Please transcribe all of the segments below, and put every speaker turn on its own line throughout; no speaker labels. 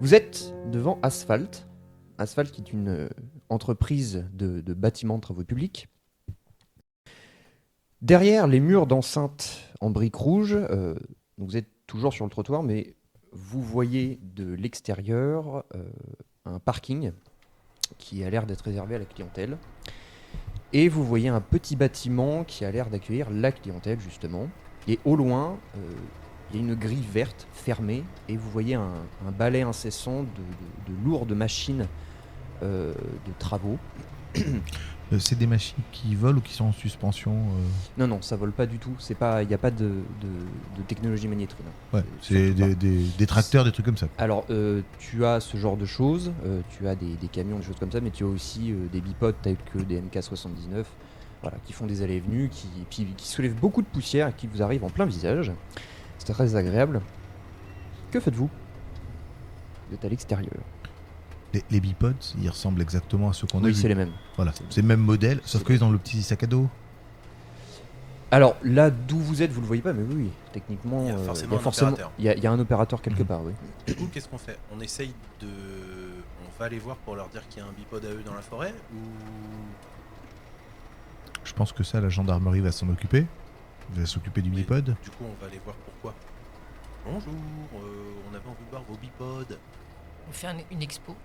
Vous êtes devant Asphalt. Asphalt qui est une euh, entreprise de, de bâtiments de travaux publics. Derrière les murs d'enceinte en briques rouges, euh, donc vous êtes toujours sur le trottoir, mais vous voyez de l'extérieur euh, un parking qui a l'air d'être réservé à la clientèle. Et vous voyez un petit bâtiment qui a l'air d'accueillir la clientèle, justement. Et au loin, euh, il y a une grille verte fermée et vous voyez un, un balai incessant de, de- de lourdes machines euh, de travaux.
Euh, c'est des machines qui volent ou qui sont en suspension euh,
Non, non, ça vole pas du tout. C'est pas, il n'y a pas de, de- de technologie magnétrine.
Ouais, c'est
surtout
des,
pas.
des- des tracteurs, des trucs comme ça.
Alors, euh, tu as ce genre de choses, euh, tu as des, des camions, des choses comme ça, mais tu as aussi euh, des bipodes tels que des MK79, voilà, qui font des allées et venues, qui, puis qui soulèvent beaucoup de poussière et qui vous arrivent en plein visage. C'est très agréable. Que faites-vous Vous êtes à l'extérieur.
Les, les bipods, ils ressemblent exactement à ceux qu'on a
Oui,
vus.
c'est les mêmes.
Voilà, c'est le même modèle, sauf
c'est-
qu'ils ont le petit sac à dos.
Alors là, d'où vous êtes, vous le voyez pas, mais oui, oui, techniquement,
Il y a
euh,
forcément
il y a
un opérateur.
il y a- il y a un opérateur quelque
Mhm.
part, oui.
Du coup, qu'est-ce qu'on fait On essaye de. On va les voir pour leur dire qu'il y a un bipode à eux dans la forêt ou.
Je pense que ça, la gendarmerie va s'en occuper. Va s'occuper du
Mais-
bipode.
Du coup, on va les voir pourquoi Bonjour, euh, on avait envie de voir vos bipodes.
On fait un- une expo.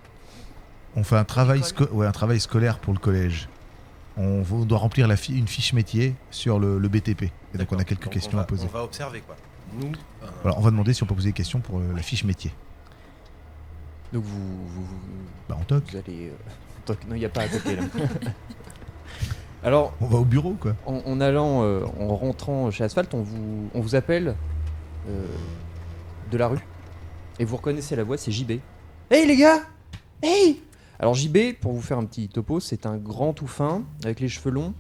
On fait un travail,
L'école.
sco- ouais, un travail scolaire pour le collège. On, va- on doit remplir la fi- une fiche métier sur le, le BTP. Et donc on a
D'accord.
quelques
Donc,
questions
on va-
à poser.
On va observer quoi. Nous, euh, un-
Voilà, on va demander si on peut poser des questions pour euh, la fiche métier.
Donc vous- vous- vous,
Bah on toque.
Vous allez. euh, toc- Non, il n'y a pas à toquer là. Alors,
On va au bureau quoi.
en, en allant, euh, en rentrant chez Asphalt, on vous, on vous appelle euh, de la rue. Et vous reconnaissez la voix, c'est JB. Hey les gars Hey Alors JB, pour vous faire un petit topo, c'est un grand tout fin, avec les cheveux longs,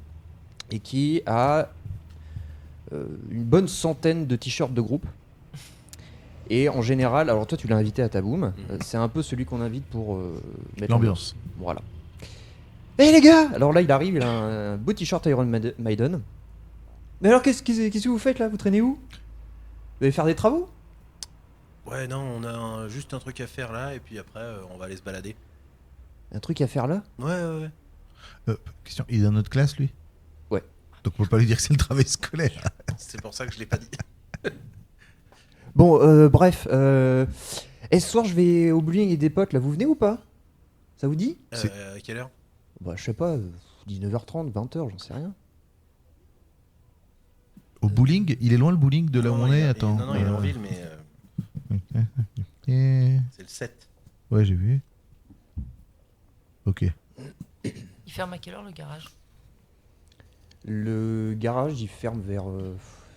et qui a euh, une bonne centaine de t-shirts de groupe. Et en général, alors toi tu l'as invité à Taboum, euh, c'est un peu celui qu'on invite pour euh, mettre en-
L'ambiance.
voilà. Eh les gars Alors là, il arrive, il a un beau t-shirt Iron Maide- Maiden. Mais alors, qu'est-ce qu'est-ce- qu'est-ce que vous faites là Vous traînez où Vous allez faire des travaux
Ouais, non, on a un- juste un truc à faire là et puis après, euh, on va aller se balader.
Un truc à faire là
Ouais, ouais, ouais.
Euh, question, il est dans notre classe lui
Ouais.
Donc on peut pas lui dire que c'est le travail scolaire.
C'est pour ça que je l'ai pas dit.
Bon, euh, bref. Euh... Et ce soir, je vais au bowling avec des potes là. Vous venez ou pas Ça vous dit
C'est-
Euh, à quelle heure
Bah, je sais pas. euh, 19h30, 20h, j'en sais rien.
Au bowling Il est loin le bowling de là où
Non,
on
il
est
a- il-
Attends.
Non, non, il est en
euh,
ville, mais euh,
eh,
c'est le 7.
Ouais j'ai vu. Ok.
Il ferme à quelle heure le garage
Le garage, il ferme vers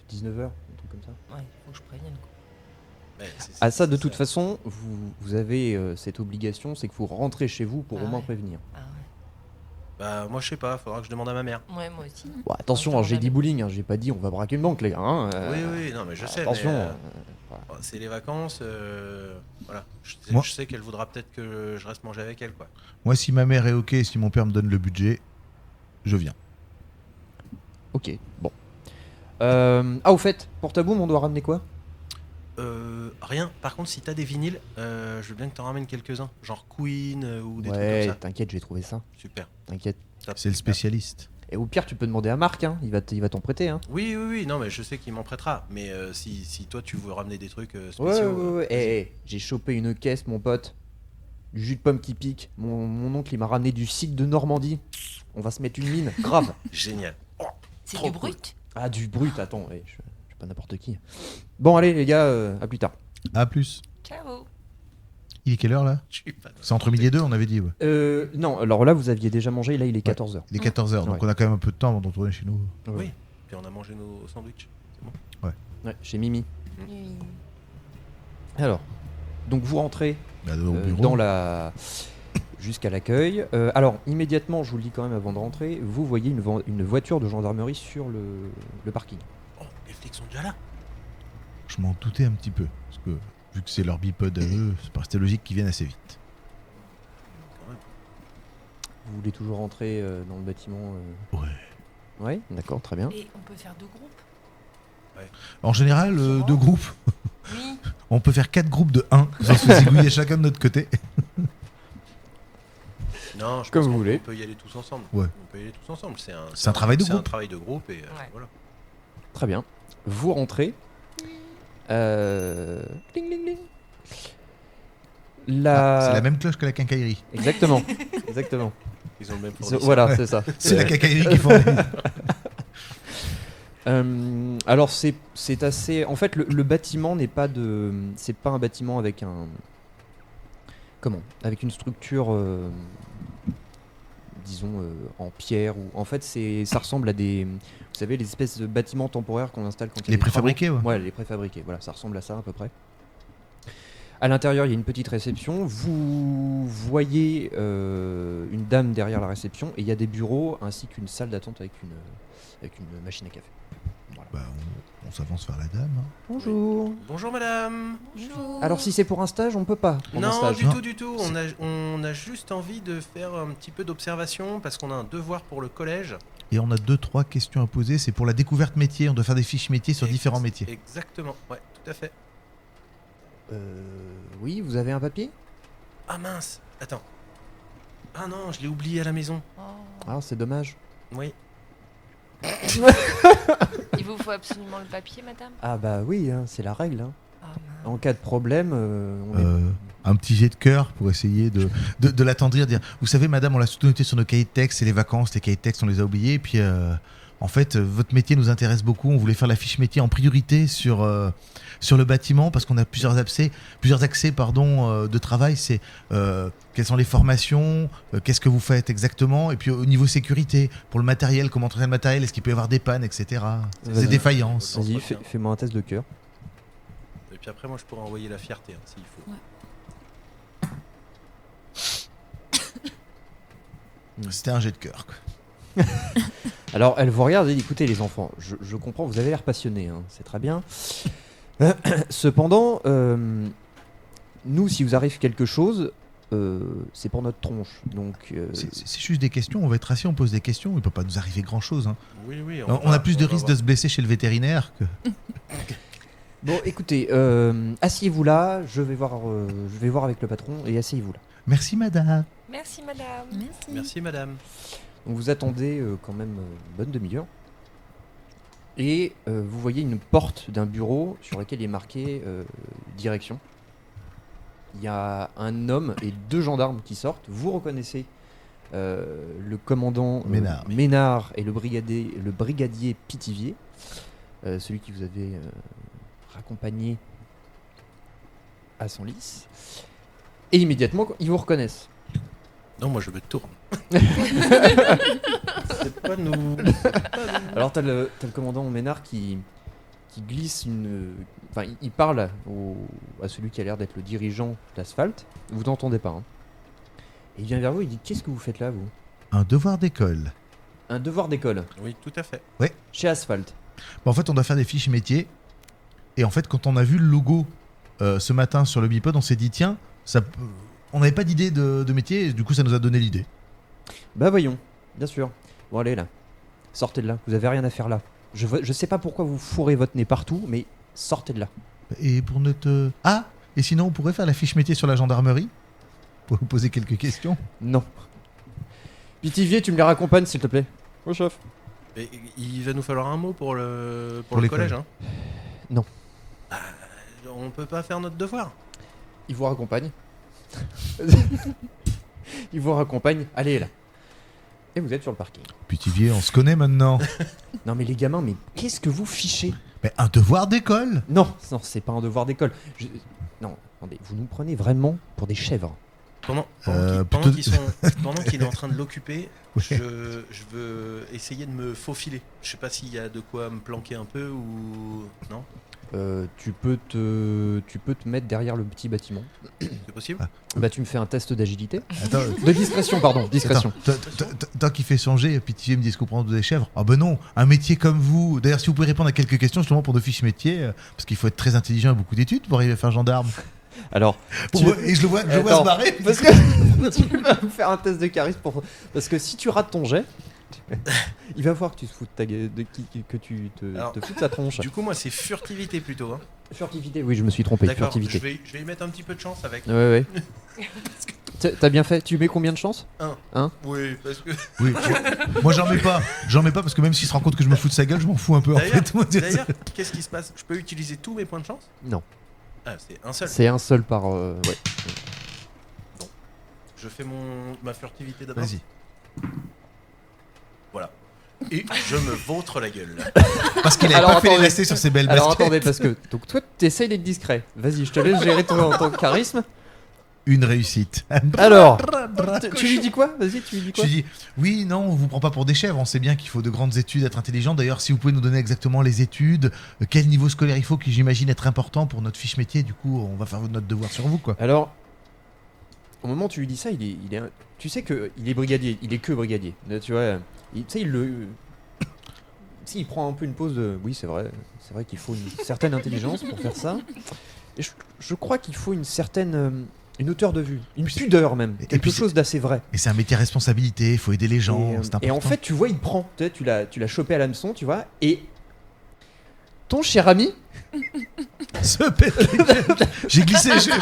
19h, un truc comme ça.
Ouais, faut que je prévienne. quoi.
Ouais, c'est- c'est-
Ah ça, de
c'est
toute façon, vous, vous avez euh, cette obligation, c'est que vous rentrez chez vous pour
Ah
au moins
ouais.
prévenir.
Ah ouais.
Bah, moi, je sais pas, faudra que je demande à ma mère.
Ouais, moi aussi.
Bon, attention, hein, j'ai dit bowling, hein, j'ai pas dit on va braquer une banque, les gars. hein, euh,
oui, oui, non, mais je sais. mais,
Attention.
euh,
euh,
Bon, C'est les vacances, euh, voilà. Je sais,
Moi-
je sais qu'elle voudra peut-être que je reste manger avec elle, quoi.
Moi si ma mère est ok et si mon père me donne le budget, je viens.
ok, bon. Euh, ah, au fait, pour ta boum, on doit ramener quoi
Euh, rien. Par contre, si t'as des vinyles, euh, je veux bien que t'en ramènes quelques-uns, genre Queen euh, ou des
Ouais,
trucs comme
t'inquiète, j'ai trouvé ça.
ça. Super.
T'inquiète.
Top.
C'est le spécialiste.
Et au pire, tu peux demander à Marc, hein, il va t- il va t'en prêter. Hein.
Oui, oui, oui. Non, mais je sais qu'il m'en prêtera. Mais euh, si, si toi tu veux ramener des trucs euh,
Ouais, ouais,
spéciaux,
ouais.
euh,
ouais. Eh, eh, j'ai chopé une caisse, mon pote. Du jus de pomme qui pique. Mon, mon oncle, il m'a ramené du site de Normandie. On va se mettre une mine, grave.
génial.
C'est
Trop
du
cool.
brut
Ah, du brut, attends, eh, je, je suis pas n'importe qui. Bon, allez, les gars, euh, à plus tard.
A plus.
Ciao
Il est quelle heure là
Je suis pas.
C'est entre midi et deux on avait dit ouais.
Euh, non, alors là, vous aviez déjà mangé, là, il est
Ouais.
14h.
Il est 14h, donc
Ouais.
on a quand même un peu de temps avant de retourner chez nous.
Oui. Puis on a mangé nos sandwichs.
Ouais, chez Mimi.
Nuit.
Alors, donc vous rentrez
Bah, au
euh,
bureau.
dans la jusqu'à l'accueil. Euh, alors immédiatement, je vous le dis quand même avant de rentrer, vous voyez une, vo- une voiture de gendarmerie sur le, le parking.
Oh, les flics sont déjà là.
Je m'en doutais un petit peu. Parce que vu que c'est leur bipode à eux, c'est pas logique qu'ils viennent assez vite.
Quand même.
Vous voulez toujours rentrer euh, dans le bâtiment euh
Ouais.
Ouais, d'accord, très bien.
Et on peut faire deux groupes
En général, euh,
Sûrement.
deux groupes.
Oui.
On peut faire quatre groupes de 1, sans se zigouiller chacun de notre côté.
Non, je
Comme
pense
vous
qu'on-
voulez.
On peut y aller tous ensemble.
Ouais.
On peut y aller tous ensemble. C'est un,
C'est un travail de
C'est un
groupe.
travail de groupe et euh,
Ouais.
voilà.
Très bien. Vous rentrez. Euh, ding, ding, ding. La...
Ah, C'est la même cloche que la quincaillerie.
Exactement. Exactement.
Ils ont le même
Ils ont-
fournisseur.
Voilà, c'est ça.
C'est la quincaillerie qui font.
Euh, alors c'est c'est assez. En fait, le, le bâtiment n'est pas de. C'est pas un bâtiment avec un. Comment Avec une structure, euh, disons, euh, en pierre ou. En fait, c'est ça ressemble à des. Vous savez, les espèces de bâtiments temporaires qu'on installe quand il y a
Les
des travaux.
préfabriqués, ouais.
Ouais, les préfabriqués. Voilà, ça ressemble à ça à peu près. À l'intérieur, il y a une petite réception. Vous voyez euh, une dame derrière la réception et il y a des bureaux ainsi qu'une salle d'attente avec une, avec une machine à café.
Bah, on, on s'avance vers la dame. hein.
Bonjour.
Bonjour madame.
Bonjour.
Alors si c'est pour un stage, on peut pas. Pour un
non,
stage.
du
non.
tout, du tout. On a, on a juste envie de faire un petit peu d'observation parce qu'on a un devoir pour le collège.
Et on a deux, trois questions à poser. C'est pour la découverte métier. On doit faire des fiches métiers sur
Ex-
différents métiers.
Exactement. Ouais, tout à fait.
Euh, oui, vous avez un papier
Ah mince. Attends. Ah non, je l'ai oublié à la maison.
Oh.
Ah, c'est dommage.
Oui.
Il vous faut absolument le papier, madame
Ah bah oui, hein, c'est la règle. hein.
Ah, mince.
En cas de problème, euh, on est-
Euh, un petit jet de cœur pour essayer de, de, de l'attendrir, dire Vous savez, madame, on l'a surtout noté sur nos cahiers de texte, c'est les vacances, les cahiers de texte, on les a oubliés. Et puis, euh, en fait, euh, votre métier nous intéresse beaucoup. On voulait faire la fiche métier en priorité sur, euh, sur le bâtiment parce qu'on a plusieurs accès, plusieurs accès pardon, euh, de travail. C'est euh, quelles sont les formations, euh, qu'est-ce que vous faites exactement. Et puis, au niveau sécurité, pour le matériel, comment traiter le matériel, est-ce qu'il peut y avoir des pannes, etc.
Vas-y.
Des défaillances.
Vas-y,
L'entretien.
fais- fais-moi un test de cœur.
Et puis après, moi, je pourrais envoyer la fierté hein, s'il faut.
C'était un jet de cœur. quoi.
Alors, elle vous regarde et dit écoutez, les enfants, je, je comprends, vous avez l'air passionné, c'est très bien. Cependant, euh, nous, si vous arrive quelque chose, euh, c'est pour notre tronche. Donc, euh,
C'est c'est- c'est juste des questions, on va être assis, on pose des questions, il ne peut pas nous arriver grand-chose. hein.
Oui, oui.
On,
va-
a plus de
va
risques de se blesser chez le vétérinaire que.
bon, écoutez, euh, asseyez-vous là, je vais, voir, euh, je vais voir avec le patron et asseyez-vous là.
Merci madame.
Merci, madame.
voir. Merci, madame.
Donc vous attendez euh, quand même euh, une bonne demi-heure. Et euh, vous voyez une porte d'un bureau sur laquelle il est marqué euh, direction. Il y a un homme et deux gendarmes qui sortent. Vous reconnaissez euh, le commandant euh,
Ménard.
Ménard et le brigadier, le brigadier Pitivier, euh, celui qui vous avait euh, raccompagné à son lys. Et immédiatement, ils vous reconnaissent.
Non, moi, je me tourne. C'est pas nous.
Alors t'as le, t'as le commandant Ménard qui, qui glisse une... Enfin, il- il parle au- à celui qui a l'air d'être le dirigeant d'asphalte. Vous n'entendez pas. hein. Et il vient vers vous, il dit, qu'est-ce que vous faites là, vous
Un devoir d'école.
Un devoir d'école,
Oui, tout à fait.
chez Asphalt.
Bah, en fait, on doit faire des fiches métiers. Et en fait, quand on a vu le logo euh, ce matin sur le bipod, on s'est dit tiens, ça, peut- on n'avait pas d'idée de, de métier. Et du coup, ça nous a donné l'idée.
Bah voyons, bien sûr. Bon allez là, sortez de là, vous avez rien à faire là. Je, vois- je sais pas pourquoi vous fourrez votre nez partout, mais sortez de là.
Et pour notre ah, et sinon, on pourrait faire la fiche métier sur la gendarmerie pour vous poser quelques questions.
Non. Pitivier, tu me les raccompagnes, s'il te plaît. Oui, chef.
Et- et- il va nous falloir un mot pour le, pour
Pour
le
les
collège. Hein.
Non.
Ah, on peut pas faire notre devoir.
Il vous raccompagne. il vous raccompagne. Allez là. Et vous êtes sur le parking.
Pitivier, on se connaît maintenant.
Non mais les gamins, mais qu'est-ce que vous fichez
Mais un devoir d'école.
Non, non, c'est pas un devoir d'école. Je- Non, attendez, vous nous prenez vraiment pour des chèvres.
Pendant, pendant
Euh,
qu'il- pendant
plutôt-
qu'ils sont- pendant qu'il est en train de l'occuper,
Ouais.
je, je veux essayer de me faufiler. Je sais pas s'il y a de quoi me planquer un peu ou. Non
Euh, tu peux te, tu peux te mettre derrière le petit bâtiment.
C'est possible
Ah.
Bah tu me fais un test d'agilité,
Attends,
de discrétion pardon, discrétion.
Attends, t- t- t- Tant qu'il fait songer, Pitié me dit ce qu'on prend des chèvres. Ah ben non, un métier comme vous. D'ailleurs, si vous pouvez répondre à quelques questions justement pour nos fiches métiers, euh, parce qu'il faut être très intelligent et beaucoup d'études pour arriver à faire gendarme.
Alors,
Pour
Tu-
moi- Et je le vois, je le vois
Attends.
se barrer.
parce que tu vas me faire un test de charisme pour, parce que si tu rates ton jet, Il va voir que tu te fous de ta gueule, de qui- qui- que tu te,
Alors,
te fous de sa tronche.
Du coup, moi, c'est furtivité plutôt. hein.
Furtivité, oui, je me suis trompé.
D'accord, je
Furtivité.
vais, je vais y mettre un petit peu de chance avec.
Ouais, ouais. T'as- T'as bien fait. Tu mets combien de chance
Oui, parce que
Oui, moi- moi j'en mets pas, j'en mets pas parce que même s'il se rend compte que je me fous de sa gueule, je m'en fous un peu en
D'ailleurs-
fait. Moi, tu-
d'ailleurs, qu'est-ce qui se passe Je peux utiliser tous mes points de chance
Non.
Ah, c'est un seul.
C'est un seul par. euh, ouais.
Je fais mon ma furtivité d'abord.
Vas-y.
Voilà. Et je me vautre la gueule.
Parce qu'il avait
Alors,
pas fait les
attendez.
lacets sur ses belles
Alors
baskets.
attendez, parce que donc toi t'essayes d'être discret. Vas-y, je te laisse gérer toi en tant que charisme.
Une réussite.
Alors, Ah, bah, tu- tu lui dis quoi Vas-y, tu lui dis
Je
quoi
lui dis, oui, non, on vous prend pas pour des chèvres. On sait bien qu'il faut de grandes études, être intelligent. D'ailleurs, si vous pouvez nous donner exactement les études, euh, quel niveau scolaire il faut, qui j'imagine être important pour notre fiche métier, du coup, on va faire notre devoir sur vous, quoi.
Alors, au moment où tu lui dis ça, il est, il est un- tu sais que il est brigadier, il est que brigadier. Là, Tu vois, il, tu sais, il le, s'il prend un peu une pause de, oui, c'est vrai, c'est vrai qu'il faut une certaine intelligence pour faire ça. Et je, je crois qu'il faut une certaine, euh, une hauteur de vue, une pudeur même,
et
quelque
puis
chose d'assez vrai.
Et c'est un métier à responsabilité, il faut aider les gens,
et, euh,
c'est important.
et en fait, tu vois, il prend, tu sais, tu l'as, tu l'as chopé à l'hameçon, tu vois, et ton cher ami,
Se pète la gueule. J'ai glissé, j'ai-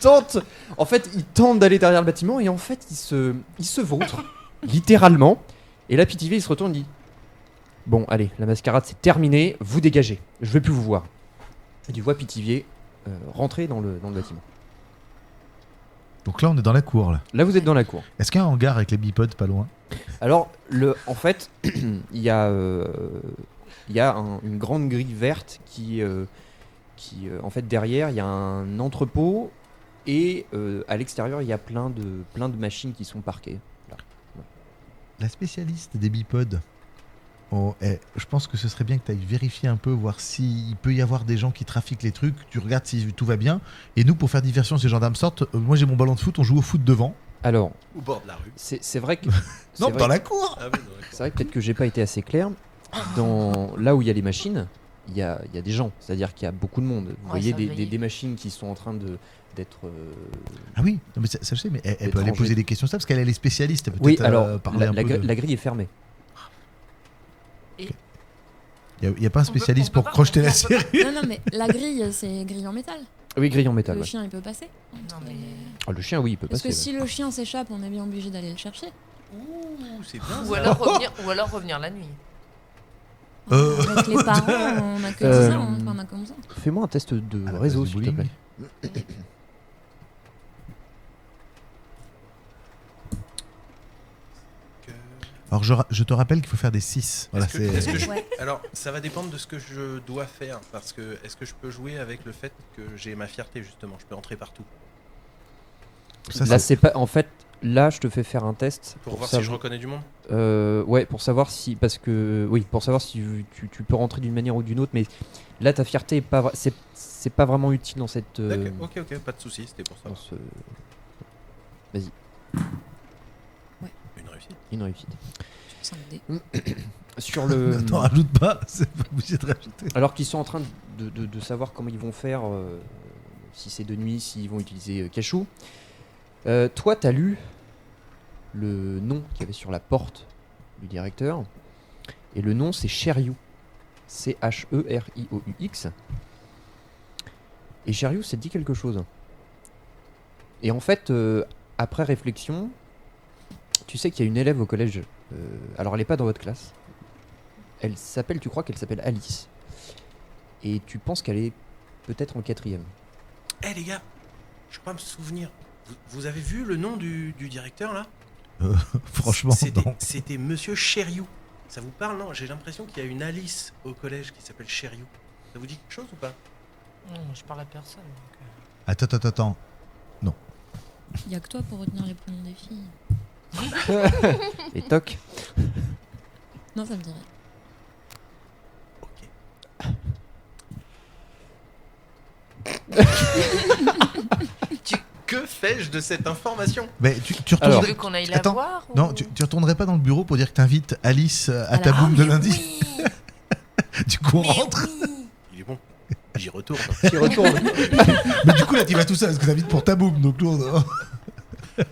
tente, en fait, il tente d'aller derrière le bâtiment et en fait, il se, il se vautre, littéralement. Et là, Pitivé, il se retourne et dit Bon, allez, la mascarade, c'est terminé, vous dégagez, je vais plus vous voir. Et tu vois Pitivier euh, rentrer dans le, dans le bâtiment.
Donc là, on est dans la cour, là.
Là, vous êtes dans la cour.
Est-ce qu'il y a un hangar avec les bipodes pas loin
Alors, le, en fait, il y a, euh, il y a un- une grande grille verte qui, euh, qui euh, en fait, derrière, il y a un entrepôt et euh, à l'extérieur, il y a plein de, plein de machines qui sont parquées.
La spécialiste des bipodes. Oh, eh, je pense que ce serait bien que tu ailles vérifier un peu, voir s'il peut y avoir des gens qui trafiquent les trucs. Tu regardes si tout va bien. Et nous, pour faire diversion, ces gendarmes sortent. Euh, moi, j'ai mon ballon de foot, on joue au foot devant.
Alors,
Au bord de la rue.
C'est c'est vrai que. c'est
Non,
vrai-
dans la cour
Ah oui, non, d'accord.
C'est vrai que peut-être que j'ai pas été assez clair. Dans là où il y a les machines, il y a, il y a des gens, c'est-à-dire qu'il y a beaucoup de monde. Vous
Ouais,
voyez des,
surveillé.
des- des machines qui sont en train de d'être. euh,
Ah oui, non, mais ça, ça, je sais, mais elle, elle peut aller
Étranger.
poser des questions, ça, parce qu'elle elle est spécialiste. Elle peut
Oui,
peut-être, euh,
alors
parler
la,
un
la
peu
gr-
de-
la grille est fermée.
Il n'y a, pas un
On peut-
spécialiste
on peut
pour
pas-
crocheter
on
la
peut pas-
série.
Non, non, mais la grille, c'est grille en métal.
Oui, grille en métal.
le
ouais.
chien, il peut passer.
Non, mais-
Ah, le chien, oui, il peut
Parce
passer.
que si le chien s'échappe, on est bien obligé d'aller le chercher.
Ouh, c'est bien.
Ou
ça.
alors revenir, ou alors revenir la nuit. Oh.
Euh.
Avec les parents, on a que
Euh.
ça. on- enfin, on a comme ça.
ouais. Fais-moi un test de
À Ah, la
réseau,
place du
s'il te plaît.
bowling.
Que-
Alors, je, ra- je te rappelle qu'il faut faire des 6. Voilà,
que-
c'est-
est-ce que je-
Ouais.
Alors, ça va dépendre de ce que je dois faire. Parce que, est-ce que je peux jouer avec le fait que j'ai ma fierté, justement Je peux entrer partout.
ça,
là,
c'est-
c'est pas. En fait, là, je te fais faire un test
Pour voir si je
savoir-
reconnais du monde
Euh, ouais, pour savoir si, parce que oui, pour savoir si tu, tu peux rentrer d'une manière ou d'une autre, mais là ta fierté est pas, vra- c'est, c'est pas vraiment utile dans cette. euh,
D'accord, Ok, ok, pas de soucis, c'était pour ça.
dans ce-
Une réussite.
une réussite.
Sans le dé.
Sur le.
Attends, rajoute pas, c'est pas obligé de rajouter.
alors qu'ils sont en train de, de- de savoir comment ils vont faire, euh, si c'est de nuit, s'ils vont utiliser euh, cachou. Euh, toi, t'as lu le nom qu'il y avait sur la porte du directeur, et le nom c'est Cheriou. E C-H-E-R-I-O-U-X. Et Cheriou, ça te dit quelque chose. hein Et en fait, euh, après réflexion, tu sais qu'il y a une élève au collège. euh, alors, elle n'est pas dans votre classe. Elle s'appelle, tu crois qu'elle s'appelle Alice. Et tu penses qu'elle est peut-être en quatrième.
Eh les gars, je crois me souvenir. Vous, vous avez vu le nom du, du directeur là
Franchement,
C'était-
non.
C'était Monsieur Chériou. Ça vous parle Non, j'ai l'impression qu'il y a une Alice au collège qui s'appelle Chériou. Ça vous dit quelque chose ou pas
Non, je parle à personne. donc, euh.
Attends, attends, attends.
Il y a que toi pour retenir les prénoms des filles.
Et toc.
Non, ça me dirait.
Ok. Tu- que fais-je de cette information
Mais tu, tu retournes.
Alors.
Tu veux qu'on aille la
Attends,
voir ou-
Non, tu, tu retournerais pas dans le bureau pour dire que t'invites Alice euh, à ta
Alors-
boum
Ah,
de
mais
lundi
oui
Du coup, on
Mais
rentre.
oui
Il est bon. J'y retourne.
Qui retourne.
Mais du coup, là, tu vas tout seul parce que t'invites pour ta hein. boum. Donc, nous, on-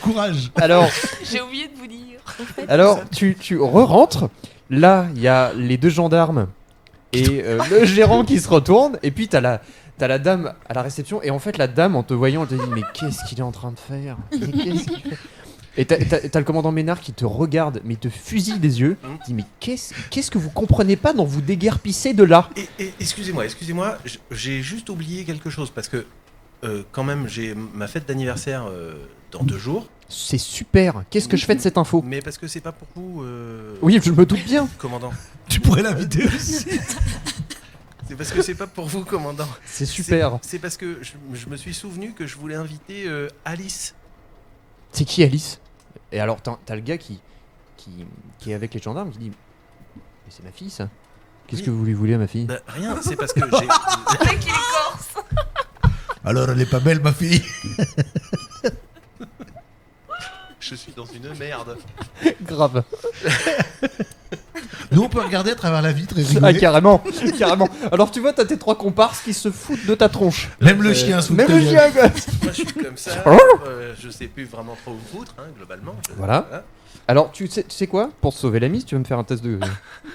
Courage.
Alors,
J'ai oublié de vous dire.
fait.
Alors, tu, tu re-rentres. Là, il y a les deux gendarmes et euh, le gérant qui se retourne. Et puis, t'as la, t'as la dame à la réception. Et en fait, la dame, en te voyant, elle te dit Mais qu'est-ce qu'il est en train de faire Mais qu'est-ce qu'il fait Et t'as, t'as- t'as le commandant Ménard qui te regarde, mais il te fusille des yeux. Il dit Mais qu'est-ce, qu'est-ce que vous comprenez pas dont vous déguerpissez de là
Et- et- excusez-moi, excusez-moi, j- j'ai juste oublié quelque chose parce que euh, quand même j'ai ma fête d'anniversaire euh, dans deux jours,
C'est super. Qu'est-ce que je fais de cette info
mais parce que c'est pas pour vous, euh,
Oui, je me doute bien.
commandant.
Tu pourrais l'inviter aussi.
C'est parce que c'est pas pour vous, commandant.
C'est super.
C'est, c'est parce que je, je me suis souvenu que je voulais inviter euh, Alice.
C'est qui Alice Et alors, t'as t'as le gars qui, qui, qui est avec les gendarmes qui dit Mais c'est ma fille, ça Qu'est-ce
Oui.
que vous lui voulez à ma fille
Bah, rien, c'est parce que j'ai.
Le mec, il est corse.
Alors, elle est pas belle, ma fille.
je suis dans une merde.
Grave.
Nous, on peut regarder à travers la vitre et
Ah,
rigoler.
carrément. carrément. Alors, tu vois, t'as tes trois comparses qui se foutent de ta tronche.
Même le
Euh,
chien sous
Même le chien, quoi.
Moi, je suis comme ça. euh, je sais plus vraiment trop où me foutre, hein, globalement. Je- Hein,
Voilà. Alors, tu sais, tu sais quoi Pour sauver la mise, tu vas me faire un test de.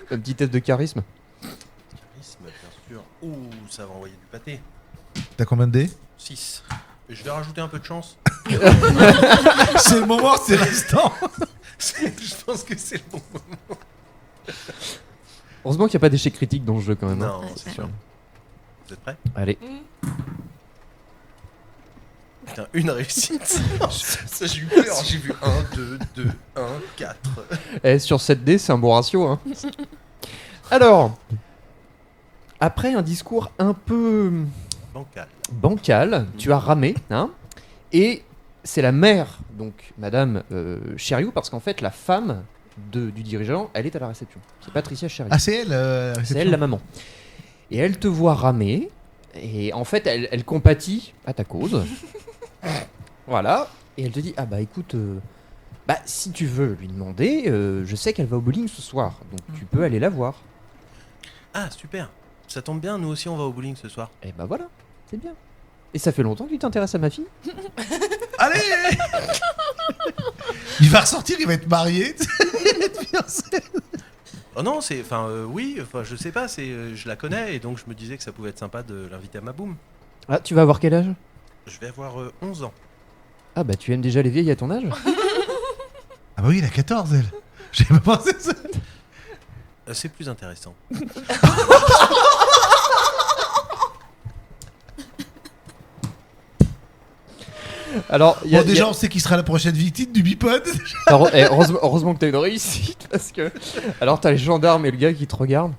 un petit test de charisme.
Charisme, bien sûr. Ouh, ça va envoyer du pâté.
T'as combien de dés
6. Je vais rajouter un peu de chance.
C'est le moment, c'est l'instant.
je pense que c'est le bon.
Heureusement qu'il n'y a pas d'échec critique dans le jeu, quand même. hein.
Non, c'est sûr. Vous êtes prêts
Allez.
Putain, une réussite. Ça, j'ai eu peur. J'ai vu 1, 2, 2, 1, 4.
Eh, sur 7D, c'est un bon ratio. hein. Alors, après un discours un peu
Bancal.
bancal, tu as ramé, hein, et c'est la mère, donc Madame euh, Chériou, parce qu'en fait, la femme de- du dirigeant, elle est à la réception. C'est Patricia Chériou.
Ah, c'est elle. euh,
c'est elle, la maman. Et elle te voit ramer, et en fait, elle, elle compatit à ta cause. voilà, et elle te dit Ah bah écoute. euh, bah, si tu veux lui demander, euh, je sais qu'elle va au bowling ce soir, donc tu peux aller la voir.
Ah, super. Ça tombe bien, nous aussi on va au bowling ce soir.
Et bah voilà, c'est bien. Et ça fait longtemps que tu t'intéresses à ma fille
Allez Il va ressortir, il va être marié.
Oh non, c'est. Enfin, euh, oui, enfin, je sais pas, c'est, euh, je la connais et donc je me disais que ça pouvait être sympa de l'inviter à ma boum.
Ah, tu vas avoir quel âge
Je vais avoir euh, 11 ans.
Ah bah tu aimes déjà les vieilles à ton âge
Ah bah oui, il a 14, elle. J'ai pas pensé ça.
Euh, c'est plus intéressant.
Alors, il y a,
Bon,
il y
déjà,
a-
on sait qui sera la prochaine victime du bipod.
Alors, eh, heureusement, heureusement que t'as une réussite parce que. Alors t'as les gendarmes et le gars qui te regardent.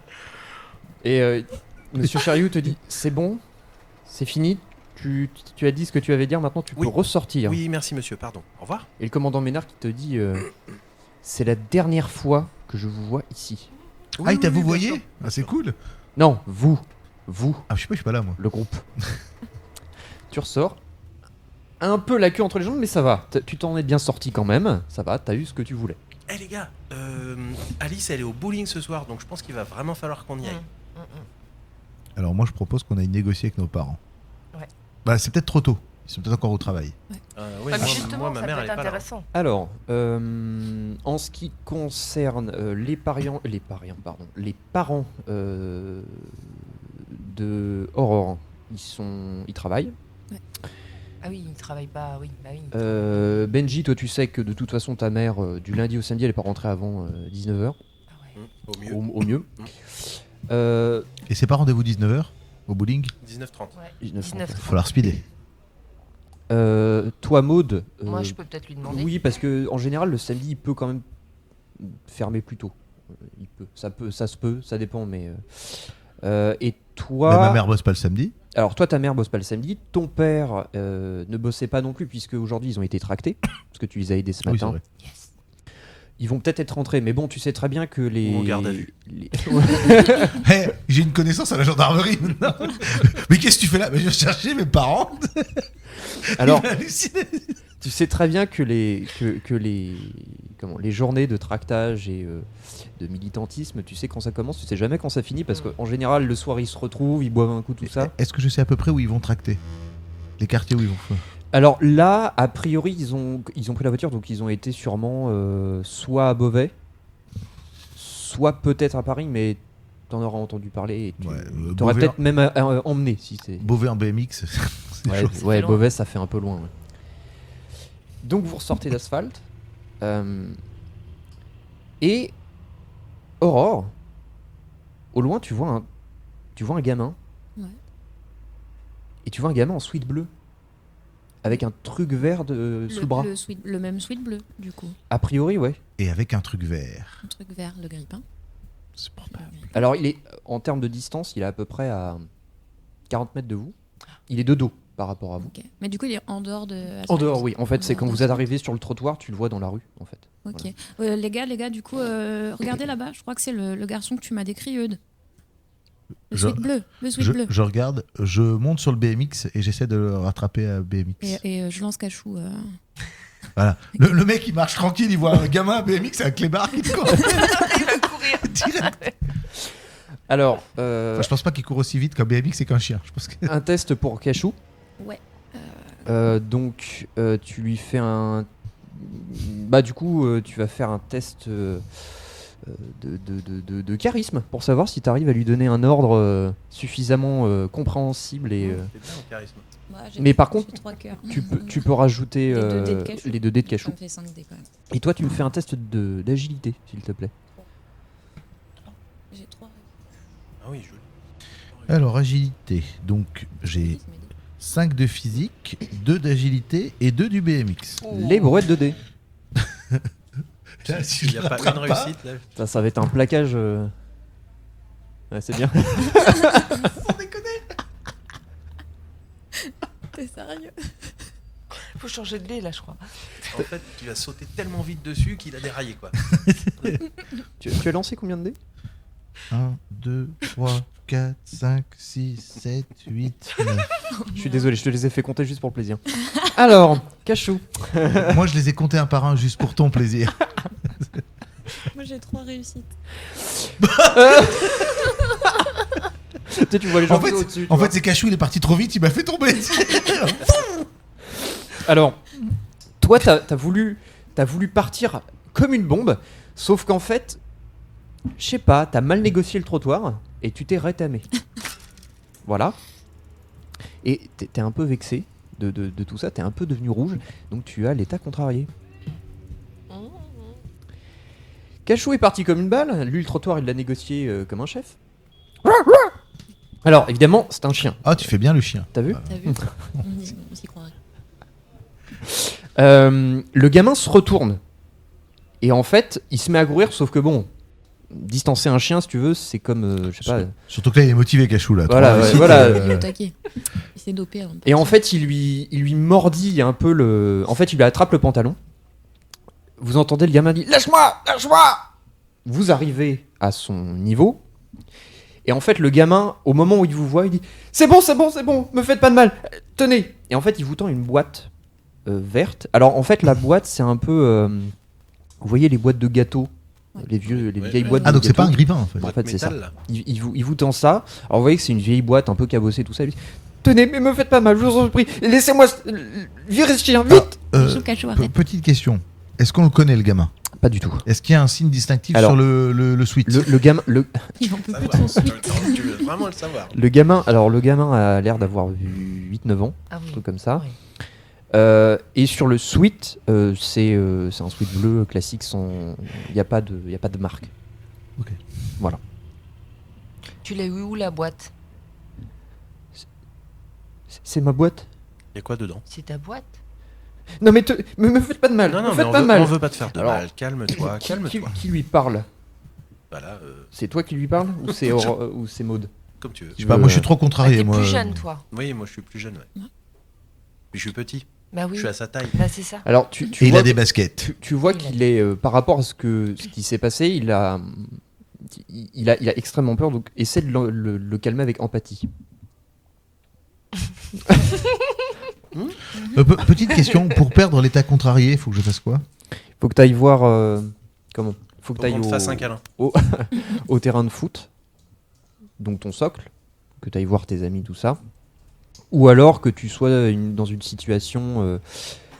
Et euh, Monsieur Chariou te dit c'est bon, c'est fini. Tu, tu as dit ce que tu avais à dire, maintenant tu
Oui.
peux ressortir.
Oui, merci monsieur, pardon. Au revoir.
Et le commandant Ménard qui te dit euh, C'est la dernière fois que je vous vois ici.
Oui,
ah, il
oui,
t'a
oui,
vous
bien sûr.
voyez Ah, c'est cool.
Non, vous, vous,
Ah, je sais pas, je suis pas là, moi.
le groupe. tu ressors. Un peu la queue entre les jambes, mais ça va. T'as- Tu t'en es bien sorti quand même. Ça va, t'as eu ce que tu voulais.
Eh les gars, euh, Alice elle est au bowling ce soir, donc je pense qu'il va vraiment falloir qu'on y aille.
Mm, mm.
Alors, moi, je propose qu'on aille négocier avec nos parents.
Ouais.
Bah, c'est peut-être trop tôt. Ils sont peut-être encore au travail.
Euh, ouais, moi-
Ah, mais
moi,
justement,
ma
ça peut
mère, elle
être
est pas là.
intéressant.
Alors, euh, en ce qui concerne euh, les pariants, les pariants, pardon, les parents euh, de Aurore, ils sont, ils travaillent.
Ah oui, il travaille pas. Oui, bah oui.
Euh, Benji, toi, tu sais que de toute façon, ta mère, euh, du lundi au samedi, elle est pas rentrée avant 19h,
Ah ouais.
Mm, Au
au,
mieux,
au mieux.
Mm.
Euh,
Et ses parents, rendez-vous 19h au bowling
19h30.
Ouais.
19,
19.
Faut falloir speeder.
euh, toi, Maude. euh,
Moi, je peux peut-être lui demander.
Oui, parce que en général, le samedi, il peut quand même fermer plus tôt. Il peut, ça peut, ça se peut, ça dépend, mais. euh, euh, et toi.
Bah, ma mère bosse pas le samedi.
Alors toi, ta mère bosse pas le samedi, ton père euh, ne bossait pas non plus puisque aujourd'hui ils ont été tractés, parce que tu les as aidés ce
Ah Oui, c'est
matin.
vrai.
Yes.
ils vont peut-être être rentrés, mais bon, tu sais très bien que les.
Ou en garde à vue.
les-
Hé, Eh, j'ai une connaissance à la gendarmerie maintenant. mais qu'est-ce que tu fais là Mais Je vais chercher mes parents.
Alors,
Il va halluciner.
tu sais très bien que les que, que les comment les journées de tractage et euh, de militantisme, tu sais quand ça commence, tu sais jamais quand ça finit, parce
Mm.
qu'en général le soir ils se retrouvent, ils boivent un coup, tout ça.
Est-ce que je sais à peu près où ils vont tracter Les quartiers où ils vont faire
Alors là, a priori, ils ont, ils ont pris la voiture, donc ils ont été sûrement euh, soit à Beauvais, soit peut-être à Paris, mais t'en auras entendu parler et tu
Ouais, euh,
t'aurais
Beauvais-
peut-être même euh, euh, emmené si c'est.
Beauvais en BMX, c'est
Ouais,
chaud.
ouais,
fait loin.
Beauvais, ça fait un peu loin. ouais. Donc vous ressortez d'asphalte. euh, et Aurore, au loin, tu vois un, tu vois un gamin.
Ouais.
Et tu vois un gamin en sweat bleu. Avec un truc vert de, sous le bras.
sweat- le même sweat bleu, du coup.
A priori, ouais.
Et avec un truc vert.
Un truc vert, le grippin.
C'est
Bah,
pas-
Alors, il est en termes de distance, il est à peu près à 40 mètres de vous. Il est de dos par rapport à vous.
Ok. Mais du coup, il est en dehors de.
En
Asphalt.
dehors, oui. En fait, c'est
En
quand
dehors
vous êtes arrivé sur le trottoir, tu le vois dans la rue, en fait.
Ok. Euh, les gars, les gars, du coup, euh, regardez là-bas. Je crois que c'est le, le garçon que tu m'as décrit, Eudes. Le
Je-
sweat bleu, le sweat
Je,
bleu.
je regarde, je monte sur le BMX et j'essaie de le rattraper à BMX.
Et, et, euh, je lance cachou. euh.
Voilà. Le, le mec, il marche tranquille, il voit un gamin à BMX avec les barres qui court.
Il va courir.
Direct.
Alors, euh,
Enfin, Bah, je pense pas qu'il court aussi vite qu'un BMX et qu'un chien. Je pense que...
un test pour Cachou.
Ouais.
Euh, donc, euh, tu lui fais un. Bah, du coup, euh, tu vas faire un test euh, euh, de, de- de- de- de charisme pour savoir si tu arrives à lui donner un ordre euh, suffisamment euh, compréhensible. Et, euh,
C'est bien en charisme.
Mais par contre,
Bah, j'ai trois cœurs.
tu, peux, tu peux rajouter
Les deux
euh,
dés de Cachou.
les deux dés de Cachou.
Ça me fait 5 dés quand même.
Et toi, tu me fais un test de- d'agilité, s'il te plaît.
J'ai 3
Ah oui, joli.
Alors, agilité. Donc, j'ai 5 de physique, 2 d'agilité et 2 du BMX.
Les brouettes de dés.
Oh, Putain, si
Il
je
n'y a
le
pas
rattrape
une réussite là.
Ça, ça va être un plaquage. euh. Ouais, c'est bien.
T'es sérieux
Faut changer de lait là, je crois.
En fait, tu as sauté tellement vite dessus qu'il a déraillé quoi.
tu, tu as lancé combien de dés
1, 2, 3, 4, 5, 6, 7, 8, 9.
Je suis désolé, je te les ai fait compter juste pour le plaisir. Alors, Cachou.
Moi, je les ai comptés un par un juste pour ton plaisir.
Moi j'ai 3 réussites.
tu sais, tu vois les gens
En fait,
au-dessus. tu
En
vois.
fait, c'est Cachou, il est parti trop vite, il m'a fait tomber.
Alors, toi, t'as as voulu, t'as voulu partir comme une bombe, sauf qu'en fait, je sais pas, t'as mal négocié le trottoir et tu t'es rétamé. voilà. Et t'es t'es un peu vexé de, de- de tout ça, t'es un peu devenu rouge, donc tu as l'état contrarié. Cachou est parti comme une balle, lui le trottoir il l'a négocié euh, comme un chef. Alors évidemment c'est un chien,
Ah, tu fais bien le chien.
t'as vu
T'as vu On y- On s'y croirait.
Euh, le gamin se retourne. Et en fait, il se met à courir, sauf que bon, distancer un chien, si tu veux, c'est comme. euh, je sais pas.
Surtout que là, il est motivé, Cachou. Là.
Voilà,
Trois
ouais,
réussites,
voilà.
Il est
euh,
au taquet. Il s'est dopé un peu.
Et en fait, il lui, il lui mordit un peu le. En fait, il lui attrape le pantalon. Vous entendez le gamin dire Lâche-moi Lâche-moi Vous arrivez à son niveau. Et en fait, le gamin, au moment où il vous voit, il dit C'est bon, c'est bon, c'est bon, me faites pas de mal, euh, tenez Et en fait, il vous tend une boîte euh, verte. Alors, en fait, la boîte, c'est un peu. euh, vous voyez les boîtes de gâteaux
Ouais.
Les, vieux, les
Ouais,
vieilles
ouais.
boîtes
Ah,
de
donc c'est pas
gâteaux.
un grippin en fait.
En
Boîte
fait, c'est ça.
métal, là.
Il, il vous, il vous tend ça. Alors vous voyez que c'est une vieille boîte un peu cabossée, tout ça. Il dit, Tenez, mais me faites pas mal, je vous en prie. Laissez-moi ce- l- virer ce chien, vite
Euh,
Cachou, Cachou,
pe-
arrête.
petite question. Est-ce qu'on le connaît, le gamin
Pas du tout.
Est-ce qu'il y a un signe distinctif
Alors,
sur le, le, le suite
Le, le gamin, le,
Il en peut plus de son
Savoir.
sweat.
Tu veux vraiment le savoir.
le gamin, alors le gamin a l'air d'avoir 8-9 ans,
Ah
un
oui.
truc comme ça.
Ouais.
Euh, et sur le suite, euh, c'est euh, c'est un suite bleu classique, sans- il n'y a, pas de- il y a pas de marque.
Tu l'as eu où la boîte
C'est- C'est ma boîte
Il y a quoi dedans
C'est ta boîte
Non mais, te- mais me faites pas de mal,
Non, non,
me
mais
faites
on
pas
veut,
mal.
on veut pas te faire de
Alors,
mal. Calme-toi,
Qui- qui,
calme-toi.
qui lui parle
Voilà, euh,
C'est toi qui lui parle ou c'est Aur- ou c'est Euh, Maud
comme tu veux.
Je sais pas, moi je suis trop
ah,
contrarié.
T'es
moi. euh,
plus jeune, toi.
Oui, moi je suis plus jeune, ouais.
Ouais.
Puis je suis petit,
Bah oui.
je suis à sa taille.
Bah c'est ça.
Alors tu, tu
Et il
vois
a des baskets.
tu, tu vois
Il a-
qu'il est euh, par rapport à ce que ce qui s'est passé, il a il il a, il a extrêmement peur, donc essaie de le, le- le calmer avec empathie.
Euh, pe- petite question, pour perdre l'état contrarié, faut que je fasse quoi
Faut que tu ailles voir. euh, comment Faut que
Faut
tu ailles
qu'on te fasse un
au,
câlin.
au terrain de foot, donc ton socle, que tu ailles voir tes amis, tout ça. Ou alors que tu sois une- dans une situation. euh,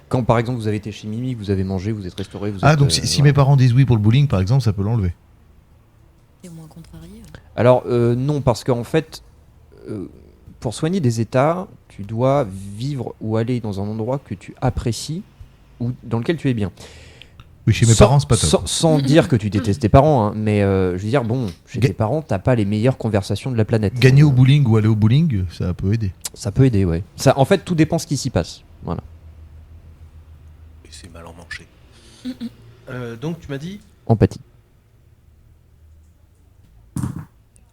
quand par exemple vous avez été chez Mimi, que vous avez mangé, vous êtes restauré, vous
Ah,
êtes,
donc
euh,
si, si
voilà.
mes parents disent oui pour le bowling, par exemple, ça peut l'enlever.
C'est moins contrarié.
Alors euh, non, parce qu'en fait, euh, pour soigner des états, tu dois vivre ou aller dans un endroit que tu apprécies ou dans lequel tu es bien.
Oui, chez mes
Sans-
parents, c'est pas top.
Sans, sans dire que tu détestes tes parents, hein, mais euh, je veux dire, bon, chez
Ga-
tes parents, t'as pas les meilleures conversations de la planète.
Gagner au bowling ou aller au bowling, ça peut aider.
Ça peut aider, ouais. Ça, en fait, tout dépend ce qui s'y passe. Voilà.
Et c'est mal en manger. Euh, donc tu m'as dit
Empathie.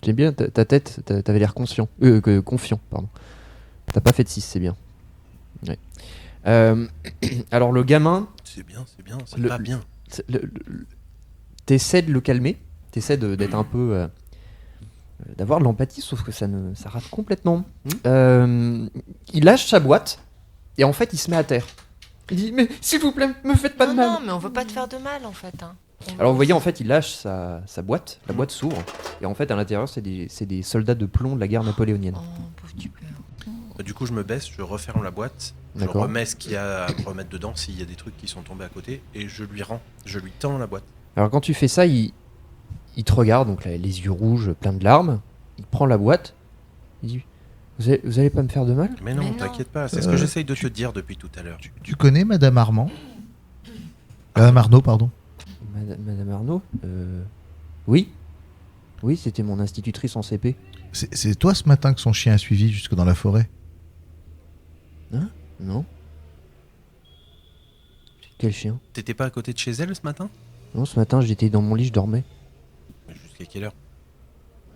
J'aime bien ta, ta tête, t'a- t'avais l'air conscient. Euh, que- confiant, pardon. T'as pas fait de 6, c'est bien. Ouais. Euh, alors le gamin,
c'est bien, c'est bien, c'est
Le-
pas bien.
c'est- le- le- t'essaies de le calmer, t'essaies de- d'être un peu... euh, d'avoir de l'empathie, sauf que ça, ne, ça rate complètement. Euh, il lâche sa boîte, et en fait il se met à terre. Il dit, mais s'il vous plaît, me faites pas
non,
de mal.
non, mais on veut pas te faire de mal en fait. hein. On-
Alors vous voyez, en fait, il lâche sa, sa boîte, la boîte s'ouvre, et en fait, à l'intérieur, c'est des, c'est des soldats de plomb de la guerre napoléonienne.
Oh, pauvre du cœur.
Bah, Du coup, je me baisse, je referme la boîte, je
D'accord.
remets ce qu'il y a à me remettre dedans, s'il y a des trucs qui sont tombés à côté, et je lui rends, je lui tends la boîte.
Alors quand tu fais ça, il, il te regarde, donc là, les yeux rouges, plein de larmes, il prend la boîte, il dit, vous allez, vous allez pas me faire de mal
Mais non,
Mais non.
t'inquiète pas, c'est ce
Euh,
que j'essaye de te dire depuis tout à l'heure.
Tu connais Madame Armand Madame Arnaud, pardon.
Madame, Madame Arnaud euh, Oui Oui, c'était mon institutrice en CP.
C'est c'est toi ce matin que son chien a suivi jusque dans la forêt
Non Quel chien
T'étais pas à côté de chez elle ce matin
Non, ce matin, j'étais dans mon lit, je dormais.
Mais Jusqu'à quelle heure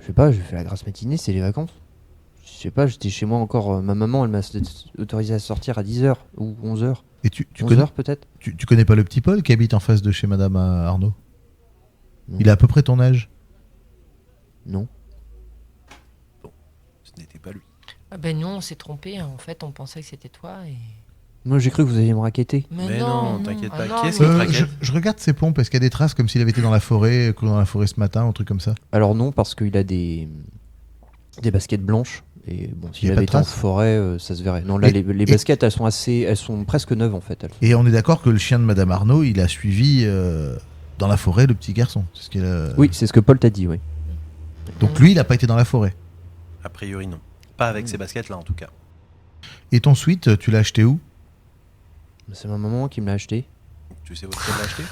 Je sais pas, j'ai fait la grasse matinée, c'est les vacances. Je sais pas, j'étais chez moi encore. euh, ma maman, elle m'a s- autorisé à sortir à 10h ou 11h.
Et tu, tu, connais,
11h peut-être
tu, tu connais pas le petit Paul qui habite en face de chez Madame euh, Arnaud
Non.
Il a à peu près ton âge.
Non.
Ce n'était pas lui.
Ah ben nous, on s'est trompé. En fait, on pensait que c'était toi. Et...
Moi, j'ai cru que vous alliez me raqueter.
Mais,
Mais non,
non,
t'inquiète
Ah
pas,
non,
qui est-ce
mais-
qui te
Euh,
raquette
je, je regarde ses pompes, est-ce qu'il y a des traces comme s'il avait été dans la forêt, euh, couru dans la forêt ce matin, un truc comme ça
Alors, non, parce qu'il a des. des baskets blanches. Et bon,
Y
s'il
a pas de
avait été en
traces
forêt, euh, ça se verrait. Non, là,
Et-
les, les
et-
baskets, elles sont assez. Elles sont presque neuves en fait. elles.
Et on est d'accord que le chien de Madame Arnaud, il a suivi euh, dans la forêt le petit garçon. C'est ce qu'il a-
Oui, c'est ce que Paul t'a dit, oui.
Donc lui, il n'a pas été dans la forêt.
A priori, non. Pas avec ces baskets-là, en tout cas.
Et ton suite, euh, tu l'as acheté où
C'est ma maman qui me l'a acheté.
Tu sais où est-ce qu'elle l'a acheté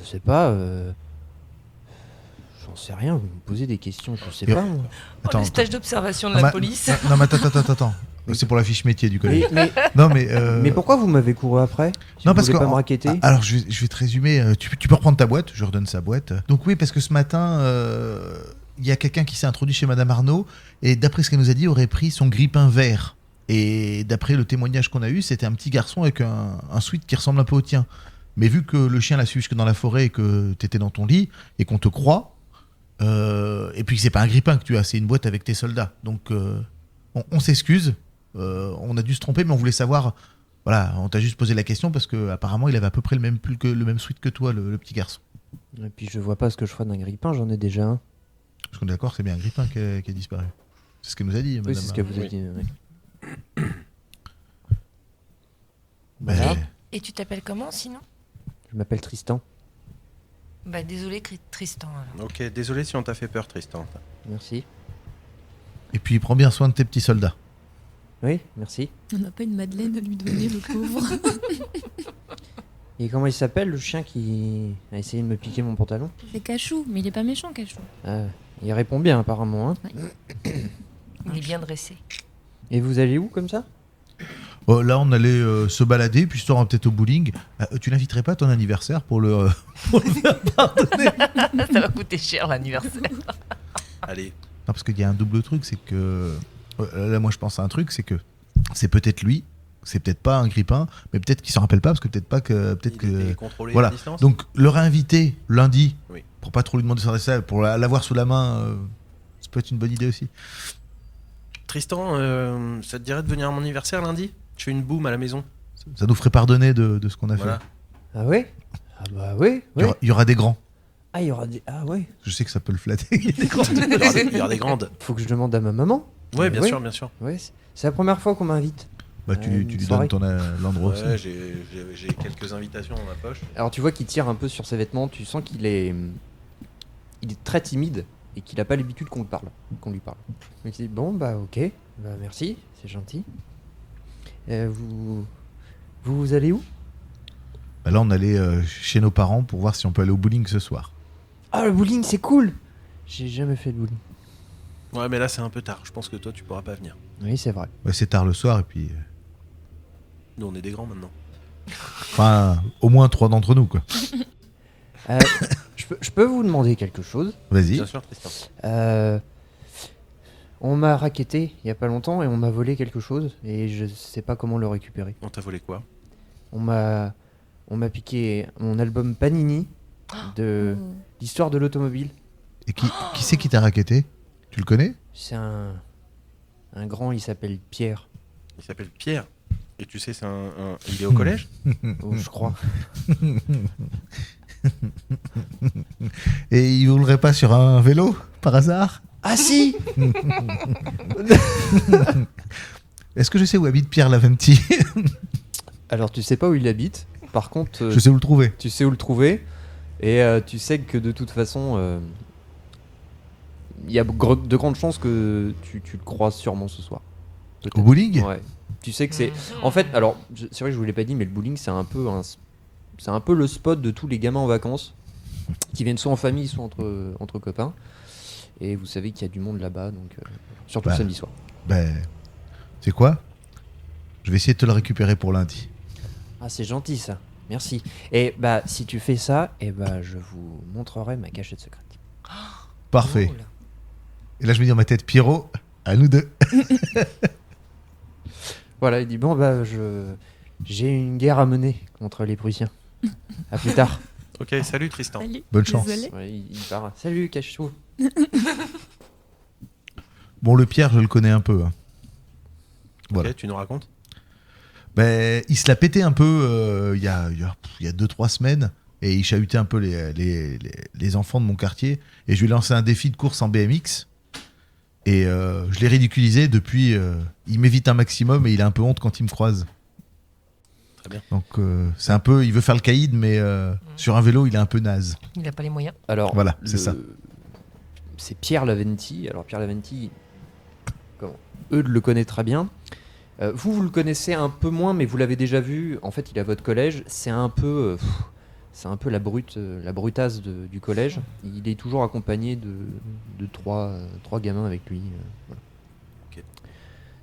Je sais pas. euh, J'en sais rien, vous me posez des questions, je sais
Et-
pas. moi.
Oh,
Attends,
le stage d'observation de
Non, Ah,
la
ma-
police.
Non, mais attends, attends, attends, attends. C'est pour la fiche métier du collège.
Mais, mais-
Non, mais. euh,
mais pourquoi vous m'avez couru après Si
Non,
vous
parce
voulez
que-
pas me raqueter
Ah, Alors, je vais, je vais te résumer. euh, Tu, tu peux reprendre ta boîte. Je redonne sa boîte. Donc, oui, parce que ce matin, euh, il y a quelqu'un qui s'est introduit chez Madame Arnaud et, d'après ce qu'elle nous a dit, aurait pris son grippin vert. Et d'après le témoignage qu'on a eu, c'était un petit garçon avec un, un sweat qui ressemble un peu au tien. Mais vu que le chien l'a suivi jusque dans la forêt et que t'étais dans ton lit et qu'on te croit, euh, et puis que c'est pas un grippin que tu as, c'est une boîte avec tes soldats. Donc, euh, on, on s'excuse. Euh, on a dû se tromper, mais on voulait savoir voilà, on t'a juste posé la question parce que apparemment il avait à peu près le même pull que le même suite que toi, le, le petit garçon.
Et puis je vois pas ce que je ferais d'un grille-pain, j'en ai déjà un.
Parce qu'on est d'accord, c'est bien un grippin qui a, qui a disparu. C'est ce qu'elle nous a dit, madame.
Oui, c'est ce que vous
oui.
avez dit. ouais.
Mais-
Voilà.
Et tu t'appelles comment sinon
Je m'appelle Tristan,
Bah désolé, Cri- Tristan. alors.
Ok, désolé si on t'a fait peur, Tristan.
merci.
Et puis prends bien soin de tes petits soldats.
Oui, merci.
On n'a pas une Madeleine à lui donner, le pauvre.
Et comment il s'appelle le chien qui a essayé de me piquer mon pantalon
C'est Cachou, mais il est pas méchant, Cachou.
Ah, Il répond bien apparemment. hein.
Il est bien dressé.
Et vous allez où comme ça
Oh, là, on allait euh, se balader, puis histoire on va peut-être au bowling. Euh, tu l'inviterais pas à ton anniversaire pour le. euh, pour le faire pardonner
Ça va coûter cher l'anniversaire.
Allez,
Non, parce qu'il y a un double truc, c'est que. euh, Là, moi, je pense à un truc, c'est que c'est peut-être lui, c'est peut-être pas un grippin, mais peut-être qu'il s'en rappelle pas, parce que peut-être pas que. Peut-être
il
que.
était contrôlé
voilà.
à distance
Donc le réinviter lundi,
Oui.
pour pas trop lui demander son adresse, pour la- l'avoir sous la main, euh, ça peut être une bonne idée aussi.
Tristan, euh, ça te dirait de venir à mon anniversaire lundi Je fais une boum à la maison.
Ça nous ferait pardonner de, de ce qu'on a
Voilà.
fait.
Ah oui Ah bah oui,
Il y,
oui.
aura, il y aura des grands.
Ah il y aura des... Ah ouais
Je sais que ça peut le flatter.
Il y aura des- il y aura des grandes.
Faut que je demande à ma maman.
Ouais, bien
Ouais.
sûr, bien sûr.
Ouais, c'est- c'est la première fois qu'on m'invite.
Bah, tu,
Euh,
tu lui
soirée.
donnes ton, euh, l'endroit
Ouais,
aussi.
j'ai- j'ai j'ai quelques invitations dans ma poche.
Alors tu vois qu'il tire un peu sur ses vêtements, tu sens qu'il est, il est très timide et qu'il n'a pas l'habitude qu'on lui parle, qu'on lui parle. Donc il dit bon bah ok, bah merci, c'est gentil. Euh, vous, vous, vous allez où
Bah, là, on allait euh, chez nos parents pour voir si on peut aller au bowling ce soir.
Ah le bowling c'est cool. J'ai jamais fait de bowling.
Ouais, mais là, c'est un peu tard. Je pense que toi, tu pourras pas venir.
Oui c'est vrai.
Ouais, c'est tard le soir et puis. euh,
Nous, on est des grands maintenant.
Enfin, au moins trois d'entre nous, quoi.
Euh, je, peux, je peux vous demander quelque chose
Vas-y.
Bien sûr, Tristan.
Euh, On m'a raquetté il y a pas longtemps et on m'a volé quelque chose et je sais pas comment le récupérer.
On t'a volé quoi
On m'a on m'a piqué mon album Panini de
Oh.
Mm.
l'histoire de l'automobile.
Et qui, qui c'est qui t'a raquetté Tu le connais
C'est un un grand, il s'appelle Pierre,
Il s'appelle Pierre. Et tu sais, c'est un, un- il est au collège
Mm,
oh, je crois.
Et il roulerait pas sur un vélo, par hasard
Ah si
Est-ce que je sais où habite Pierre Laventi
Alors tu sais pas où il habite. Par contre, euh,
Je sais où le trouver.
tu sais où le trouver et euh, tu sais que de toute façon, euh, il y a gr- de grandes chances que tu, tu le croises sûrement ce soir.
Au bowling
Ouais. Tu sais que
Mm.
c'est En fait, alors, je- c'est vrai que je vous l'ai pas dit, mais le bowling, c'est un peu un, s- c'est un peu le spot de tous les gamins en vacances qui viennent soit en famille, soit entre, entre copains. Et vous savez qu'il y a du monde là-bas, donc euh, surtout
Bah.
le samedi soir.
Ben. C'est quoi Je vais essayer de te le récupérer pour lundi.
Ah, c'est gentil ça. Merci. Et bah, si tu fais ça, et bah, je vous montrerai ma cachette secrète.
Parfait.
Drôle.
Oh.
Et là, je me dis dans ma tête, Pierrot, à nous deux.
Voilà, il dit bon bah, je j'ai une guerre à mener contre les Prussiens. À plus tard.
Ok, salut Tristan.
Allez,
Bonne chance.
désolé.
Ouais, il il part. Salut, cache-tout.
Bon, le Pierre, je le connais un peu. hein. Voilà.
Ok, tu nous racontes
Ben, il se l'a pété un peu euh, il y a 2-3 semaines et il chahutait un peu les, les, les- les enfants de mon quartier. Et je lui ai lancé un défi de course en BMX. Et euh, je l'ai ridiculisé depuis. euh, il m'évite un maximum et il a un peu honte quand il me croise.
Très bien. Mm.
Donc euh, c'est un peu. Il veut faire le caïd, mais euh, sur un vélo, il est un peu naze.
Il n'a pas les moyens.
Alors,
Voilà, c'est ça.
C'est Pierre Laventi. Alors, Pierre Laventi, comment Eudes le connaît très bien. Euh, vous, vous le connaissez un peu moins, mais vous l'avez déjà vu. En fait, il est à votre collège. C'est un peu. euh, pff, c'est un peu la brute, euh, la brutasse de- du collège. Il est toujours accompagné de, de trois, euh, trois gamins avec lui. euh, voilà.
Ok.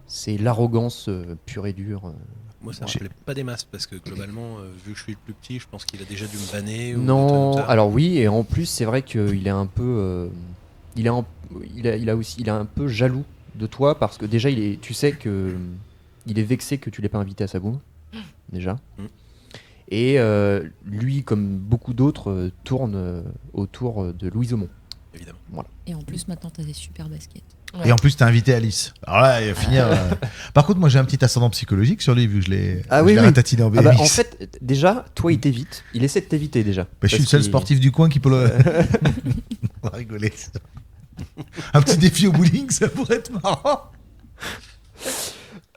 C'est l'arrogance euh, pure et dure. euh.
Moi, ça me
J'ai-
rappelait pas des masses parce que globalement, euh, vu que je suis le plus petit, je pense qu'il a déjà dû me vanner. ou des trucs
Non,
comme ça.
alors oui, et en plus c'est vrai qu'il est un peu, euh, il est un- il a, il a aussi, il est un peu jaloux de toi parce que déjà il est, tu sais que euh, il est vexé que tu l'aies pas invité à sa boum, déjà.
Mm.
Et euh, lui, comme beaucoup d'autres, euh, tourne euh, autour euh, de Louise Aumont.
évidemment.
Et en plus, maintenant, t'as des super baskets.
Ouais.
Et en plus, t'as invité Alice. Alors là, il va finir. euh. Par contre, moi, j'ai un petit ascendant psychologique sur lui, vu que je l'ai
Ah
je
oui,
l'ai
oui.
ratatiné en BMX.
Ah bah, en fait, déjà, toi il t'évite, il essaie de t'éviter déjà.
Bah, je suis le
Parce
seul
qu'il-
sportif du coin qui peut le. On va rigoler. Un petit défi au bowling, ça pourrait être marrant.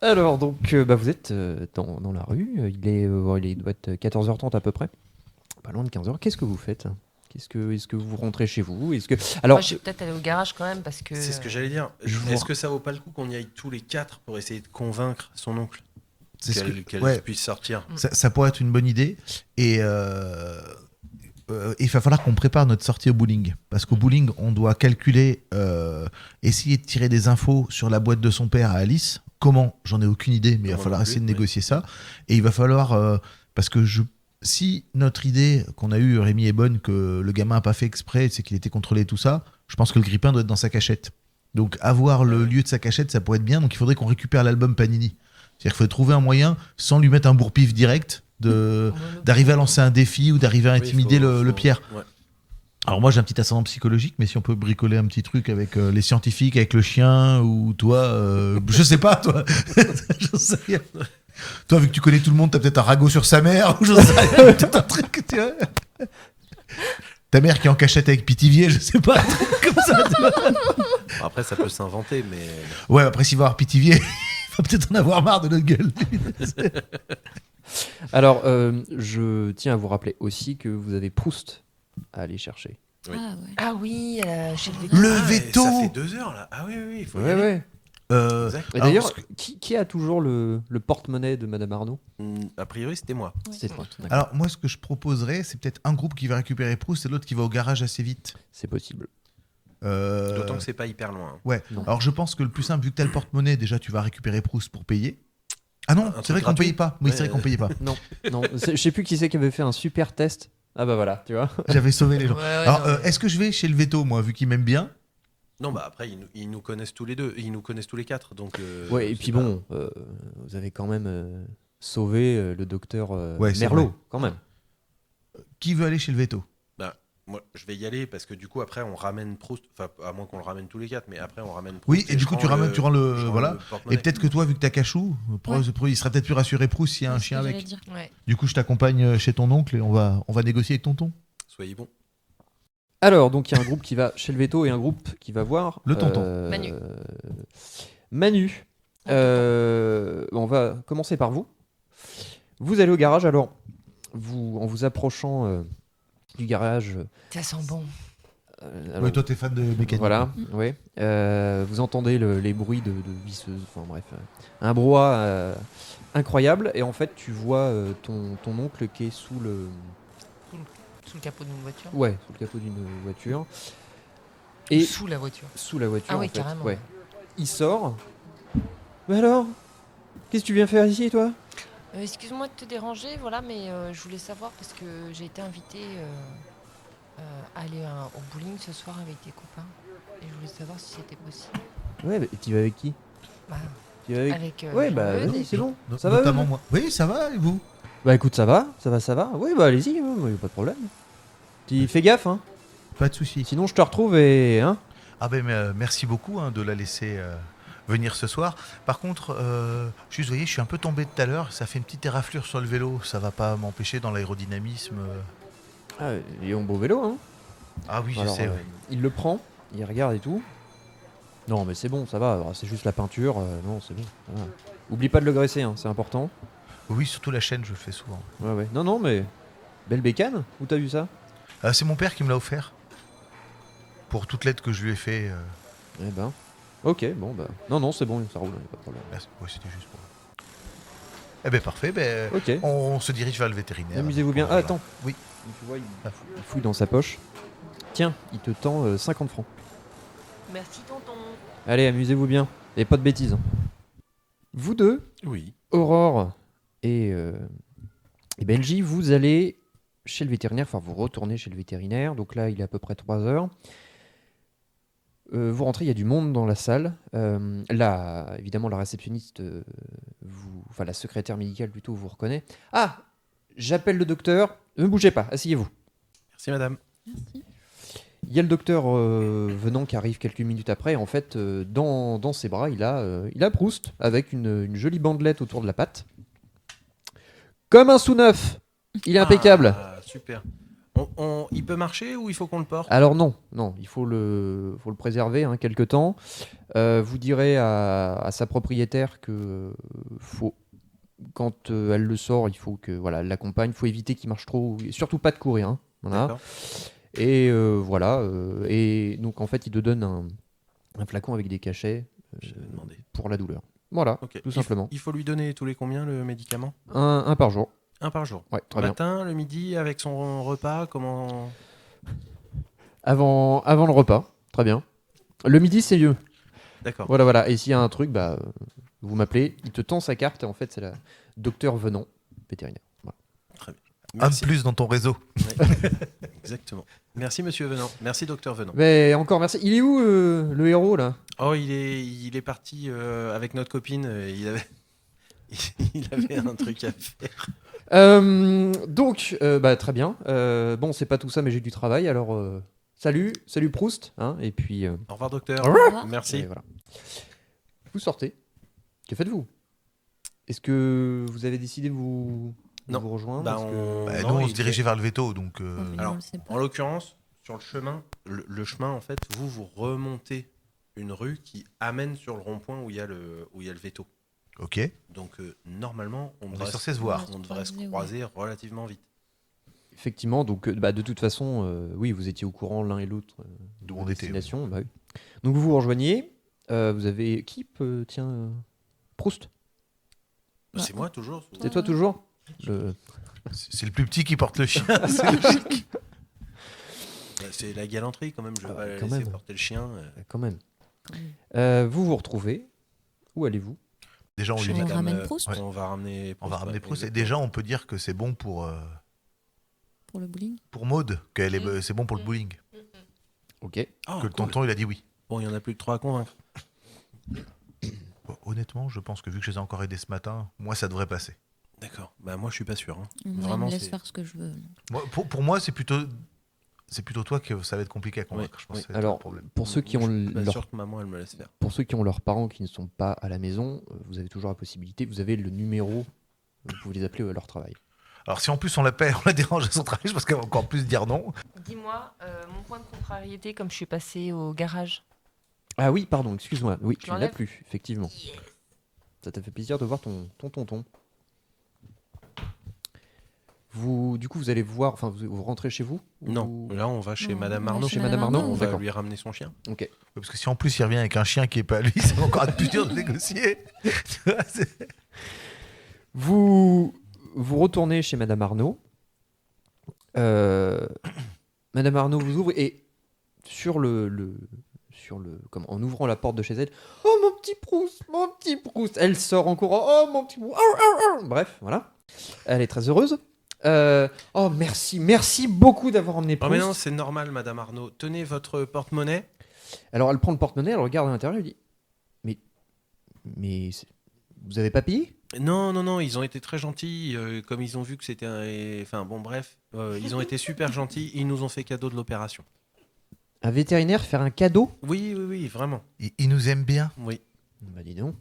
Alors donc euh, bah, vous êtes euh, dans, dans la rue, euh, il est euh, il est- doit être 14h30 à peu près. Pas loin de 15h. Qu'est-ce que vous faites Qu'est-ce que est-ce que vous rentrez chez vous Est-ce que alors
Moi, je vais peut-être aller au garage quand même parce que.
C'est ce que j'allais dire.
je vous-
Est-ce que ça vaut pas le coup qu'on y aille tous les quatre pour essayer de convaincre son oncle
C'est ce
qu'elle
que-
qu'elle
ouais,
puisse sortir
ça, ça pourrait être une bonne idée. Et euh, euh, il va falloir qu'on prépare notre sortie au bowling. Parce
Mm.
qu'au bowling, on doit calculer, euh, essayer de tirer des infos sur la boîte de son père à Alice. Comment J'en ai aucune idée, mais il va
Comment
falloir
non plus,
essayer de
ouais.
négocier ça. Et il va falloir. euh, parce que je. Si notre idée qu'on a eue, Rémi, est bonne, que le gamin n'a pas fait exprès, c'est qu'il était contrôlé et tout ça, je pense que le grippin doit être dans sa cachette. Donc avoir le lieu de sa cachette, ça pourrait être bien. Donc il faudrait qu'on récupère l'album Panini. C'est-à-dire qu'il faut trouver un moyen, sans lui mettre un bourre-pif direct, de d'arriver à lancer un défi ou d'arriver à
Oui,
intimider
faut-
le, le
faut-
Pierre.
ouais.
Alors moi j'ai un petit ascendant psychologique, mais si on peut bricoler un petit truc avec euh, les scientifiques, avec le chien ou toi, euh, je sais pas toi, j'en sais rien. Toi vu que tu connais tout le monde, t'as peut-être un ragot sur sa mère ou j'en sais rien, peut-être un truc. Tu vois Ta mère qui est en cachette avec Pitivier, je sais pas, un truc comme ça. tu vois.
Bon, Après, ça peut s'inventer, mais
Ouais, après, s'il va avoir Pitivier, il va peut-être en avoir marre de notre gueule.
Alors, euh, je tiens à vous rappeler aussi que vous avez Proust à aller chercher.
Oui.
Ah ouais.
Ah oui, euh, chez le vétérinaire.
Le
Ah, et
veto
Ça fait deux heures là. Ah oui, oui, oui, il faut y aller.
Euh,
Exact.
Et
Alors,
d'ailleurs,
parce
qui, qui a toujours le, le porte-monnaie de Madame Arnaud
Hmm, A priori, c'était moi.
C'est toi. D'accord.
Alors, moi, ce que je proposerais, c'est peut-être un groupe qui va récupérer Proust et l'autre qui va au garage assez vite.
C'est possible.
Euh,
D'autant que c'est pas hyper loin. hein.
Ouais.
Non.
Alors, je pense que le plus simple, vu que t'as le porte-monnaie, déjà, tu vas récupérer Proust pour payer. Ah non,
Un
c'est
truc
vrai qu'on
gratuit.
payait pas. Oui, c'est vrai
Ouais.
qu'on payait pas.
Non, non. c'est- Je sais plus qui c'est qui avait fait un super test. Ah bah voilà, tu vois.
J'avais sauvé les
Ouais,
gens.
ouais,
Alors,
non,
euh,
mais-
est-ce que je vais chez le veto, moi, vu qu'il m'aime bien
Non, bah après, ils, nous- ils nous connaissent tous les deux. Ils nous connaissent tous les quatre. Donc, euh,
Ouais, et
c'est
puis
pas-
bon, euh, vous avez quand même euh, sauvé euh, le docteur euh,
Ouais, c'est
Merlot,
vrai.
quand même.
Qui veut aller chez le veto
Moi, je vais y aller parce que du coup, après, on ramène Proust. Enfin, à moins qu'on le ramène tous les quatre, mais après, on ramène Proust.
Oui, et du
je
coup, tu
prends
ramènes, tu rends le.
je prends
voilà.
le porte-monnaie.
Et peut-être que toi, vu que t'as cachou, Proust- Proust, il serait peut-être plus rassuré Proust s'il y a un
C'est ce
chien
que
avec.
j'allais dire.
ouais.
Du coup, je t'accompagne euh, chez ton oncle et on va, on va négocier avec tonton.
Soyez bon.
Alors, donc il y a un groupe qui va chez le veto et un groupe qui va voir.
Le tonton.
euh,
Manu.
Manu. Euh, on va commencer par vous. Vous allez au garage, alors, vous, en vous approchant euh, du garage.
Ça sent bon.
euh,
Mais
alors,
toi, t'es fan de mécanique.
Voilà,
Mm.
oui. Euh, vous entendez le- les bruits de, de visseuses, enfin bref, euh, un brouhaha euh, incroyable. Et en fait, tu vois euh, ton, ton oncle qui est sous le,
Sous le capot de notre voiture.
ouais, sous le capot d'une voiture. Et
Sous la voiture.
sous la voiture,
Ah oui,
en fait,
carrément.
ouais. il sort. Mais alors Qu'est-ce que tu viens faire ici, toi
Euh, Excuse-moi de te déranger, voilà, mais euh, je voulais savoir parce que j'ai été invitée euh, euh, à aller euh, au bowling ce soir avec des copains. Et je voulais savoir si c'était possible.
Ouais, mais tu vas avec qui
Bah,
Tu vas avec...
avec. euh,
Ouais, bah
Jean-Eudes
vas-y,
et-
c'est bon.
No-
Ça va
notamment
euh
moi. Oui, ça va, et vous
Bah écoute, ça va, ça va, ça va. Ouais, bah allez-y, ouais, ouais, y a pas de problème. Tu fais gaffe, hein.
Pas de souci.
Sinon, je te retrouve et hein.
Ah ben mais, euh, merci beaucoup hein, de la laisser euh, venir ce soir. Par contre, euh, juste vous voyez, je suis un peu tombé tout à l'heure. Ça fait une petite éraflure sur le vélo. Ça va pas m'empêcher dans l'aérodynamisme. euh.
Ah, ils ont beau vélo, hein.
Ah oui,
Alors,
je sais.
euh,
ouais.
Il le prend, il regarde et tout. Non, mais c'est bon, ça va, alors, c'est juste la peinture. euh, non, c'est bon. ça va. Oublie pas de le graisser, hein, c'est important.
Oui, surtout la chaîne, je le fais souvent.
Ouais, ouais. Non, non, mais. Belle bécane Où t'as vu ça
Euh, c'est mon père qui me l'a offert pour toute l'aide que je lui ai fait. euh,
Eh ben. Ok, bon, bah. Non, non, c'est bon, ça roule, hein, y a pas de problème.
merci. Ouais, c'était juste pour. Eh ben parfait. Ben,
Ok,
on, on se dirige vers le vétérinaire.
amusez-vous bien. Ah,
Voilà.
attends.
Oui.
Tu vois, il,
Ah.
il fouille dans sa poche. Tiens, il te tend euh, 50 francs.
Merci, tonton.
Allez, amusez-vous bien. Et pas de bêtises. hein. Vous deux,
Oui.
Aurore et, euh, et Benji, vous allez chez le vétérinaire, enfin vous retournez chez le vétérinaire, donc là il est à peu près 3 heures. Euh, vous rentrez, il y a du monde dans la salle. Euh, là, évidemment, la réceptionniste, euh, vous, enfin la secrétaire médicale plutôt, vous reconnaît. Ah, j'appelle le docteur, ne bougez pas, asseyez-vous.
Merci, madame.
Merci.
Il y a le docteur euh, venant qui arrive quelques minutes après. En fait, euh, dans, dans ses bras, il a, euh, il a Proust avec une, une jolie bandelette autour de la patte. Comme un sous-neuf Il est impeccable
Ah, super. On- on- il peut marcher ou il faut qu'on le
Ah,
porte
Alors non, non, il faut le, faut le préserver hein, quelque temps. Euh, vous direz à, à sa propriétaire que euh, faut, quand euh, elle le sort, il faut que voilà, elle l'accompagne. Il faut éviter qu'il marche trop, et surtout pas de courir. hein. Voilà.
D'accord.
Et euh, voilà. euh, et donc en fait, il te donne un, un flacon avec des cachets euh,
Je vais demander.
pour la douleur. Voilà,
Ok.
tout
Il-
simplement.
Il faut lui donner tous les combien le médicament
Un, un par jour.
Un par jour.
Ouais, très
Le
bien.
matin, le midi, avec son repas, comment
Avant, avant le repas, très bien. Le midi, c'est mieux.
D'accord.
Voilà, voilà. Et s'il y a un truc, bah, euh, vous m'appelez. Il te tend sa carte. Et en fait, c'est la docteur venant, vétérinaire. Voilà.
Un
Merci.
de plus dans ton réseau.
Exactement. Merci Monsieur Venant. Merci Docteur Venant.
Mais encore merci. Il est où euh, le héros là
Oh, il est, il est parti euh, avec notre copine. euh, Il avait, il avait un truc à faire.
Euh, Donc, euh, bah, très bien. Euh, bon, c'est pas tout ça, mais j'ai du travail. Alors, euh, salut, salut Proust. hein, et puis. euh,
Au revoir Docteur.
Au
revoir.
Et
Merci.
voilà. Vous sortez. Que faites-vous Est-ce que vous avez décidé de vous, de
Non.
vous rejoindre
Bah,
parce que-
on-
Bah,
non,
nous, on
il
se
est-
dirigeait vers le veto, donc. euh,
Enfin, mais
alors,
on le sait pas.
En l'occurrence, sur le chemin, le, le chemin, en fait, vous, vous remontez une rue qui amène sur le rond-point où il y, a le- où il y a le veto.
Ok.
Donc, euh, normalement, on,
est censé se voir.
On devrait se
Croiser, ouais.
croiser relativement vite.
Effectivement, donc euh, bah, de toute façon, euh, oui, vous étiez au courant l'un et l'autre euh,
D'où
de
on
la
était.
destination, bah oui. Donc vous vous rejoignez. euh, vous avez qui peut tiens euh, Proust,
Ouais.
C'est moi, toujours sous-
c'est toi
Ouais.
toujours. Le-
C'est c'est le plus petit qui porte le chien.
Bah, C'est la galanterie, quand même. Je vais
Ah,
pas la
quand
laisser
même.
porter le chien. euh.
euh, quand même.
même.
Euh, vous vous retrouvez. Où allez-vous
Déjà, on
Je
lui dit
On
Madame,
ramène
euh,
Proust
On va ramener
on va ramener
ouais,
Proust. Et
exactement.
déjà, on peut dire que c'est bon pour, euh,
Pour le bowling.
pour Maude, que est,
Mm.
c'est bon pour le
Mm.
bowling.
Ok.
Ah,
que le
cool.
tonton, il a dit oui.
Bon, il y en a plus que trois à convaincre.
Bon, Honnêtement, je pense que vu que je les ai encore aidés ce matin, moi, ça devrait passer.
D'accord. Bah, moi, je suis pas sûr. hein.
Moi, il
Vraiment,
me laisse
c'est-
faire ce que je veux.
Moi, pour, pour moi, c'est plutôt. C'est plutôt toi que ça va être compliqué à convaincre, je pense.
oui.
que ça va être
Alors,
le problème.
Pour ceux qui ont
Je suis pas
leur-
sûr que maman, elle me laisse faire.
pour ceux qui ont leurs parents qui ne sont pas à la maison, euh, vous avez toujours la possibilité. Vous avez le numéro. Vous pouvez les appeler euh, à leur travail.
Alors, si en plus on la perd, on la dérange à son travail, je pense qu'elle va encore plus dire non.
Dis-moi, euh, mon point de contrariété, comme je suis passée au garage.
Ah oui, pardon, excuse-moi. Oui,
Je
tu ne l'as
l'enlève
plus, effectivement. Ça t'a fait plaisir de voir ton ton tonton. Vous, du coup, vous allez voir, enfin, vous, vous rentrez chez vous ou
Non,
vous-
là, on va chez
Non, on
Madame
va
Arnaud.
Chez Madame Arnaud,
On va
D'accord.
lui ramener son chien.
Ok.
Ouais, Parce que si en plus il revient avec un chien qui est pas à lui, ça va encore être plus dur de négocier. Tu vois, c'est-
Vous, vous retournez chez Madame Arnaud. Euh, Madame Arnaud vous ouvre et sur le, le- sur le, comme en ouvrant la porte de chez elle, oh mon petit Proust, mon petit Proust. Elle sort en courant, oh mon petit Proust. arr, arr, arr. Bref, voilà. Elle est très heureuse. Euh, oh merci, merci beaucoup d'avoir emmené
Non,
Proust.
Ah, mais non, c'est normal, Madame Arnaud. Tenez votre porte-monnaie.
Alors elle prend le porte-monnaie, elle regarde à l'intérieur, elle dit, mais, mais c'est- vous avez pas payé
Non, non, non, ils ont été très gentils. euh, comme ils ont vu que c'était un. et- Enfin, bon, bref. euh, ils ont été super gentils. Ils nous ont fait cadeau de l'opération.
Un vétérinaire faire un cadeau
Oui, oui, oui, vraiment.
Il, il nous aime bien.
Oui.
Bah dis donc.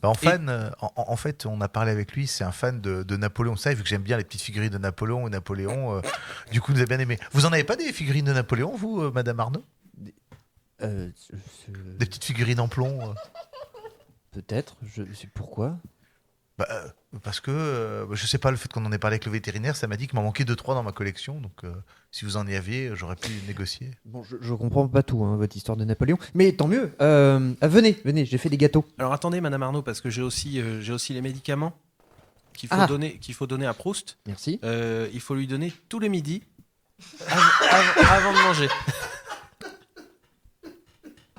Bah, en, fan, euh, en, en- en fait, on a parlé avec lui, c'est un fan de, de Napoléon. Ça, et vu que j'aime bien les petites figurines de Napoléon et Napoléon, euh, du coup, il nous a bien aimé. Vous en avez pas des figurines de Napoléon, vous, euh, Madame Arnaud
Euh, ce- ce-
Des petites figurines en plomb euh
Peut-être, je sais pourquoi.
Bah, euh, Parce que, euh, je sais pas, le fait qu'on en ait parlé avec le vétérinaire, ça m'a dit qu'il m'en manquait deux, trois dans ma collection. Donc, euh, si vous en y aviez, j'aurais pu négocier.
Bon, je, je comprends pas tout, hein, votre histoire de Napoléon. Mais tant mieux. euh, ah, venez, venez, j'ai fait des gâteaux.
Alors attendez, Madame Arnaud, parce que j'ai aussi, euh, j'ai aussi les médicaments qu'il faut,
Ah.
donner, qu'il faut donner à Proust.
Merci.
Euh, il faut lui donner tous les midis av- av- avant de manger.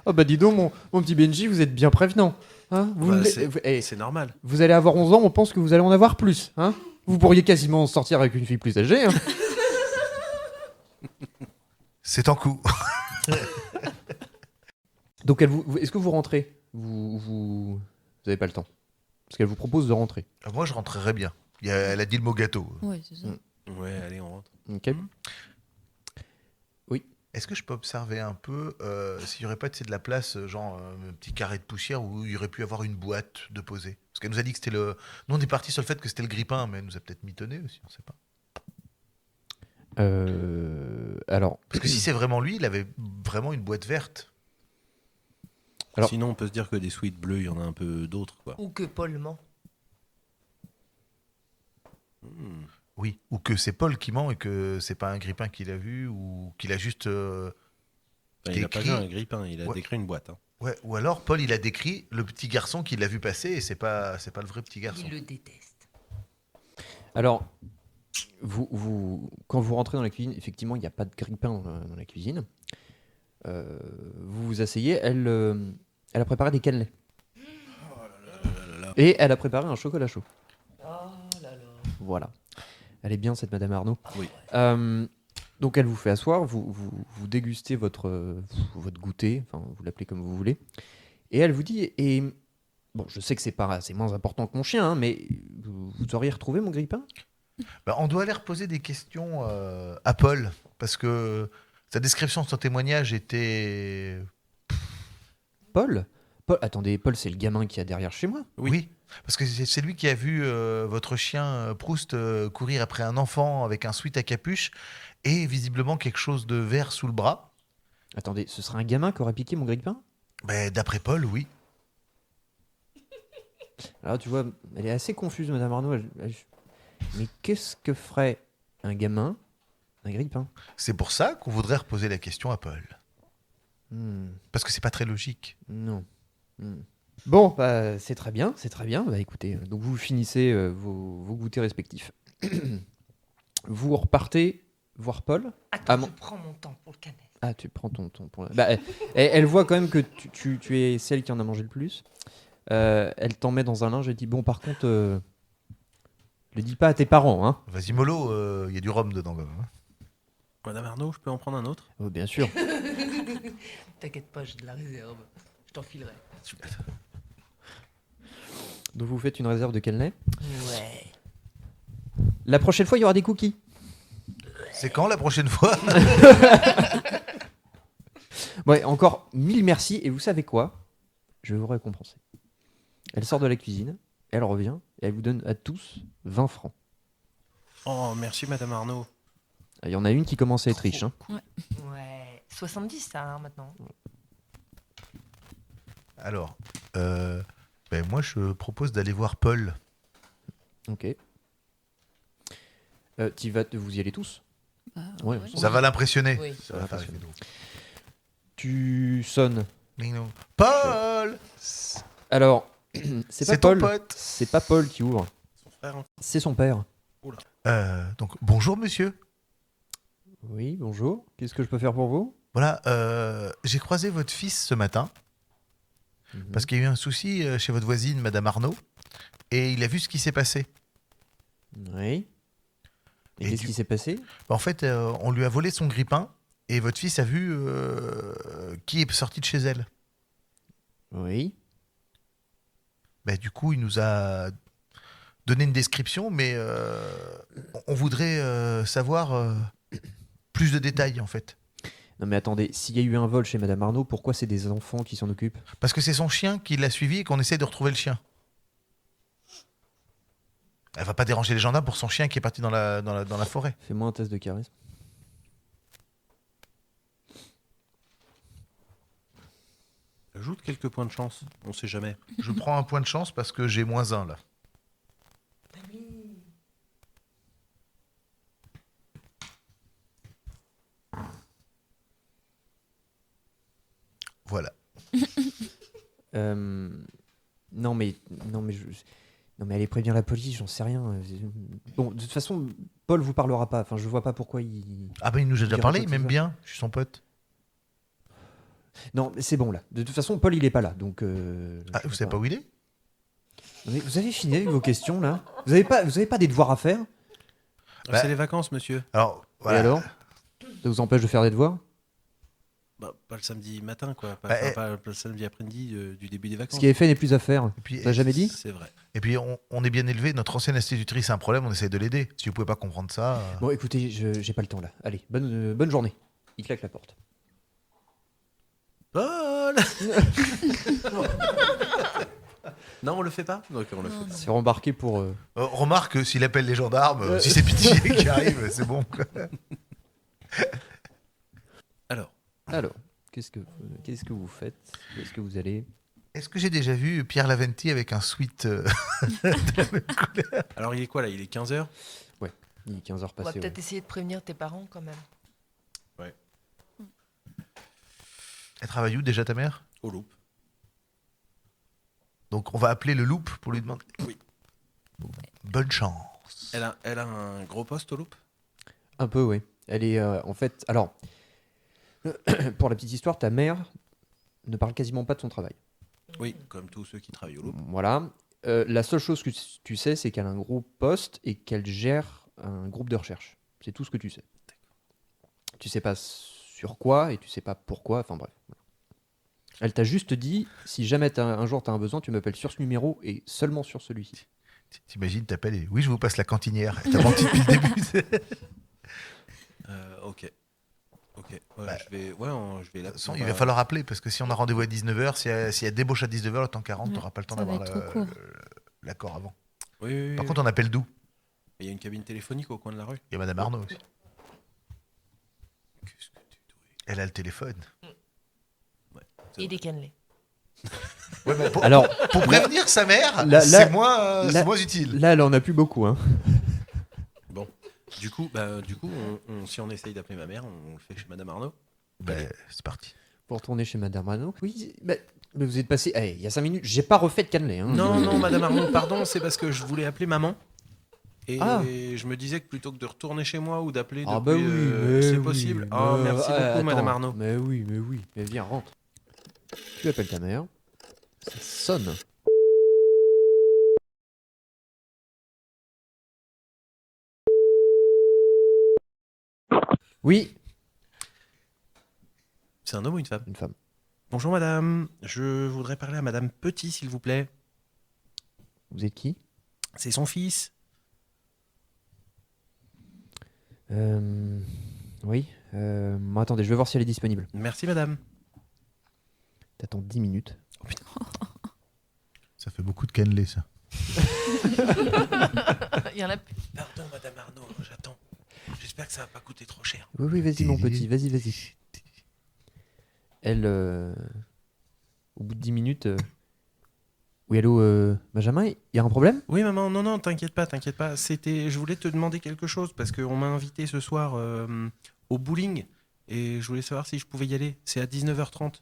Oh bah dis donc, mon, mon petit Benji, vous êtes bien prévenant. Hein vous,
Bah,
me la-
c'est-
vous- eh,
Et c'est normal.
vous allez avoir 11 ans, on pense que vous allez en avoir plus. Hein vous pourriez quasiment sortir avec une fille plus âgée. hein.
C'est en coup.
Donc elle vous, vous- est-ce que vous rentrez vous, vous, vous avez pas le temps. Parce qu'elle vous propose de rentrer.
Moi, je rentrerais bien. Il y a- elle a dit le mot gâteau.
Ouais, c'est ça.
Mm.
Ouais, allez, on rentre.
Ok.
Est-ce que je peux observer un peu euh, s'il n'y aurait pas tu sais, de la place, euh, genre euh, un petit carré de poussière où il y aurait pu avoir une boîte de poser Parce qu'elle nous a dit que c'était le. Nous, on est parti sur le fait que c'était le grippin, mais elle nous a peut-être mitonné aussi, on ne sait pas.
Euh, alors,
Parce que si c'est vraiment lui, il avait vraiment une boîte verte.
Alors-
Sinon, on peut se dire que des sweets bleus, il y en a un peu d'autres. Quoi.
Ou que Paul ment.
Hmm.
Oui. Ou que c'est Paul qui ment et que c'est pas un grippin qu'il a vu ou qu'il a juste. euh,
Enfin, il a pas
Décrit.
vu un grippin, il a
Ouais.
décrit une boîte. hein.
Ouais. Ou alors Paul, il a décrit le petit garçon qu'il a vu passer et c'est pas c'est pas le vrai petit garçon.
Il le déteste.
Alors, vous, vous, quand vous rentrez dans la cuisine, effectivement, il n'y a pas de grille-pain dans, la- dans la cuisine. Euh, vous vous asseyez, elle, euh, elle a préparé des cannelés. Et elle a préparé un chocolat chaud.
Oh
Voilà. Elle est bien, cette Madame Arnaud.
Oui.
Euh, donc, elle vous fait asseoir, vous, vous, vous dégustez votre, euh, votre goûter, enfin, vous l'appelez comme vous voulez. Et elle vous dit et, Bon, je sais que c'est pas, c'est moins important que mon chien, hein, mais vous, vous auriez retrouvé mon grille-pain
Bah, on doit aller reposer des questions euh, à Paul, parce que sa description de son témoignage était.
Paul Paul, attendez, Paul, c'est le gamin qui a derrière chez moi.
Oui.
Oui. Parce que c'est c'est lui qui a vu euh, votre chien euh, Proust euh, courir après un enfant avec un sweat à capuche et visiblement quelque chose de vert sous le bras.
Attendez, ce serait un gamin qui aurait piqué mon grille-pain
Ben, D'après Paul, oui.
Alors tu vois, elle est assez confuse, Madame Arnaud. elle- elle- Mais qu'est-ce que ferait un gamin d'un grille-pain
C'est pour ça qu'on voudrait reposer la question à Paul.
Hmm,
Parce que c'est pas très logique.
Non. Hmm. Bon, bah, c'est très bien, c'est très bien. Bah écoutez, euh, donc vous finissez euh, vos, vos goûters respectifs. vous repartez voir Paul.
Attends,
Ah, mon-
je prends mon temps pour le canel.
Ah, tu prends ton ton pour la- Bah, elle, elle- elle voit quand même que tu, tu- tu es celle qui en a mangé le plus. Euh, elle t'en met dans un linge et dit Bon, par contre, euh, le dis pas à tes parents, hein
Vas-y, mollo, euh, il y a du rhum dedans quand même. hein.
Madame Arnaud, je peux en prendre un autre
Oh, Bien sûr.
T'inquiète pas, j'ai de la réserve. Je t'enfilerai.
Donc vous faites une réserve de quel lait
Ouais.
La prochaine fois, il y aura des cookies.
C'est quand la prochaine fois
Ouais, encore mille merci. Et vous savez quoi Je vais vous récompenser. Elle sort de la cuisine, elle revient et elle vous donne à tous 20 francs.
Oh, merci Madame Arnaud.
Il y en a une qui commence à être riche. hein.
Ouais. 70, ça, hein, maintenant.
Alors, euh, ben moi je propose d'aller voir Paul.
Ok. Euh, t'y vas- vous y allez tous
Bah,
Ouais,
ouais.
Ça va l'impressionner.
Oui.
Ça va faire effet de groupe.
Tu sonnes.
Ding dong. Paul
Alors, c'est pas
C'est ton
Paul.
pote.
C'est pas Paul qui ouvre.
Son frère, hein.
C'est son père.
Euh, donc, bonjour monsieur.
Oui, bonjour. Qu'est-ce que je peux faire pour vous
Voilà, euh, j'ai croisé votre fils ce matin
Mhm.
parce qu'il y a eu un souci euh, chez votre voisine, Madame Arnaud, et il a vu ce qui s'est passé.
Oui. Et,
Et
qu'est-ce
du-
qui s'est passé
En fait, euh, on lui a volé son grippin et votre fils a vu euh, qui est sorti de chez elle.
Oui.
Bah, du coup, il nous a donné une description, mais euh, on voudrait euh, savoir euh, plus de détails en fait.
Non mais attendez, s'il y a eu un vol chez Madame Arnaud, pourquoi c'est des enfants qui s'en occupent
Parce que c'est son chien qui l'a suivi et qu'on essaie de retrouver le chien. Elle va pas déranger les gendarmes pour son chien qui est parti dans la, dans la, dans la forêt.
Fais-moi un test de charisme.
Ajoute quelques points de chance. On sait jamais.
Je prends un point de chance parce que j'ai moins un là. Voilà.
Euh, Non mais non mais je- non mais allez prévenir la police, j'en sais rien. Bon, de toute façon, Paul vous parlera pas. Enfin, je vois pas pourquoi il.
Ah ben il nous a déjà
Il
parlé, il
raconte
m'aime
ça.
bien, je suis son pote.
Non, mais c'est bon là. De toute façon, Paul il est pas là, donc. euh,
Ah,
je
vous
sais
savez pas où il est
Mais vous avez fini avec vos questions là Vous avez pas vous avez pas des devoirs à faire
Bah-
C'est les vacances, monsieur.
Alors, voilà.
Et alors Ça vous empêche de faire des devoirs
Bah, pas le samedi matin, quoi. Pas,
Bah,
enfin,
eh.
pas- pas le samedi après-midi euh, du début des
Ce
vacances.
qui est fait n'est plus à faire.
Et puis,
T'as jamais dit
C'est vrai.
et puis on, on est bien élevé, notre ancienne institutrice a un problème, on essaie de l'aider. Si vous pouvez pas comprendre ça... euh,
Bon, écoutez, je- j'ai pas le temps là. Allez, bonne euh, bonne journée. Il claque la porte.
Paul Non, on le fait pas Ok, on le fait.
Non, non.
Se fait rembarquer pour. euh,
Euh, remarque, euh, s'il appelle les gendarmes, euh,
Euh.
si c'est pitié qui arrive, euh, c'est bon. quoi.
Alors,
Alors, qu'est-ce que, euh, qu'est-ce que vous faites Où est-ce que vous allez
Est-ce que j'ai déjà vu Pierre Laventi avec un sweat euh,
alors il est quoi là Il est 15h
Il est 15h
On va
passées. ouais.
peut-être essayer de prévenir tes parents quand même.
Elle travaille où déjà ta mère
au loop.
Donc on va appeler le loop pour lui demander.
Oui.
Bonne chance.
Elle a, elle a un gros poste au loop
Un peu, oui. Elle est euh, en fait. Alors, pour la petite histoire, ta mère ne parle quasiment pas de son travail.
Oui, comme tous ceux qui travaillent au loop.
Voilà. Euh, la seule chose que tu sais, c'est qu'elle a un gros poste et qu'elle gère un groupe de recherche. C'est tout ce que tu sais. Tu sais pas sur quoi et tu sais pas pourquoi. Enfin bref. voilà. Elle t'a juste dit si jamais t'as- un jour tu as un besoin, tu m'appelles sur ce numéro et seulement sur celui-ci.
T- T'imagines, t'appelles et oui, je vous passe la cantinière. Elle T'as menti depuis le début.
Euh, ok. Ok. Ouais,
Bah,
je vais, ouais, on- je vais euh,
De
là.
toute façon, il va falloir appeler parce que si on a rendez-vous à 19h, si elle si elle débauche à 19h, le temps 40,
Ouais,
t'auras pas le temps
ça va
d'avoir
être
la-
trop court.
le- l'accord avant.
Oui, oui, oui,
Par
oui.
contre, on appelle d'où
il y a une cabine téléphonique au coin de la rue.
Et Madame Arnaud aussi.
Qu'est-ce que tu dois-
Elle a le téléphone.
C'est
Et
vrai.
des cannelés.
Ouais, mais pour,
Alors,
pour prévenir sa mère,
la-
c'est
la-
moins, euh,
la-
c'est moins utile.
là, elle en a plus beaucoup. Hein.
Du coup, bah, du coup on- on- si on essaye d'appeler ma mère, on, le fait chez Madame Arnaud.
Ben, c'est parti.
Pour retourner chez Madame Arnaud. Oui, bah, mais vous êtes passé. Allez, il y a 5 minutes, j'ai pas refait de cannelé. Hein,
Non,
Je-
non, Madame Arnaud, pardon, c'est parce que je voulais appeler maman. Et
Ah.
je me disais que plutôt que de retourner chez moi ou d'appeler,
Ah,
depuis,
bah oui,
euh,
mais
c'est
oui,
possible.
mais-
Ah, merci
Ah,
beaucoup, Madame
attends,
Arnaud.
Mais oui, mais oui. Mais viens, rentre. Tu appelles ta mère. Ça sonne. Oui,
C'est un homme ou une femme
une femme.
Bonjour, Madame. Je voudrais parler à Madame Petit, s'il vous plaît.
Vous êtes qui
C'est son fils.
Euh, Oui. euh, bon, attendez, je vais voir si elle est disponible.
Merci, Madame.
T'attends 10 minutes.
Ça fait beaucoup de cannelés, ça.
Il y en a plus.
Pardon, Madame Arnaud, j'attends. J'espère que ça va pas coûter trop cher.
Oui, oui, vas-y, mon petit, vas-y, vas-y. Elle, euh, au bout de 10 minutes. euh, Oui, allô, euh, Benjamin, il y a un problème
Oui, maman, non, non, t'inquiète pas, t'inquiète pas. C'était, je voulais te demander quelque chose parce qu'on m'a invité ce soir euh, au bowling et je voulais savoir si je pouvais y aller. C'est à 19h30.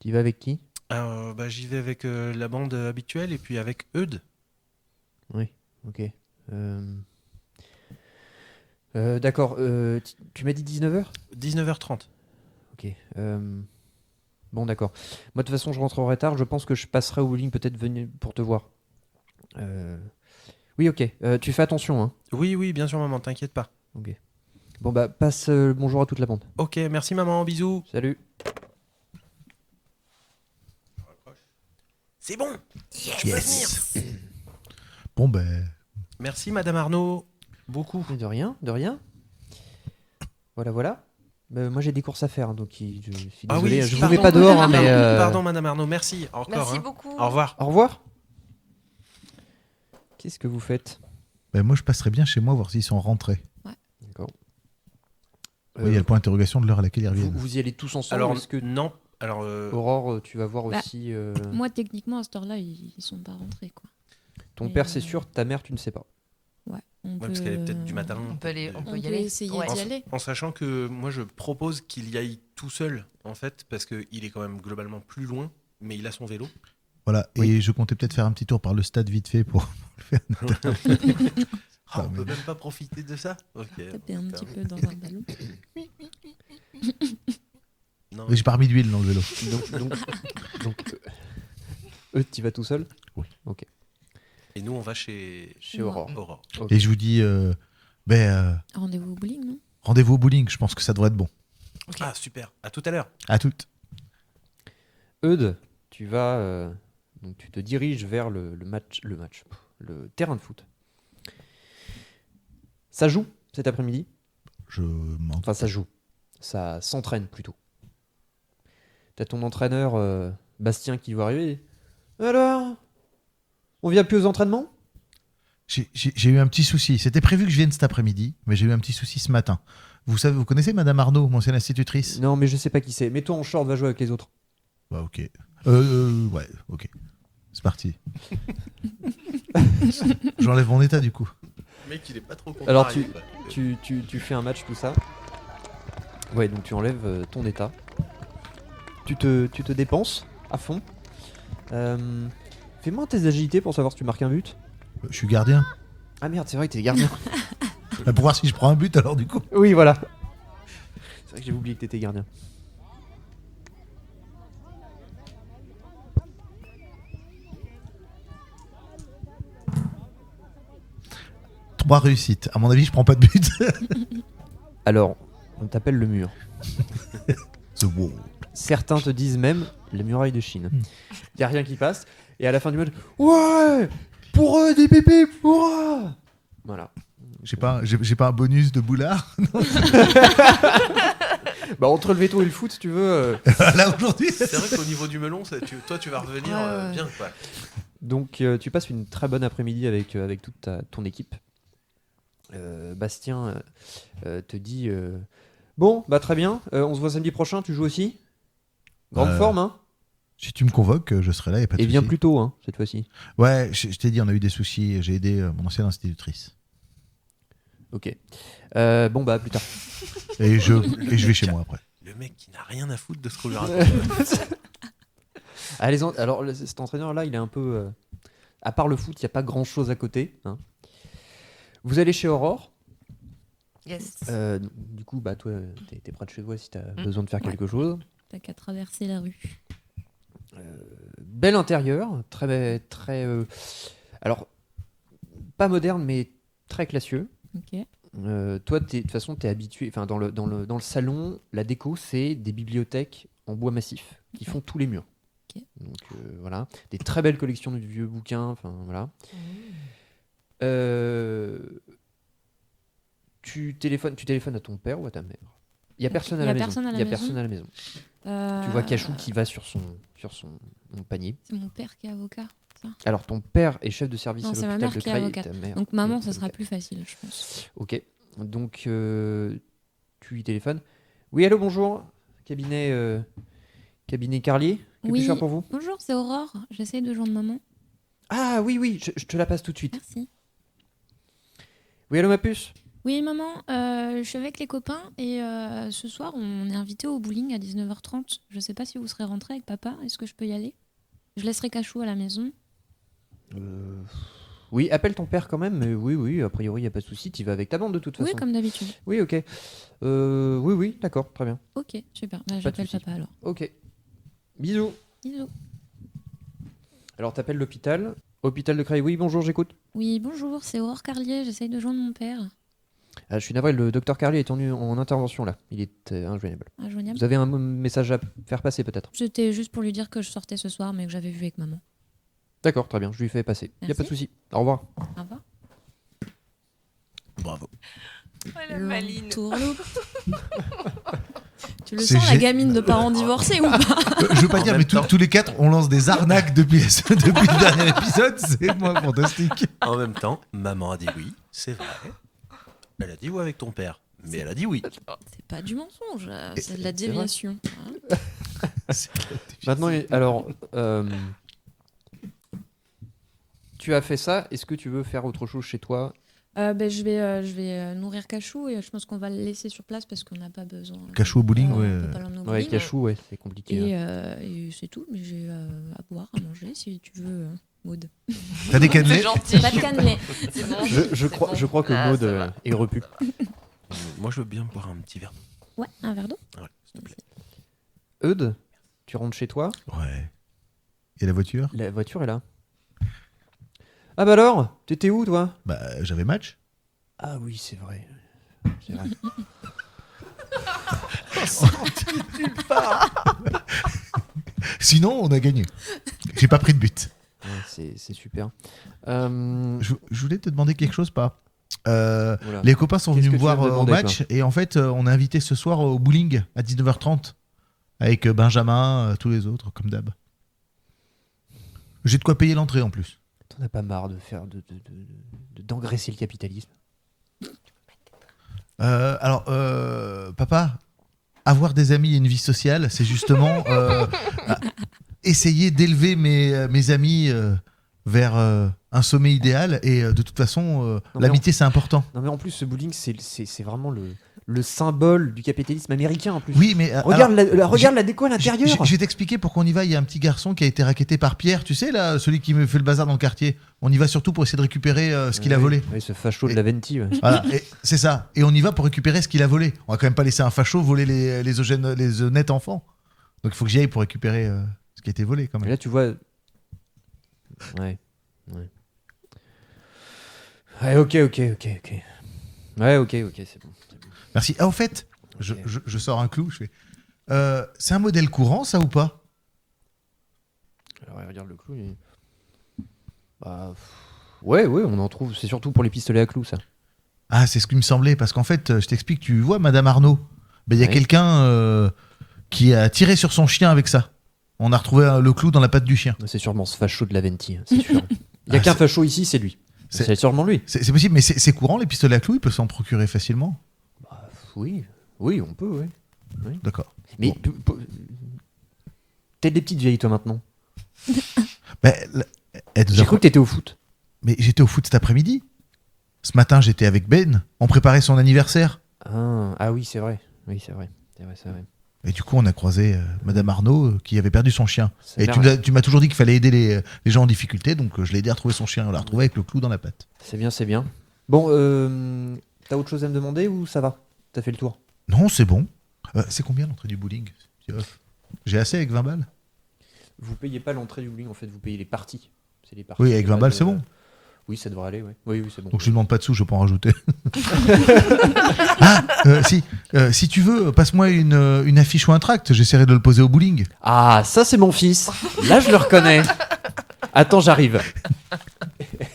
Tu y vas avec qui
Alors, bah, j'y vais avec euh, la bande habituelle et puis avec Eudes.
Oui, ok. Euh, euh, D'accord, euh, tu- tu m'as dit 19h
19h30.
Ok. euh, Bon, d'accord. Moi, de toute façon, je rentrerai tard. Je pense que je passerai au bowling peut-être venir pour te voir. Euh, Oui, ok. euh, tu fais attention, hein.
Oui, oui, bien sûr, maman, t'inquiète pas.
Bon, bah, passe euh, le bonjour à toute la bande.
Ok, merci, maman, bisous.
Salut.
C'est bon.
Yes. Bon, ben,
Merci, Madame Arnaud, beaucoup.
Mais de rien, de rien. Voilà, voilà. Euh, moi, j'ai des courses à faire, hein, donc il- je suis
Ah oui,
désolé. je vous
pardon,
mets pas dehors, hein,
Madame
mais.
Arnaud,
euh,
Pardon, Madame Arnaud, merci encore.
Merci
hein.
beaucoup.
Au revoir.
Au revoir. Qu'est-ce que vous faites
ben, moi, je passerais bien chez moi voir s'ils sont rentrés.
D'accord.
Oui, Il y a le point d'interrogation de l'heure à laquelle ils
Euh, vous,
reviennent.
vous y allez tous ensemble
Alors,
Est-ce que
non. Alors, euh,
Aurore, euh, tu vas voir
Bah,
aussi euh,
Moi, techniquement, à cette heure-là, ils, ils sont pas rentrés, quoi.
ton
mais,
père, c'est
euh,
sûr. Ta mère, tu ne sais pas.
Ouais, on
ouais, parce qu'elle est peut-être du matin.
On peut aller. On
On
peut y
peut
aller.
essayer
Ouais.
d'y aller.
En sachant que moi, je propose qu'il y aille tout seul, en fait, parce qu'il est quand même globalement plus loin, mais il a son vélo.
Voilà, et
Euh, Oui.
je comptais peut-être faire un petit tour par le stade vite fait pour le faire.
Ah, on
mais-
peut même pas profiter de ça Ok.
Taper un petit peu dans un ballon.
Non.
J'ai pas remis d'huile dans le vélo.
Donc, donc, donc euh, tu vas tout seul
Et nous, on va chez
chez Aurore.
Aurore.
Ok.
Et je vous dis, euh, ben, euh,
Rendez-vous au bowling, non
rendez-vous au bowling, je pense que ça devrait être bon.
Ah, super. À tout à l'heure.
À toutes.
Eudes, tu vas, euh, donc tu te diriges vers le, le match, le match, pff, le terrain de foot. Ça joue cet après-midi.
Je m'en
Enfin, ça joue. Ça s'entraîne plutôt. T'as ton entraîneur euh, Bastien qui va arriver. Alors, on vient plus aux entraînements
J'ai- J'ai j'ai eu un petit souci. C'était prévu que je vienne cet après-midi, mais j'ai eu un petit souci ce matin. Vous savez, vous connaissez Madame Arnaud, mon ancienne institutrice
Non, mais je sais pas qui c'est. Mets-toi en short, va jouer avec les autres.
Bah ok. Euh, euh, ouais, ok. C'est parti. J'enlève mon état du coup.
Le mec, il est pas trop content.
Alors, tu- Tu, tu- tu fais un match, tout ça. Ouais, donc tu enlèves euh, ton état. Tu te, tu te dépenses à fond. Euh, Fais-moi tes agilités pour savoir si tu marques un but.
Euh, Je suis gardien.
Ah merde, c'est vrai que t'es gardien.
Bah, pour voir si je prends un but alors du coup.
oui, voilà. C'est vrai que j'ai oublié que t'étais gardien.
Trois réussites. À mon avis, je prends pas de but.
Alors, on t'appelle le mur.
The wall.
Certains te disent même la muraille de Chine. Il y a rien qui passe. Et à la fin du match, ouais, pour eux, des pépés, pour eux. Voilà.
J'ai pas, j'ai j'ai pas un bonus de boulard.
Bah entre le veto et le foot, si tu veux. euh,
Là aujourd'hui.
C'est vrai qu'au niveau du melon, ça, tu- toi, tu vas revenir
Ouais,
euh,
ouais.
bien, quoi.
Donc euh, tu passes une très bonne après-midi avec, euh, avec toute ta- ton équipe. Euh, Bastien euh, euh, te dit euh, Bon, bah très bien, euh, on se voit samedi prochain, tu joues aussi Grande
Euh,
forme, hein
Si tu me convoques, euh, je serai là, et pas de
Et bien
souci.
plus tôt, hein, cette fois-ci.
Ouais, je, je t'ai dit, on a eu des soucis. J'ai aidé euh, mon ancienne institutrice.
Ok. Euh, bon, bah à plus tard.
Et je, et je vais chez moi après.
Le mec qui n'a rien à foutre de ce qu'on lui raconte.
Allez, en- alors le- cet entraîneur-là, il est un peu. euh, à part le foot, il n'y a pas grand-chose à côté. hein. Vous allez chez Aurore.
Yes.
Euh, du coup, bah toi, euh, t'es t'es près de chez toi si t'as
Mm.
besoin de faire
Ouais.
quelque chose.
T'as qu'à traverser la rue.
bel intérieur, très be- très euh, alors pas moderne mais très classieux.
Ok.
Euh, toi, t'es- de toute façon, tu es habitué. Enfin, dans le, dans, le, dans le salon, la déco, c'est des bibliothèques en bois massif qui font tous les murs.
Ok.
Donc euh, voilà, des très belles collections de vieux bouquins. Enfin voilà.
Mmh.
Euh, tu téléphones, tu téléphones à ton père ou à ta mère. Il y a personne à
Il y
la
a
maison.
personne à
Il
la
y a
maison.
personne à la maison.
Euh,
Tu vois Cachou qui va sur son sur son, son panier.
C'est mon père qui est avocat.
Alors, ton père est chef de service
Non,
à
c'est ma
l'hôpital
mère
de
qui est
Creil et
avocate.
ta mère
Donc
est
maman, ça sera
avocate.
plus facile, je pense.
Ok. Donc, euh, tu y téléphones. Oui, allô, bonjour. Cabinet, euh, cabinet Carlier. Que
Oui.
puis-je faire pour vous
Bonjour, c'est Aurore. J'essaye de joindre maman.
Ah oui, oui, je, je te la passe tout de suite.
Merci.
Oui, allô, ma puce.
Oui, maman, euh, je suis avec les copains et euh, ce soir, on est invité au bowling à 19h30. Je sais pas si vous serez rentré avec papa. Est-ce que je peux y aller Je laisserai Cachou à la maison.
Euh, Oui, appelle ton père quand même. Mais oui, oui, a priori, il n'y a pas de souci. Tu vas avec ta bande de toute
Oui,
façon.
comme d'habitude.
Oui, ok. Euh, oui, oui, d'accord, très bien.
Ok, super. Bah, J'appelle
souci.
papa alors.
Ok. Bisous.
Bisous.
Alors, t'appelles l'hôpital. Hôpital de Creil. Oui, bonjour, j'écoute.
Oui, bonjour, c'est Aurore Carlier. J'essaye de joindre mon père.
Ah, je suis navré, le docteur Carlier est en, en intervention là. Il est euh, injoignable.
Ah, joignable.
Vous avez un m- message à faire passer peut-être
C'était juste pour lui dire que je sortais ce soir, mais que j'avais vu avec maman.
D'accord, très bien, je lui fais passer. Il n'y a pas de
Merci.
souci. Au revoir.
Au revoir.
Bravo.
Oh, la maline.
L'entourloupe. tu le
C'est
sens, la
gé-
gamine de parents divorcés ou pas
Euh, je veux pas
En
dire,
même
mais tous-
temps-
tous les quatre, on lance des arnaques depuis, depuis le dernier épisode. C'est moi fantastique.
En même temps, maman a dit oui, c'est vrai. Elle a dit oui avec ton père, mais elle a dit oui.
C'est pas du mensonge, euh, c'est
c'est
de la
vrai.
déviation. hein.
Maintenant, il- alors, euh, tu as fait ça, est-ce que tu veux faire autre chose chez toi
Euh, ben, je vais, euh, je vais euh, nourrir Cachou et euh, je pense qu'on va le laisser sur place parce qu'on n'a pas besoin.
Cachou au bowling,
Euh,
ouais.
on peut pas l'emmener au
Ouais,
bowling.
Cachou, ouais, c'est compliqué. hein.
Et, euh, et c'est tout, mais j'ai euh, à boire, à manger si tu veux, euh, Maud.
T'as des
C'est
cannelés
gentil.
Pas de cannelé.
C'est
euh,
bon,
Je, je
c'est
crois,
bon.
je crois que
Ah,
Maud
ça
euh,
va.
est repu.
Moi, je veux bien boire un petit verre.
Ouais, un verre d'eau.
Ouais, s'il te plaît.
Eudes, tu rentres chez toi,
Ouais. Et la voiture
la voiture est là. Ah bah alors, t'étais où toi
Bah, j'avais match.
Ah oui, c'est vrai. C'est vrai.
Sinon, on a gagné. J'ai pas pris de but.
Ouais, c'est c'est super. Euh,
Je, je voulais te demander quelque chose, pas. Euh,
voilà.
les copains sont
Qu'est-ce
venus
que
me
tu
voir
veux me
euh, au
demander,
match et en fait, euh, on est invité ce soir au bowling à 19h30 avec euh, Benjamin, euh, tous les autres, comme d'hab. J'ai de quoi payer l'entrée en plus.
T'en as pas marre de faire de de- de- de- d'engraisser le capitalisme
Euh, alors, euh, papa, avoir des amis et une vie sociale, c'est justement euh, à- essayer d'élever mes, euh, mes amis euh, vers euh, un sommet idéal. Et euh, de toute façon, euh,
mais
l'amitié, c'est important.
Non mais en plus ce bowling c'est- c'est c'est vraiment le, le symbole du capitalisme américain en plus.
Oui, mais euh, alors,
Regarde, la, la- regarde
j'ai-
la déco à
je-
l'intérieur.
je- je vais t'expliquer pourquoi on y va. Il y a un petit garçon qui a été racketté par Pierre, tu sais, là, celui qui me fait le bazar dans le quartier. On y va surtout pour essayer de récupérer euh, ce qu'il a
Ouais,
volé.
ouais, ce facho de la Venti. ouais.
Voilà, et c'est ça. Et on y va pour récupérer ce qu'il a volé. On va quand même pas laisser un facho voler les, les, eugènes- les honnêtes enfants. Donc il faut que j'y aille pour récupérer euh, ce qui a été volé quand
Mais
même.
là tu vois. Ouais. Ouais. Ouais, ok, ok, ok, ok. Ouais, ok, ok, c'est bon.
Merci. Ah, en fait, je, je- je sors un clou. Je fais. euh, c'est un modèle courant, ça ou pas
Alors regarde le clou. il- Bah, pff, Ouais, ouais, on en trouve. C'est surtout pour les pistolets à clous ça.
Ah, c'est ce qui me semblait. Parce qu'en fait, euh, je t'explique, tu vois, Madame Arnaud, Ben, il y a
Oui.
quelqu'un euh, qui a tiré sur son chien avec ça. On a retrouvé euh, le clou dans la patte du chien.
C'est sûrement ce facho de la Venti, hein, c'est sûr. Il n'y a
Ah,
qu'un
c'est-
facho ici, c'est lui.
c'est-
C'est sûrement lui.
C'est c'est possible, mais c'est c'est courant, les pistolets à clous, ils peuvent s'en procurer facilement.
Oui, oui, on peut, oui.
D'accord.
Mais
Bon.
p- p- t'es des petites vieilles, toi, maintenant.
Bah, elle- elle nous a
J'ai cru que t'étais au foot.
Mais j'étais au foot cet après-midi. Ce matin, j'étais avec Ben. On préparait son anniversaire.
Ah, ah oui, c'est vrai. Oui, c'est vrai. C'est vrai, c'est vrai.
Et du coup, on a croisé euh, Madame Arnaud euh, qui avait perdu son chien.
Sa
Et
mère-
tu nous as- tu m'as toujours dit qu'il fallait aider les, les gens en difficulté, donc euh, je l'ai aidé à retrouver son chien. On l'a retrouvé avec le clou dans la patte.
C'est bien, c'est bien. Bon, euh, t'as autre chose à me demander ou ça va T'as fait le tour
Non, c'est bon. Euh, c'est combien l'entrée du bowling J'ai assez avec 20 balles
Vous payez pas l'entrée du bowling, en fait, vous payez les parties. C'est les parties.
Oui, avec
Il y a
20
pas
balles,
de- euh,
c'est bon.
Oui, ça devrait aller, oui. Oui, oui, c'est bon.
Donc je ne demande pas de sous, je peux en rajouter. ah, euh, si, euh, si tu veux, passe-moi une, euh, une affiche ou un tract, j'essaierai de le poser au bowling.
Ah, ça, c'est mon fils. Là, je le reconnais. Attends, j'arrive.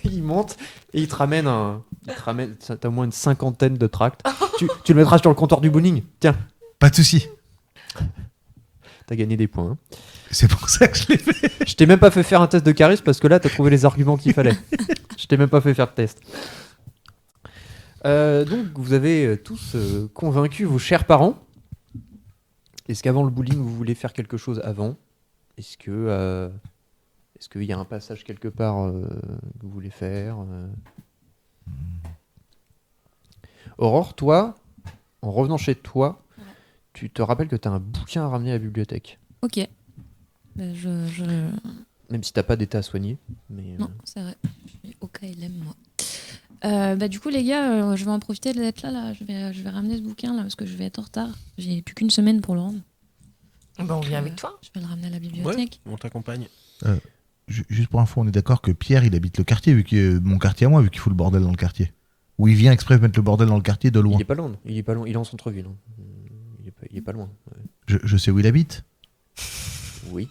il monte et il te ramène un. Il te ramène. ça, T'as au moins une cinquantaine de tracts. tu, tu le mettras sur le comptoir du bowling. Tiens,
Pas de souci.
t'as gagné des points. hein.
C'est pour ça que je l'ai fait.
Je t'ai même pas fait faire un test de charisme parce que là, t'as trouvé les arguments qu'il fallait. Je t'ai même pas fait faire de test. Euh, donc, vous avez euh, tous euh, convaincu vos chers parents. Est-ce qu'avant le bowling, vous voulez faire quelque chose avant Est-ce que euh, est-ce qu'il y a un passage quelque part euh, que vous voulez faire euh Aurore, toi, en revenant chez toi, tu te rappelles que t'as un bouquin à ramener à la bibliothèque,
Ok. Bah, je, je...
même si t'as pas d'état à soigner. Mais, euh,
Non, c'est vrai. Je suis au KLM, moi. Euh, bah, du coup, les gars, euh, je vais en profiter d'être là. là. Je, vais, euh, je vais ramener ce bouquin là parce que je vais être en retard. J'ai plus qu'une semaine pour le rendre.
Bah, on vient avec toi.
Je vais le ramener à la bibliothèque.
On t'accompagne.
Ju- Juste pour info, on est d'accord que Pierre, il habite le quartier, vu que euh, mon quartier à moi, vu qu'il fout le bordel dans le quartier. Ou il vient exprès mettre le bordel dans le quartier de loin.
Il est pas loin. Il est pas loin. Il est en centre-ville. hein. Il, est pas, il est pas loin.
Je, je sais où il habite.
Oui.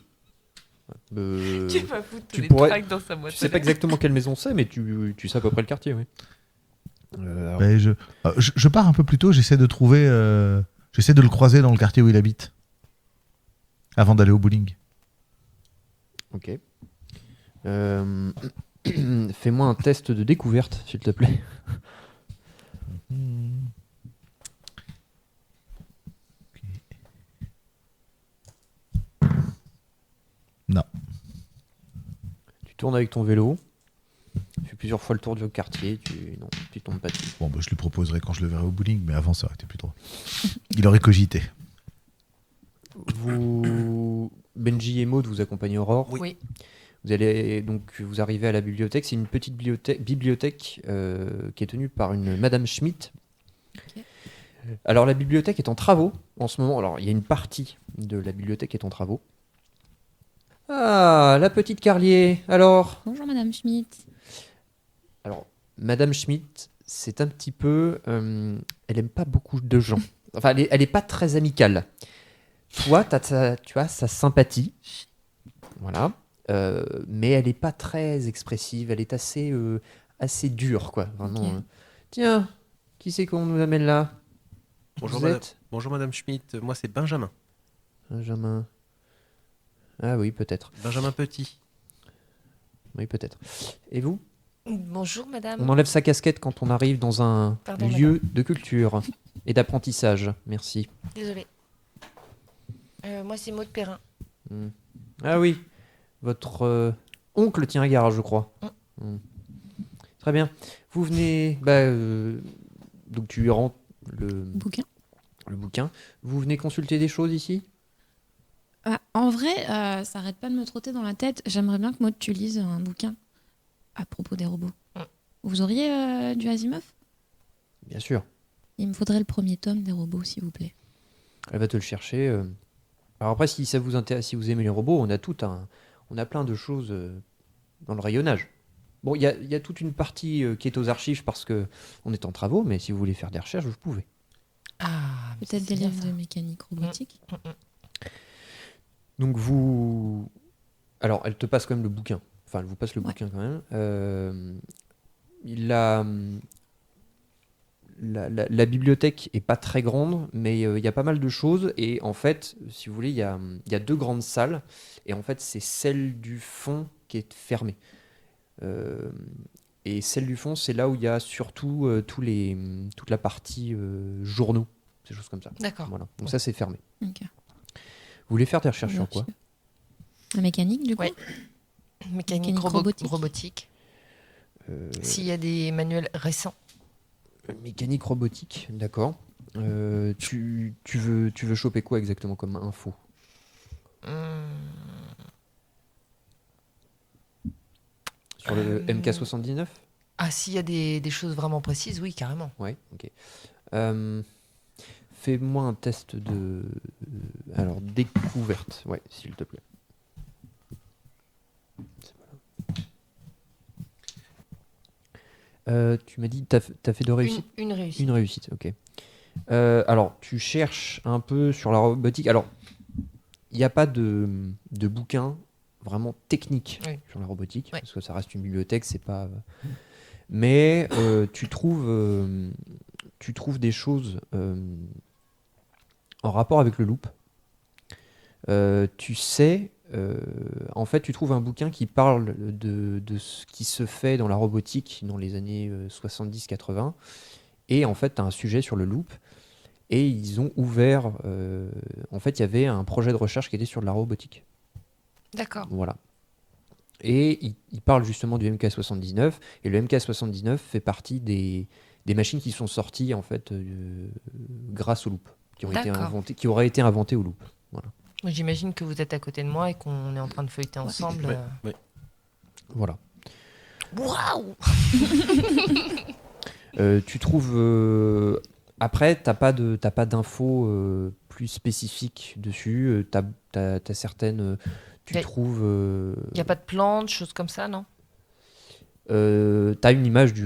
Euh,
Tu
tu
vas foutre tous
tu
les
pourrais-
tracts dans sa boîte.
sais pas exactement quelle maison c'est, mais tu, tu sais à peu près le quartier, oui. Euh,
Ben, je, euh, je, je pars un peu plus tôt, j'essaie de trouver. euh, j'essaie de le croiser dans le quartier où il habite. Avant d'aller au bowling.
ok. Euh, Fais-moi un test de découverte, s'il te plaît. Tu tournes avec ton vélo. Tu fais plusieurs fois le tour du quartier. Tu, non, tu tombes pas dessus.
Bon, ben, je lui proposerai quand je le verrai au bowling, mais avant, ça aurait été plus drôle. Il aurait cogité.
Vous... Benji et Maud vous accompagnent Aurore.
Oui. Oui.
Vous allez donc vous arrivez à la bibliothèque. C'est une petite bibliothèque, bibliothèque euh, qui est tenue par une Madame Schmidt.
Ok.
Alors la bibliothèque est en travaux en ce moment. Alors il y a une partie de la bibliothèque qui est en travaux. Ah, la petite Carlier. Alors,
Bonjour, Madame Schmitt.
alors Madame Schmidt, c'est un petit peu, euh, elle aime pas beaucoup de gens. Enfin, elle est, elle est pas très amicale. Toi, t'as sa- tu as sa sympathie, voilà, Euh, mais elle est pas très expressive. Elle est assez, euh, assez dure, quoi. Vraiment.
Ok.
euh. Tiens, qui c'est qu'on nous amène là
Bonjour,
Vous
madame.
êtes
Bonjour Madame Schmitt, moi c'est Benjamin.
Benjamin. Ah oui, peut-être.
Benjamin Petit.
Oui, peut-être. Et vous
Bonjour
On
madame.
enlève sa casquette quand on arrive dans un
Ah Pardon,
lieu de culture et d'apprentissage. Merci.
Désolée. Euh, moi c'est Maud Perrin.
Ah oui, votre euh, oncle tient un garage, je crois. Mm. Très bien. Vous venez, bah, euh, donc tu lui rends le,
Bouquin.
le bouquin. Vous venez consulter des choses ici
Ah, en vrai, euh, ça arrête pas de me trotter dans la tête. J'aimerais bien que Maud, tu lises un bouquin à propos des robots.
Mm.
Vous auriez euh, du Asimov
Bien sûr.
Il me faudrait le premier tome des robots, s'il vous plaît.
Elle va te le chercher. euh. Alors après, si ça vous intéresse, si vous aimez les robots, on a tout un, on a plein de choses euh, dans le rayonnage. Bon, il y, a- il y a toute une partie euh, qui est aux archives parce que on est en travaux, mais si vous voulez faire des recherches, vous pouvez.
Ah,
Peut-être des livres de mécanique robotique.
Donc vous... Alors, elle te passe quand même le bouquin. Enfin, elle vous passe le
Ouais.
bouquin quand même. Euh, il a... hum, la, la- la bibliothèque est pas très grande, mais euh, il y a pas mal de choses. Et en fait, si vous voulez, il y a, hum, il y a deux grandes salles. Et en fait, c'est celle du fond qui est fermée. Euh, et celle du fond, c'est là où il y a surtout euh, tous les, hum, toute la partie euh, journaux, ces choses comme ça.
D'accord.
Voilà. Donc ça, c'est fermé.
Ok.
Vous voulez faire des recherches sur quoi
La mécanique, du coup
Ouais. Mécanique,
Mécanique
robo-
robotique.
robotique.
Euh,
S'il y a des manuels récents.
Mécanique robotique, d'accord. Euh, tu, tu veux, tu veux choper quoi exactement comme info
Hum,
Sur le
Euh,
MK79
Ah, s'il y a des, des choses vraiment précises, oui, carrément.
Ouais, ok. Euh, Fais-moi un test de. euh, Alors, découverte, ouais, s'il te plaît. C'est pas là. Euh, tu m'as dit, t'as f- t'as fait de
Une,
réussite
une réussite.
Une réussite, ok. Euh, alors, tu cherches un peu sur la robotique. Alors, il n'y a pas de, de bouquin vraiment technique
Oui.
sur la robotique,
Ouais.
parce que ça reste une bibliothèque, c'est pas. Mais euh, tu trouves, euh, tu trouves des choses euh, en rapport avec le loop. Euh, tu sais, euh, en fait, tu trouves un bouquin qui parle de, de ce qui se fait dans la robotique dans les années euh, 70-80. Et en fait, tu as un sujet sur le loop. Et ils ont ouvert. euh, en fait, il y avait un projet de recherche qui était sur de la robotique.
D'accord.
Voilà. Et il, il parle justement du MK79. Et le MK79 fait partie des, des machines qui sont sorties en fait euh, grâce au loop, qui, ont été
D'accord.
inventées, qui auraient été inventées au loop.
J'imagine que vous êtes à côté de moi et qu'on est en train de feuilleter ensemble.
Ouais,
euh.
ouais.
Voilà.
Waouh
Euh, tu trouves. euh, après, t'as pas de t'as pas d'infos euh, plus spécifiques dessus. Euh, T'as as, certaines. euh, tu
Y a-
trouves.
Il n'y a pas de plan, de choses comme ça, non
euh, t'as une image du,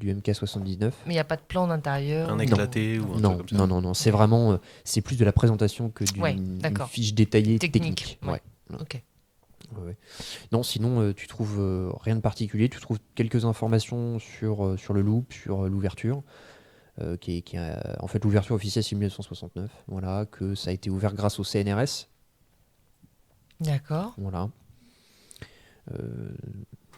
du MK79.
Mais il n'y a pas de plan d'intérieur.
Un
ou-
éclaté ou un
Non,
truc comme ça.
non, non, non. C'est vraiment, euh, c'est plus de la présentation que d'une
Ouais,
une
d'accord.
fiche détaillée
Technique,
technique.
ouais.
Ouais, non.
Ok.
Ouais, ouais. Non, sinon euh, tu trouves euh, rien de particulier. Tu trouves quelques informations sur euh, sur le loop, sur euh, l'ouverture, euh, qui est, qui est, euh, en fait l'ouverture officielle c'est 1969. Voilà, que ça a été ouvert grâce au CNRS.
D'accord.
Voilà. Euh,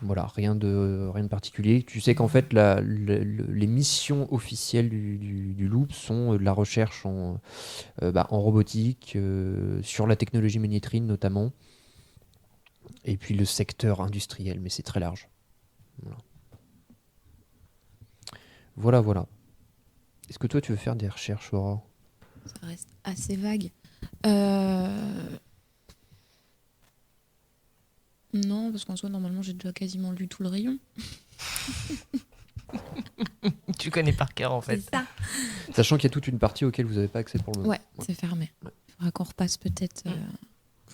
voilà, rien de, rien de particulier. Tu sais qu'en fait, la- le- le- les missions officielles du, du- du Loop sont euh, de la recherche en, euh, bah, en robotique, euh, sur la technologie magnétrine notamment, et puis le secteur industriel, mais c'est très large. Voilà, voilà. voilà. Est-ce que toi, tu veux faire des recherches, Aurore
Ça reste assez vague. Euh, Non, parce qu'en soi, normalement, j'ai déjà quasiment lu tout le rayon.
Tu connais par cœur, en fait.
ça.
Sachant qu'il y a toute une partie auquel vous n'avez pas accès pour le moment.
Ouais, c'est fermé. Il faudra qu'on repasse peut-être
Mm.
euh,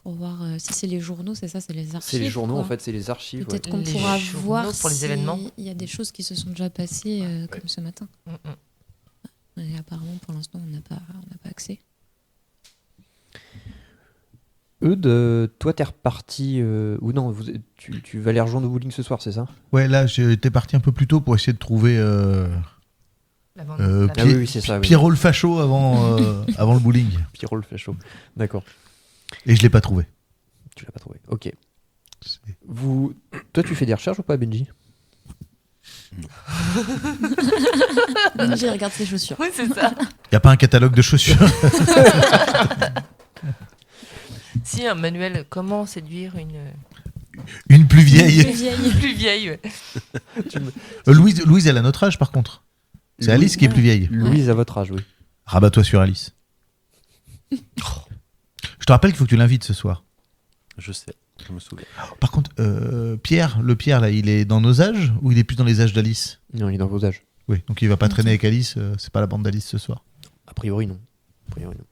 pour voir euh, si c'est les journaux, c'est ça, c'est les archives.
C'est les journaux,
quoi.
en fait, c'est les archives. ouais.
Peut-être qu'on
Les
pourra
journaux
voir
pour les
si
événements.
Il y a des choses qui se sont déjà passées, euh, comme ce matin.
Mm, mm.
Et apparemment, pour l'instant, on n'a pas, on n'a pas accès.
Eudes, euh, toi t'es reparti, euh, ou non, vous- tu, tu vas les rejoindre au bowling ce soir, c'est ça
Ouais, là, j'étais parti un peu plus tôt pour essayer de trouver euh,
La bande-
euh,
la
Ah
Pi-
oui, oui, c'est ça, oui.
Pierrot le facho avant, euh, avant le bowling.
Pierrot le fait chaud. D'accord,
Et je l'ai pas trouvé.
tu l'as pas trouvé. Ok.
C'est-
Vous, toi tu fais des recherches ou pas, Benji
Benji regarde ses chaussures.
Oui, c'est ça.
Y a pas un catalogue de chaussures
si, un manuel, comment séduire une
Une plus vieille.
Plus vieille.
plus vieille ouais.
Euh, Louise, Louise, elle a notre âge par contre. C'est Alice qui est plus vieille.
Louise à votre âge, oui.
Rabat-toi sur Alice.
Oh.
Je te rappelle qu'il faut que tu l'invites ce soir.
Je sais, je me souviens.
Par contre, euh, Pierre, le Pierre là, il est dans nos âges ou il est plus dans les âges d'Alice
Non, il est dans vos âges.
Oui, donc il va pas traîner avec Alice. euh, c'est pas la bande d'Alice ce soir.
A priori, non. A priori, non.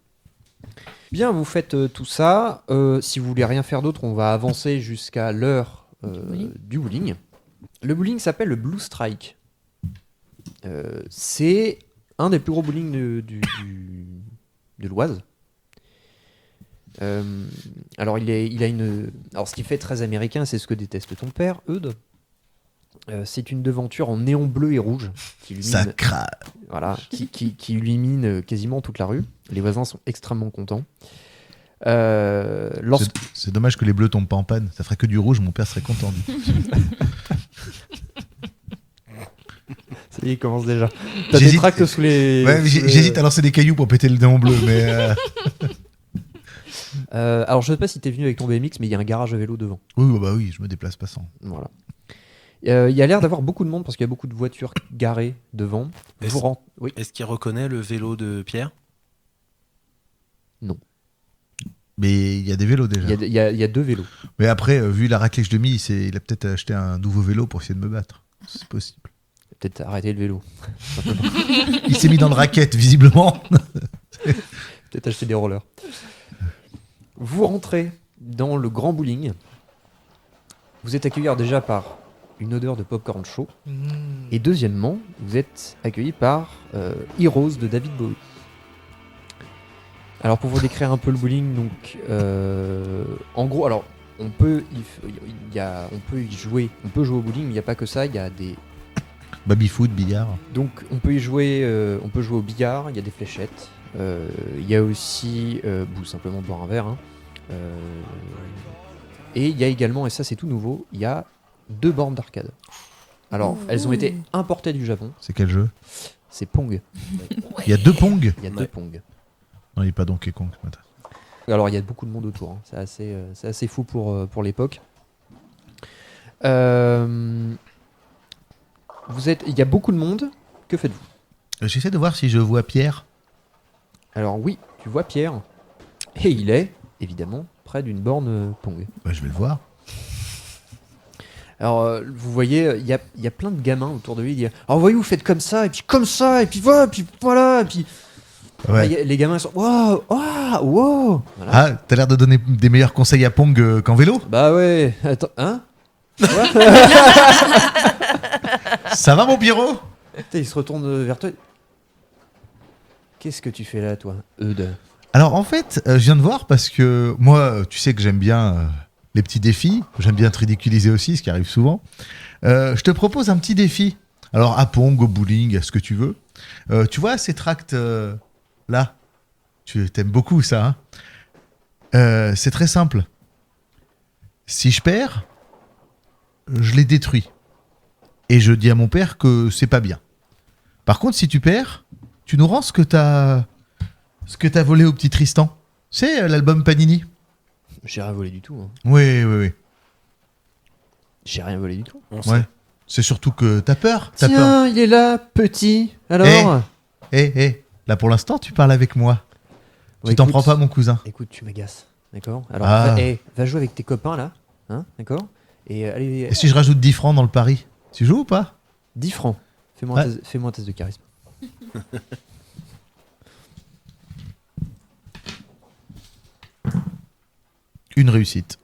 Bien, vous faites euh, tout ça. Euh, si vous voulez rien faire d'autre, on va avancer jusqu'à l'heure euh,
Du bowling.
du bowling. Le bowling s'appelle le Blue Strike. Euh, c'est un des plus gros bowling de, du- du- de l'Oise. Euh, alors, il, est- il a une. Alors, ce qui fait très américain, c'est ce que déteste ton père, Eudes. Euh, c'est une devanture en néon bleu et rouge qui illumine,
Ça craque.
voilà, qui, qui- qui illumine euh, quasiment toute la rue. Les voisins sont extrêmement contents. Euh, lorsque-
C'est- C'est dommage que les bleus tombent pas en panne. Ça ferait que du rouge, mon père serait content. lui.
Ça y est, il commence déjà. T'as des
J'hésite-
tracts sous les.
Ouais, mais
sous
j'ai-
les-
J'hésite à lancer des cailloux pour péter le dé en bleu, mais euh,
Euh, alors, je sais pas si t'es venu avec ton BMX, mais il y a un garage à vélo devant.
oui, bah oui, je me déplace pas sans.
Voilà. Euh, Il y a l'air d'avoir beaucoup de monde parce qu'il y a beaucoup de voitures garées devant.
Est-ce-
Vous ren- Oui.
Est-ce qu'il reconnaît le vélo de Pierre
Mais il y a des vélos
Il
déjà.
y, a, il y a- il y a deux vélos.
Mais après, euh, vu la raclée que je lui ai mis, il s'est- il a peut-être acheté un nouveau vélo pour essayer de me battre. C'est possible.
Peut-être arrêter le vélo.
Il s'est mis dans le racket, visiblement.
Peut-être acheter des rollers. Vous rentrez dans le grand bowling. Vous êtes accueillis alors déjà par une odeur de popcorn chaud.
Mm.
Et deuxièmement, vous êtes accueillis par euh, Heroes de David Bowie. Alors pour vous décrire un peu le bowling, donc euh, en gros, alors on peut y, f- il y a- on peut y jouer, on peut jouer au bowling, mais il n'y a pas que ça. Il y a des
Baby foot, billard.
donc on peut y jouer, euh, on peut jouer au billard, il y a des fléchettes, euh, il y a aussi, euh, ou simplement boire un verre. hein, euh, et il y a également, et ça c'est tout nouveau, il y a deux bornes d'arcade. Alors elles ont été importées du Japon,
C'est quel jeu
c'est Pong,
Il y a deux Pong
il y a deux
Ouais.
Pong.
Non, il n'est pas Donkey Kong. attends.
Alors il y a beaucoup de monde autour, hein. c'est assez, euh, c'est assez fou pour, euh, pour l'époque. Euh, vous êtes, il y a beaucoup de monde, que faites-vous
Euh, J'essaie de voir si je vois Pierre.
Alors oui, tu vois Pierre. Et il est, évidemment, près d'une borne euh, Pong.
Bah, je vais le voir.
Alors euh, vous voyez, euh, il y a, il y a plein de gamins autour de lui. Il y a, Alors voyez, vous faites comme ça, et puis comme ça, et puis voilà, et puis voilà, et puis... Ah, il
Ouais.
y a- les gamins ils sont... Waouh, waouh, waouh Voilà.
Ah, t'as l'air de donner des meilleurs conseils à Pong euh, qu'en vélo
Bah ouais, attends, hein Quoi
Ça va, mon Pierrot
Putain, Il se retourne euh, vers toi. Qu'est-ce que tu fais là, toi, Eude
Alors en fait, euh, je viens de voir parce que moi, euh, tu sais que j'aime bien euh, les petits défis, j'aime bien te ridiculiser aussi, ce qui arrive souvent. Euh, je te propose un petit défi. Alors à Pong, au bowling, à ce que tu veux. Euh, tu vois ces tracts euh, là Tu t'aimes beaucoup ça. hein Euh, C'est très simple. Si je perds, je les détruis. Et je dis à mon père que c'est pas bien. Par contre, si tu perds, tu nous rends ce que t'as ce que t'as volé au petit Tristan. C'est euh, l'album Panini
J'ai rien volé du tout. hein.
Oui, oui, oui.
J'ai rien volé du tout.
On sait.
Ouais. C'est surtout que t'as peur. T'as peur. Eh,
Tiens, il est là, petit. Alors
Hé, hé. eh, Là, pour l'instant, tu parles avec moi.
Bah,
tu t'en
écoute,
prends pas, mon cousin.
Écoute, tu m'agaces, d'accord Alors,
Ah.
va, eh, va jouer avec tes copains là, hein, d'accord Et euh, allez,
Et si je rajoute 10 francs dans le pari Tu joues ou pas
10 francs. Fais-moi un,
Ouais.
test- fais-moi un test de charisme.
Une réussite.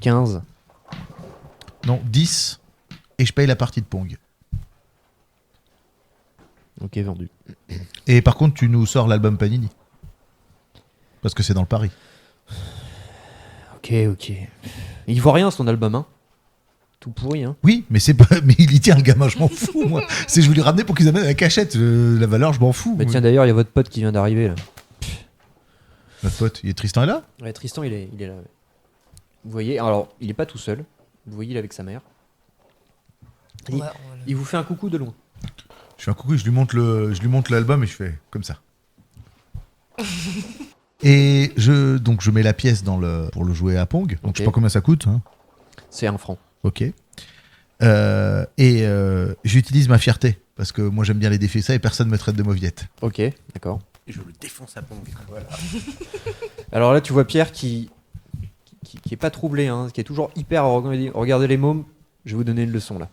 15.
Non, 10. Et je paye la partie de Pong.
Ok, vendu.
Et par contre, tu nous sors l'album Panini. Parce que c'est dans le pari.
Ok, ok. Il voit rien son album, hein Tout pourri, hein
Oui, mais c'est pas. Mais il y tient le gamin, je m'en fous, moi. C'est je vais lui ramener pour qu'ils amènent la cachette. Euh, la valeur, je m'en fous.
Bah, tiens, d'ailleurs, il y a votre pote qui vient d'arriver là.
Notre pote, il est Tristan est là
Ouais, Tristan, il est, il est là. ouais. Vous voyez, alors, il est pas tout seul. Vous voyez, il est avec sa mère. Il,
Ouais, on le-
il vous fait un coucou de loin.
Je fais un coucou, je lui montre le, je lui montre l'album et je fais comme ça. et je donc je mets la pièce dans le pour le jouer à Pong. Donc
Ok.
je sais pas combien ça coûte. hein.
C'est un franc.
Ok. Euh, et euh, j'utilise ma fierté parce que moi j'aime bien les défis ça et personne me traite de mauviette.
Ok, d'accord.
Je le défonce à Pong.
Alors là, tu vois Pierre qui, qui, qui est pas troublé, hein, qui est toujours hyper arrogant. Il dit Regardez les mômes, je vais vous donner une leçon là.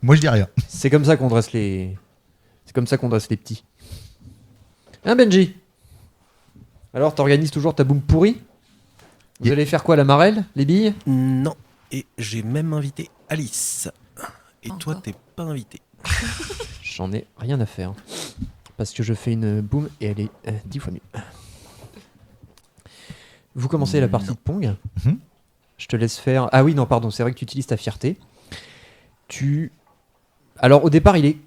Moi je dis rien.
C'est comme ça qu'on dresse les. C'est comme ça qu'on dresse les petits. Hein, Benji Alors, t'organises toujours ta boum pourrie Vous
Yeah.
allez faire quoi, la marelle Les billes
Non. Et j'ai même invité Alice. Et toi,
Encore.
t'es pas invité.
J'en ai rien à faire. Parce que je fais une boum et elle est euh, dix fois mieux. Vous commencez la partie de Pong.
Mhm.
Je te laisse faire. Ah oui, non, pardon, c'est vrai que tu utilises ta fierté. Tu. Alors, au départ, il est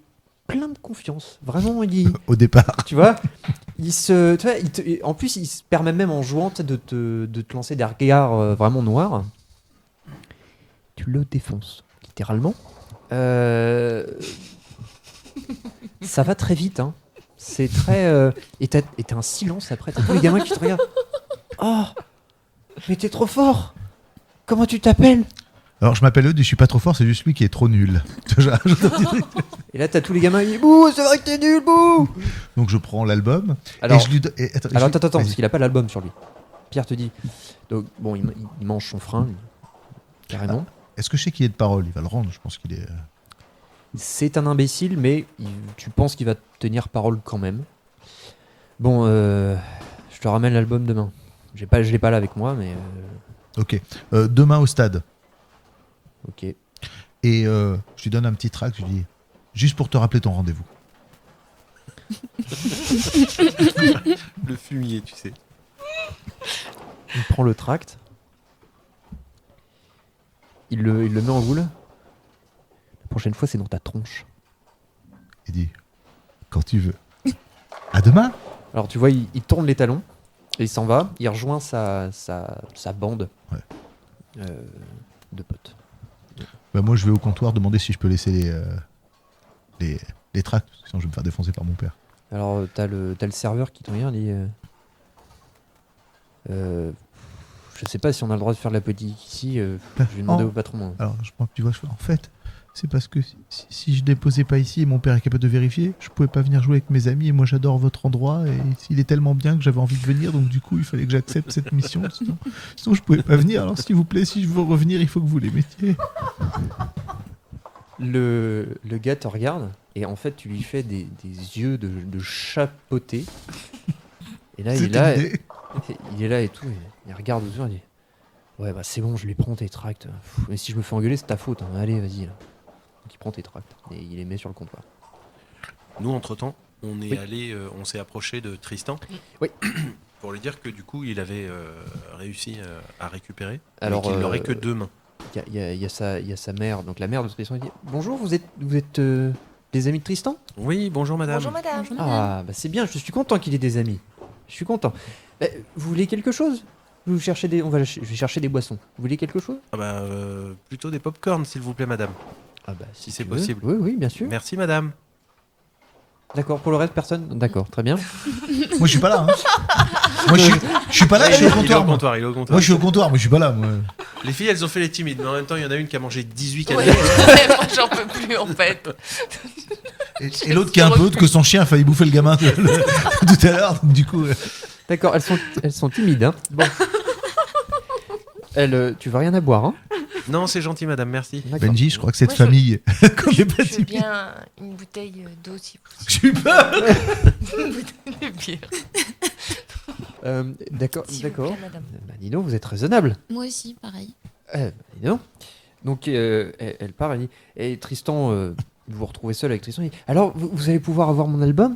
plein de confiance. Vraiment, il.
Au départ.
tu vois il se tu vois, il te- en plus il se permet même en jouant tu sais, de te, de te lancer des regards euh, vraiment noirs tu le défonces littéralement Euh, ça va très vite hein. c'est très euh, et t'as et t'as un silence après t'as tous les gamins qui te regardent oh mais t'es trop fort comment tu t'appelles
Alors je m'appelle Eudes, je suis pas trop fort, c'est juste lui qui est trop nul. Déjà, je dois dire.
et là t'as tous les gamins qui disent bouh c'est vrai que t'es nul bouh
Donc je prends l'album.
alors
et je lui do- et attends,
Alors
et je lui-
Ah, attends, attends,
Vas-y.
parce qu'il a pas l'album sur lui. Pierre te dit. Donc bon, il, il mange son frein, lui. carrément.
Est-ce que je sais qu'il est de parole Il va le rendre, je pense qu'il est. euh,
C'est un imbécile, mais il- tu penses qu'il va tenir parole quand même. Bon, euh, je te ramène l'album demain. J'ai pas, je l'ai pas là avec moi, mais euh,
Ok. Euh, demain au stade.
ok.
Et euh, je lui donne un petit tract, je lui dis juste pour te rappeler ton rendez-vous.
Le fumier, tu sais.
Il prend le tract. Il le, il le met en boule. La prochaine fois, c'est dans ta tronche.
Il dit quand tu veux. À demain
Alors tu vois, il, il tourne les talons et il s'en va. Il rejoint sa, sa, sa bande
Ouais.
euh, de potes.
Bah, moi, je vais au comptoir demander si je peux laisser les, euh, les, les tracts, parce que sinon je vais me faire défoncer par mon père.
Alors euh, t'as le, t'as le serveur qui te regarde dit euh, euh, Je sais pas si on a le droit de faire de la politique ici. euh, je vais demander
Oh.
au patron. hein.
Alors, je prends un petit voix, je fais en fait, c'est parce que si, si- si je déposais pas ici et mon père est capable de vérifier, je pouvais pas venir jouer avec mes amis et moi j'adore votre endroit et il est tellement bien que j'avais envie de venir donc du coup il fallait que j'accepte cette mission. Sinon, sinon, je pouvais pas venir. Alors, s'il vous plaît, si je veux revenir, il faut que vous les mettiez.
Le, le gars te regarde et en fait tu lui fais des, des yeux de, de chapeauté. Et là il est
C'était
là,
l'idée.
et- il est là et tout. et il regarde autour et dit Ouais bah c'est bon, je les prends tes tracts. Pff, Mais si je me fais engueuler, c'est ta faute. hein. Allez vas-y là. Donc il prend tes tracts et il les met sur le comptoir.
Nous, entre-temps, on est
Oui.
allé, euh, on s'est approché de Tristan.
Oui.
Pour lui dire que du coup, il avait euh, réussi euh, à récupérer. Alors,
Alors,
qu'il n'aurait
euh,
que deux mains.
Il y a- il y, a- il y a sa- il y a sa mère, donc la mère de Tristan, qui dit Bonjour, vous êtes, vous êtes euh, des amis de Tristan
Oui, bonjour madame.
Bonjour madame.
Bonjour, madame.
Ah, bah c'est bien, je suis content qu'il ait des amis. Je suis content. Eh, vous voulez quelque chose vous cherchez des, on va, ch- Je vais chercher des boissons. Vous voulez quelque chose
Ah bah, euh, plutôt des pop-corn, s'il vous plaît, madame.
Ah, bah
Si c'est
tu veux.
possible.
Oui, oui, bien sûr.
Merci, madame.
D'accord, pour le reste, personne D'accord, très bien.
Moi, je suis pas là. hein. Moi, je suis, je suis pas là, Ah, bah, je suis au
il est
comptoir.
au
Moi,
comptoir, il est au comptoir.
Moi, je suis au comptoir, moi, je suis pas là. Moi.
Les filles, elles ont fait les timides, mais en même temps, il y en a une qui a mangé 18
Ouais,
canettes.
moi, j'en peux plus en fait.
Et, et l'autre qui est un peu haute que son chien a failli bouffer le gamin tout tout à l'heure. donc Du coup, euh,
D'accord, elles sont, elles sont timides. Hein. Bon. Elles, euh, tu veux rien à boire, hein
Non, c'est gentil, madame, merci.
D'accord.
Benji, je crois que cette
Moi, je-
famille, quand
Je
il est pas
veux
timide,
bien une bouteille d'eau si possible.
j'ai eu peur.
Une bouteille de bière.
Euh, D'accord,
s'il vous plaît,
d'accord.
madame.
Bah, dis donc, vous êtes raisonnable.
Moi aussi, pareil.
Eh ben, dis donc. Donc euh, elle, elle part, elle dit Et Tristan, euh, vous vous retrouvez seul avec Tristan. il dit, Alors, vous, vous allez pouvoir avoir mon album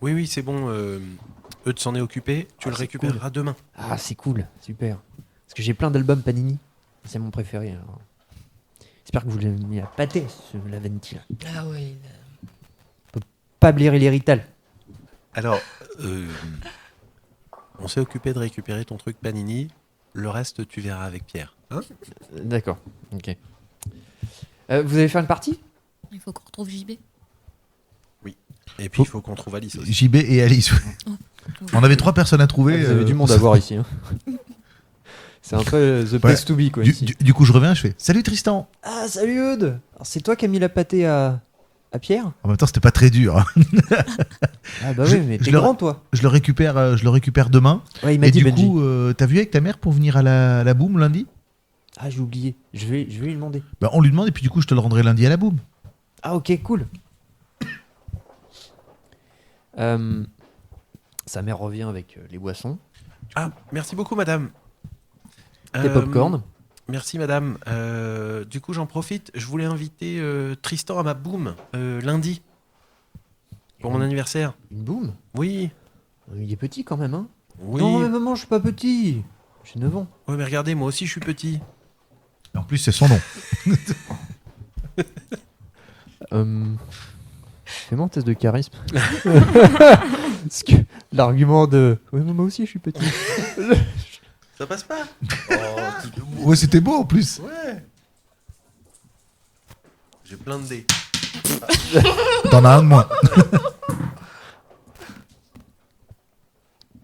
Oui, oui, c'est bon. euh, eux de s'en est occupé. Tu
Ah,
le
c'est
récupéreras demain.
Ah, c'est cool, super. Parce que j'ai plein d'albums Panini. C'est mon préféré. alors. J'espère que vous l'avez mis à pâté, ce Laventi. là.
Ah oui. là.
Pas blairer l'hérital.
Alors, euh, on s'est occupé de récupérer ton truc Panini. Le reste, tu verras avec Pierre. Hein
Euh, D'accord, ok. Euh, vous allez faire une partie
Il faut qu'on retrouve JB.
Et puis, il faut qu'on trouve Alice aussi.
JB et Alice. oui. On avait trois personnes à trouver.
Ah, Vous avez
euh,
du monde à voir ici. hein. c'est un peu euh, the place to be, quoi.
Du,
ici.
du- du coup, je reviens, je fais Salut Tristan.
Ah, salut Eudes Alors, C'est toi qui as mis la pâtée à, à Pierre
En même temps, c'était pas très dur. hein.
Ah, bah
Je-
oui, mais
je
t'es
le-
grand, toi.
Je le récupère, euh, je le récupère demain.
Ouais, il m'a
Et
dit
du
Benji.
coup, euh, t'as vu avec ta mère pour venir à la, à la boom lundi
Ah, j'ai oublié. Je vais, je vais lui demander.
Bah, on lui demande et puis du coup, je te le rendrai lundi à la boom.
Ah, ok, cool. Euh, sa mère revient avec euh, les boissons,
Ah, merci beaucoup, madame.
des
Euh,
popcorn.
Merci, madame. Euh, du coup, j'en profite. Je voulais inviter euh, Tristan à ma boum euh, lundi pour mon anniversaire.
Une boum.
Oui,
Il est petit quand même, hein
oui.
Non, mais maman, je suis pas petit. J'ai 9 ans.
Ouais, mais regardez, moi aussi, je suis petit.
Et en plus, c'est son nom.
Euh, Fais-moi un test de charisme. Parce que l'argument de. Ouais, mais moi aussi, je suis petit.
Ça passe pas Oh,
Ouais, c'était beau en plus.
Ouais J'ai plein de dés.
T'en as un de moins.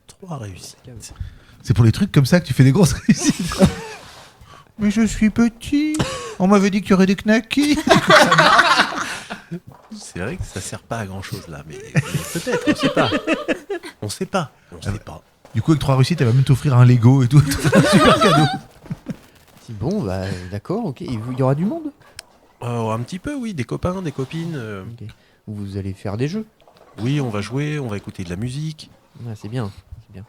Trois réussites.
C'est pour les trucs comme ça que tu fais des grosses réussites. quoi. Mais je suis petit. On m'avait dit qu'il y aurait des knackis.
C'est vrai que ça sert pas à grand chose là, mais, mais peut-être, on sait pas. On sait pas. On sait pas.
Du coup, avec trois réussites, elle va même t'offrir un Lego et tout. Super cadeau.
Si, Bon, bah, d'accord, ok. Il vous- il y aura du monde.
Euh, un petit peu, oui, des copains, des copines. euh,
Ok. Vous allez faire des jeux.
Oui, on va jouer, on va écouter de la musique.
Ouais, c'est bien. c'est bien.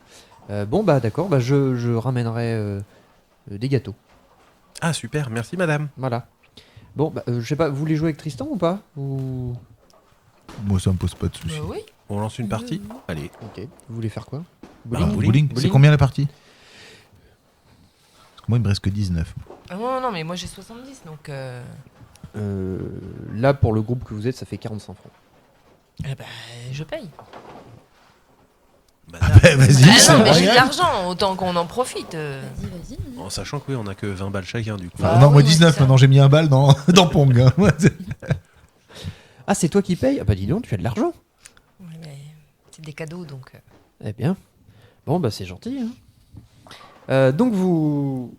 Euh, bon, bah, d'accord, bah, je, je ramènerai euh, euh, des gâteaux.
Ah super, merci madame.
Voilà. Bon, bah, euh, je sais pas, vous voulez jouer avec Tristan ou pas Ou.
Moi, ça me pose pas de soucis.
Bah oui.
On lance une partie
Mmh.
Allez.
Ok. Vous voulez faire quoi
Ah,
Bowling.
bowling. C'est
Bowling.
combien la partie Parce que moi, il me reste que 19.
Ah non, non, mais moi j'ai 70, donc. Euh...
Euh, Là, pour le groupe que vous êtes, ça fait 45 francs.
eh ben, je paye.
Madame.
Eh, Vas-y,
Ah
ça
non, mais
me
j'ai de
regarde.
l'argent, autant qu'on en profite. euh.
Vas-y, vas-y.
En sachant que oui, on a que 20 balles chacun du coup.
Enfin,
Ah
non, moi
oui, ouais,
19
c'est ça.
maintenant, j'ai mis un bal dans, dans Pong. hein. Moi, c'est-
Ah, c'est toi qui paye Ah, bah, dis donc, tu as de l'argent.
Ouais, mais c'est des cadeaux, donc. euh.
Eh bien. Bon, bah, c'est gentil. hein. Euh, donc, vous...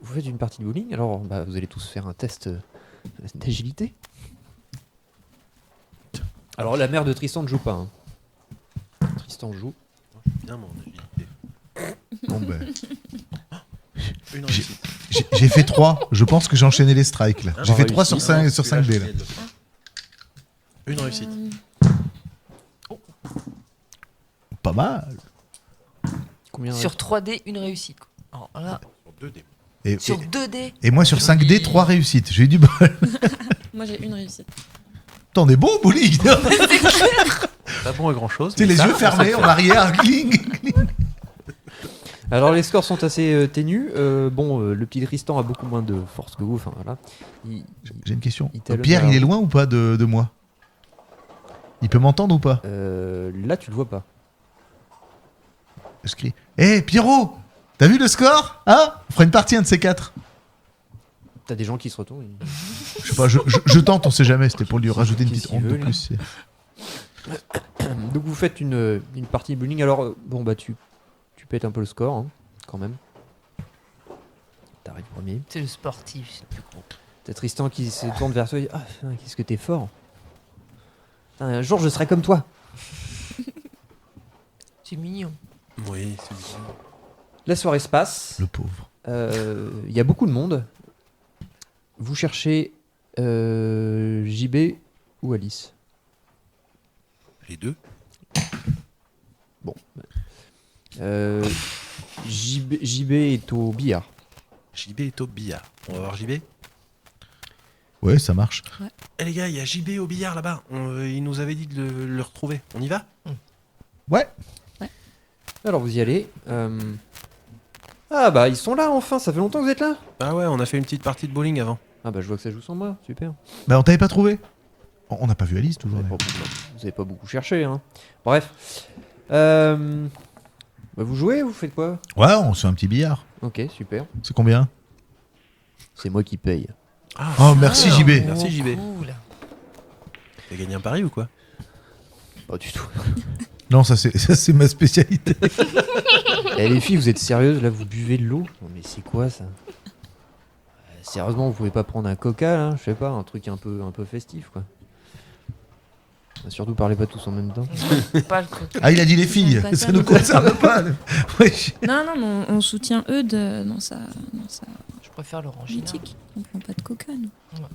vous faites une partie de bowling. Alors, bah, vous allez tous faire un test euh, d'agilité. Alors, la mère de Tristan ne joue pas. hein. Tristan joue.
Bien, mon agilité.
Bon, ben,
Une réussite.
j'ai- J'ai fait 3. Je pense que j'ai enchaîné les strikes là.
Ah,
J'ai
bah,
fait 3
réussi.
sur 5, sur 5 d là.
Celui-là, je viens de le faire. Une réussite.
Euh,
Pas mal.
Combien
Sur 3D, une réussite. quoi. Alors là,
Sur deux dés.
Et, et-
sur 2D.
et moi, sur 5D, 3 réussites. J'ai eu du bol.
moi, j'ai une réussite.
T'en es bon, au bowling Tu
Pas bon à grand chose.
sais, les yeux fermés en arrière, cling
Alors les scores sont assez euh, ténus. Euh, bon, euh, le petit Tristan a beaucoup moins de force que vous. Enfin voilà. Il- il-
J'ai une question.
Il t'a le
Pierre,
verre.
il est loin ou pas de, de moi Il peut m'entendre ou pas
euh, là, tu le vois pas.
Je crie. Hé, Eh, Pierrot T'as vu le score Hein On fera une partie, un de ces quatre.
T'as des gens qui se retournent. ils-
Je sais pas, je, je- je tente, on sait jamais. C'était pour lui
Qu'est-ce
rajouter une
qu'il
petite honte
veut,
de
lui
plus.
Donc vous faites une, une partie de bowling. Alors euh, bon bah tu tu pètes un peu le score hein, quand même. T'arrives premier.
C'est le sportif.
T'as Tristan qui se tourne vers toi. Il dit, ah putain, qu'est-ce que t'es fort. Putain, Un jour je serai comme toi.
C'est mignon.
Oui, c'est bien.
La soirée se passe.
Le pauvre.
Euh, Il y a beaucoup de monde. Vous cherchez euh, JB ou Alice.
Les deux.
Euh, JB, JB est au billard.
JB est au billard. On va voir JB.
Ouais, ça marche.
Eh les gars, il y a JB au billard là-bas. On, euh, il nous avait dit de le, le retrouver. On y va
Ouais.
Alors vous y allez. euh, Ah bah ils sont là enfin, ça fait longtemps que vous êtes là
Ah ouais, on a fait une petite partie de bowling avant.
Ah bah je vois que ça joue sans moi, super.
Bah, on t'avait pas trouvé On on n'a pas vu Alice
Vous
toujours.
avez
d'ailleurs.
pas beaucoup, vous avez pas beaucoup cherché hein. Bref. Euh, bah, vous jouez, vous faites quoi
Ouais, on se fait un petit billard.
Ok, super.
C'est combien
C'est moi qui paye.
Ah,
Oh, merci
Ah,
JB.
Merci,
oh,
JB.
Cool.
T'as gagné un pari ou quoi
Pas du tout.
Non, ça c'est ça, c'est ma spécialité.
Eh les filles, vous êtes sérieuses là Vous buvez de l'eau Non mais c'est quoi ça Euh, Sérieusement, vous pouvez pas prendre un coca là Je sais pas, un truc un peu, un peu festif quoi. Bah, Surtout parlez pas tous en même temps.
Pas le coca.
Ah, il a dit les filles.
Pas
Ça
ça,
nous
non.
concerne pas. Wesh.
Non, non, mais on, on soutient eux de, dans sa, dans sa
Je préfère l'orangina.
politique. On prend pas de coca, nous.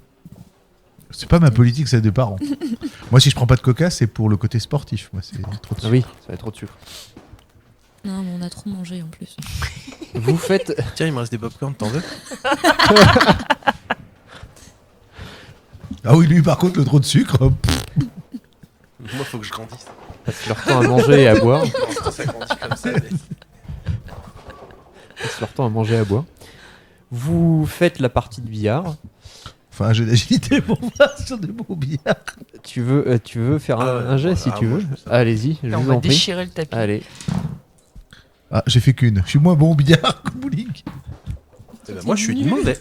C'est pas ma politique, c'est des parents. Moi, si je prends pas de coca, c'est pour le côté sportif. Moi, c'est trop de
Ah oui, ça va être trop de sucre.
Non, mais on a trop mangé en plus.
Vous faites.
Tiens, il me reste des popcorn, t'en veux
Ah oui, lui, par contre, le trop de sucre. pff,
Moi, faut que je grandisse.
Passent leur temps à manger et à boire.
ça grandit comme ça.
Passent leur temps à manger et à boire. Vous faites la partie de billard.
Enfin, un jeu d'agilité pour voir sur des bons billards.
Tu veux, euh, tu veux faire un,
Ah,
un jet
ah,
si
ah,
tu
moi,
veux.
je fais ça.
Allez-y, je
Putain, on
vous
va
en prie.
déchirer le tapis.
Allez.
Ah, j'ai fait qu'une. Je suis moins bon au billard qu'au bowling.
Eh ben, moi, je suis mauvais.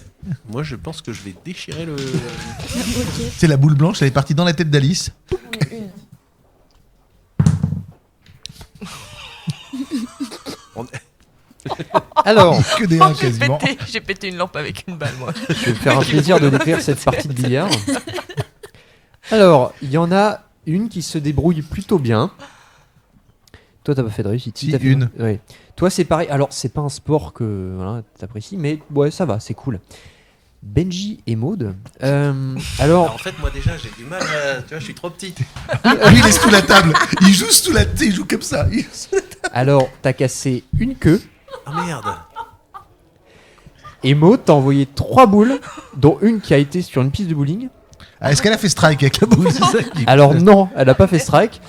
Moi, je pense que je vais déchirer le.
ok.
C'est la boule blanche, elle est partie dans la tête d'Alice.
Une.
Alors,
Ah Que des uns
Oh, J'ai
quasiment.
pété, j'ai pété une lampe avec une balle, moi.
je vais me faire un plaisir de décrire cette partie de billard. Alors, il y en a une qui se débrouille plutôt bien. Toi, t'as pas fait de réussite.
Si,
t'as fait-
une.
Ouais. Toi, c'est pareil. Alors, c'est pas un sport que voilà, t'apprécies, mais ouais, ça va, c'est cool. Benji et Maude. euh, alors,
Ah, en fait, moi, déjà, j'ai du mal. à- Tu vois, je suis trop petit.
Lui, Ah il est sous la table. Il joue sous la table. Il joue comme ça. Il-
alors, t'as cassé une queue.
Ah merde.
Et Maud t'a envoyé trois boules, dont une qui a été sur une piste de bowling.
Ah, Est-ce qu'elle a fait strike avec la boule C'est ça qui-
Alors non, elle n'a pas fait strike.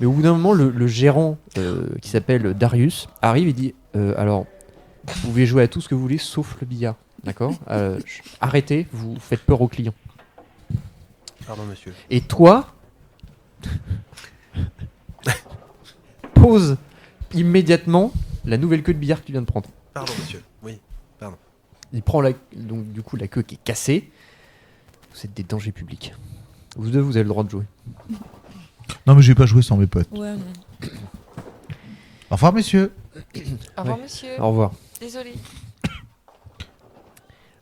Mais au bout d'un moment, le, le gérant euh, qui s'appelle Darius arrive et dit euh, Alors, vous pouvez jouer à tout ce que vous voulez sauf le billard. D'accord Euh, ch- Arrêtez, vous faites peur aux clients.
Pardon, monsieur.
Et toi, pose immédiatement la nouvelle queue de billard que tu viens de prendre.
Pardon, monsieur. Oui.
Il prend la, donc du coup la queue qui est cassée. Vous êtes des dangers publics. Vous deux, vous avez le droit de jouer.
Non, mais je vais pas jouer sans mes potes.
Ouais, non.
Au revoir, messieurs.
Au revoir,
Ouais.
monsieur.
Au revoir.
Désolé.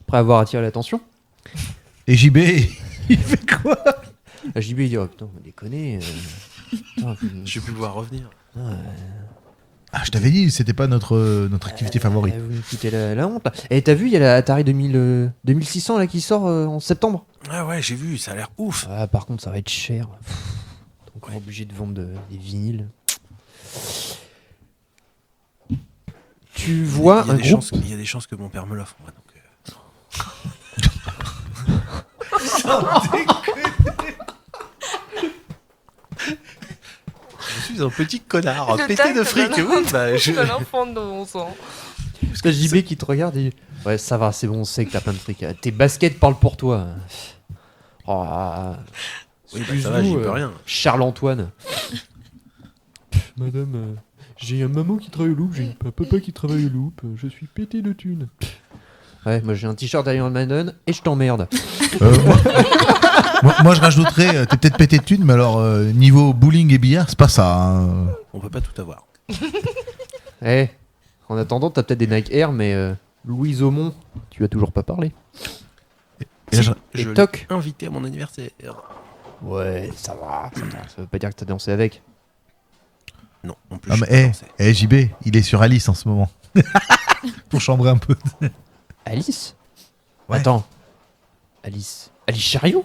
Après avoir attiré l'attention,
Et JB, il fait quoi
la JB il dit Oh putain, vous déconnez. euh, putain, vous-
J'ai pu le voir revenir.
Ah, je t'avais dit, c'était pas notre, euh, notre activité favorite.
euh, vous me foutez la, la honte. là. Et t'as vu, il y a la Atari 2000, euh, 2600 là qui sort euh, en septembre.
Ah ouais, j'ai vu. Ça a l'air ouf.
Ah, par contre, ça va être cher. Donc, on est obligé de vendre de- des vinyles. Tu vois
il, y a
un
des
groupe.
chances, il y a des chances que mon père me l'offre. moi, donc, euh, Je suis un petit connard,
Le
pété
tact
de fric.
de
Oui,
euh,
bah, je...
De l'enfant de 11 ans.
T'as JB qui te regarde et dit, Ouais, ça va, c'est bon, on sait que t'as plein de fric. Tes baskets parlent pour toi. Oh, ah, ah.
Oui, bah, ça va, j'y
Excuse-nous,
peux
euh,
rien.
Charles-Antoine. Madame, euh, j'ai un maman qui travaille au loop, j'ai un papa qui travaille au loop, je suis pété de thunes. Ouais, moi j'ai un t-shirt Iron Maiden et je t'emmerde.
Euh, moi, moi- moi, je rajouterais, euh, t'es peut-être pété de thunes, mais alors euh, niveau bowling et billard, c'est pas ça. hein.
On peut pas tout avoir.
Eh, en attendant, t'as peut-être des Nike Air, mais euh, Louise Aumont, tu as toujours pas parlé.
Et là, je-
Et
je l'ai
toc
invité à mon anniversaire.
Ouais, ça va, ça va, ça veut pas dire que t'as dansé avec.
Non, en plus,
Ah,
je
mais
suis pas
eh,
lancé.
eh, JB, il est sur Alice en ce moment. Pour chambrer un peu.
Alice
Ouais.
Attends. Alice Alice Chariot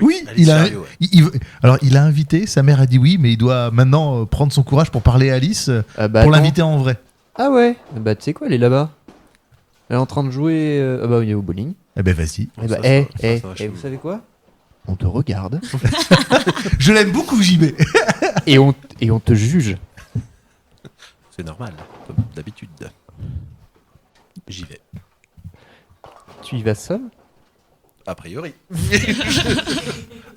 Oui,
Alice
il a,
Chariot, ouais.
il- il veut- alors il a invité, sa mère a dit oui, mais il doit maintenant euh, prendre son courage pour parler à Alice, euh,
Ah bah
pour
non.
l'inviter en vrai.
Ah ouais Bah tu sais quoi, elle est là-bas. Elle est en train de jouer. euh, Ah bah oui, au bowling.
Eh ben vas-y.
eh
Non,
bah,
ça, ça
eh,
va, ça,
eh,
ça va,
eh,
je
vous
suis-
savez quoi On te regarde
Je l'aime beaucoup, JB.
et on, et on te juge.
C'est normal, comme d'habitude. J'y vais.
Tu y vas seul
A priori.
À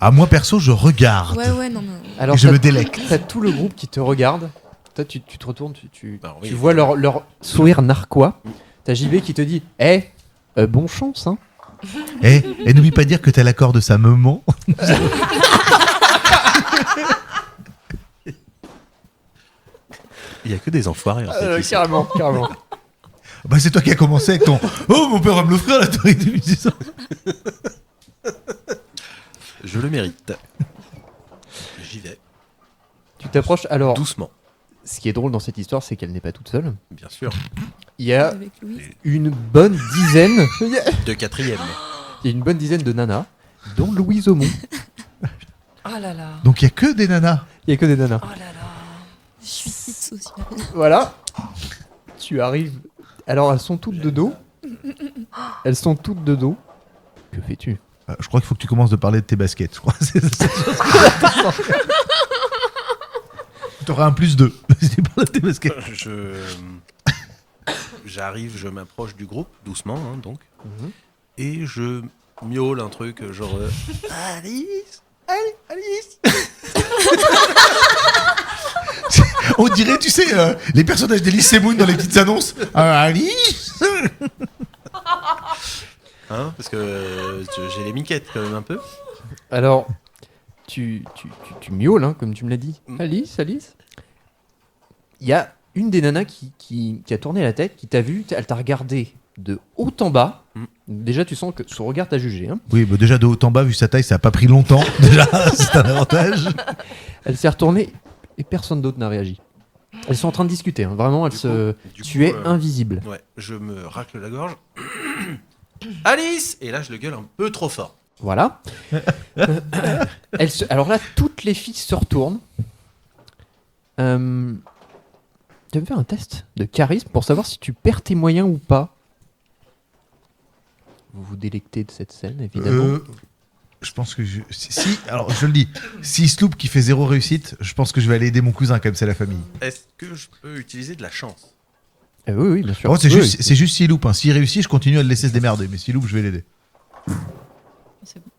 Ah, moi perso, je regarde.
Ah, Ouais, ouais, non, mais.
Alors
Et je
t'as-
me délecte.
T'as tout le groupe qui te regarde. Toi, tu, tu te retournes, tu, tu,
Alors, oui,
tu vois leur, leur sourire narquois. T'as JB qui te dit Eh, euh, bon chance, hein
Eh, et n'oublie pas de dire que t'as l'accord de sa maman.
Il y a que des enfoirés. en fait, ici.
Euh, Carrément, carrément.
Bah c'est toi qui as commencé avec ton. Oh mon père va me l'offrir la théorie des musiciens.
Je le mérite. J'y vais.
tu t'approches. Alors,
Doucement,
ce qui est drôle dans cette histoire, c'est qu'elle n'est pas toute seule.
bien sûr.
Il y a
Avec Louis.
une bonne dizaine.
De quatrième.
Il y a une bonne dizaine de nanas, dont Louise Aumont.
Oh là là.
Donc il y a que des nanas.
Il y a que des nanas.
Oh là là.
Je suis sociale.
Voilà. Tu arrives. Alors, elles sont toutes de dos. Elles sont toutes de dos. Que fais-tu
Euh, je crois qu'il faut que tu commences de parler de tes baskets. Je crois. C'est- c'est- c'est- T'auras un plus deux. si tu parles de tes baskets.
Je. J'arrive, je m'approche du groupe, doucement hein, donc, et je miaule un truc genre euh, Alice Allez, Alice
On dirait, tu sais, euh, les personnages d'Elise Moon dans les petites annonces. Ah, Ali
Hein, Parce que euh, tu- j'ai les miquettes quand même un peu.
Alors, tu, tu, tu, tu miaules, hein, comme tu me l'as dit.
Mm.
Alice, Alice. Il y a une des nanas qui, qui, qui a tourné la tête, qui t'a vu, elle t'a regardé de haut en bas.
Mm.
Déjà, tu sens que son regard t'a jugé. hein.
Oui, bah déjà de haut en bas, vu sa taille, ça a pas pris longtemps. Déjà, c'est un avantage.
Elle s'est retournée et personne d'autre n'a réagi. Elles sont en train de discuter, hein. vraiment. Elles
Du
se...
Du
tu
coup,
es
euh,
invisible.
Ouais, je me racle la gorge. Alice Et là, je le gueule un peu trop fort.
Voilà. Euh, elles se- Alors là, toutes les filles se retournent. Euh, Tu vas me faire un test de charisme pour savoir si tu perds tes moyens ou pas. Vous vous délectez de cette scène, évidemment.
Euh, je pense que je... si, si- alors je le dis, si Sloop qui fait zéro réussite, je pense que je vais aller aider mon cousin comme c'est la famille.
Est-ce que je peux utiliser de la chance
Euh, oui, oui, bien sûr.
Oh, c'est
Oui,
juste,
oui.
c'est juste s'il loupe. hein. S'il réussit, je continue à le laisser se démerder, mais s'il loupe, je vais l'aider.
C'est bon.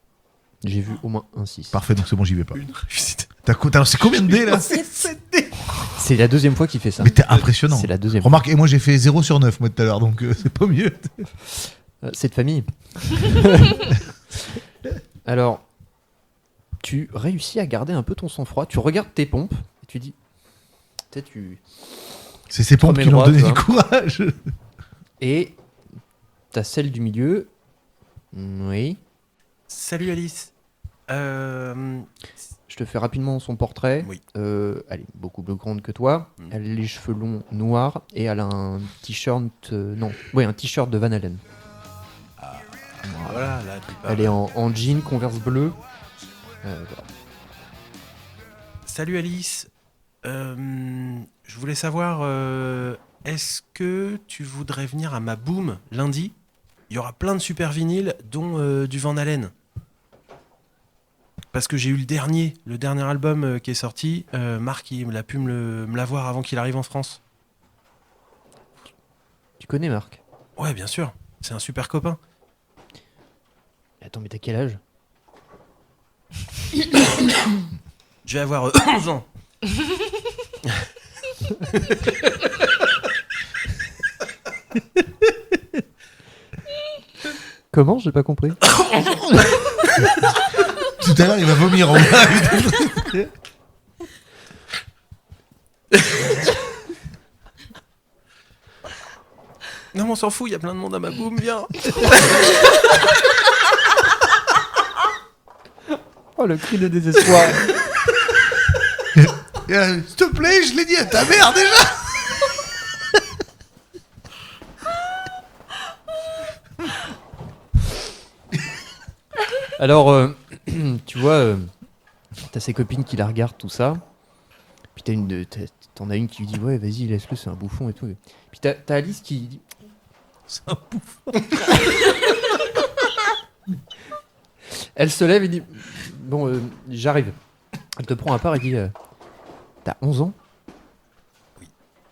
J'ai vu au moins un 6.
Parfait, donc c'est bon, j'y vais pas.
Une réussite.
T'as co- t'as lancé combien de dés là
C'est la deuxième fois qu'il fait ça.
Mais t'es impressionnant.
C'est la deuxième.
Remarque, et moi j'ai fait 0 sur 9 moi tout à l'heure, donc euh, c'est pas mieux.
Euh, C'est de famille. Alors, tu réussis à garder un peu ton sang-froid. Tu regardes tes pompes et tu dis. Tu sais, tu.
C'est ses pompes
Premier
qui lui ont
droit,
donné
toi.
du courage.
Et t'as celle du milieu. Mm, Oui.
Salut Alice. Euh,
Je te fais rapidement son portrait.
Oui.
Euh, elle est beaucoup plus grande que toi.
Mm.
Elle a les cheveux longs noirs et elle a un t-shirt. euh, non, oui, un t-shirt de Van Allen.
Ah. voilà, là, tu parles.
Elle est en, en jean Converse bleu. Euh, voilà.
Salut Alice. Euh, je voulais savoir, euh, est-ce que tu voudrais venir à ma boom lundi Il y aura plein de super vinyles, dont euh, du Van Halen. Parce que j'ai eu le dernier, le dernier album euh, qui est sorti. Euh, Marc, il me l'a pu me le- me l'avoir avant qu'il arrive en France.
Tu connais Marc
Ouais, bien sûr. C'est un super copain.
Attends, mais t'as quel âge
Je vais avoir euh, 11 ans.
Comment J'ai pas compris.
Tout à l'heure, il va vomir en bas.
Non, mais on s'en fout, il y a plein de monde à ma boom, viens.
Oh, le cri de désespoir
Euh, S'il te plaît, je l'ai dit à ta mère déjà.
Alors, euh, tu vois, euh, t'as ses copines qui la regardent, tout ça. Puis t'as une de- t'as- t'en as une qui lui dit Ouais, vas-y, laisse-le, c'est un bouffon et tout. Puis t'as t'as Alice qui dit
C'est un
Elle se lève et dit Bon, euh, j'arrive. Elle te prend à part et dit euh, T'as 11 ans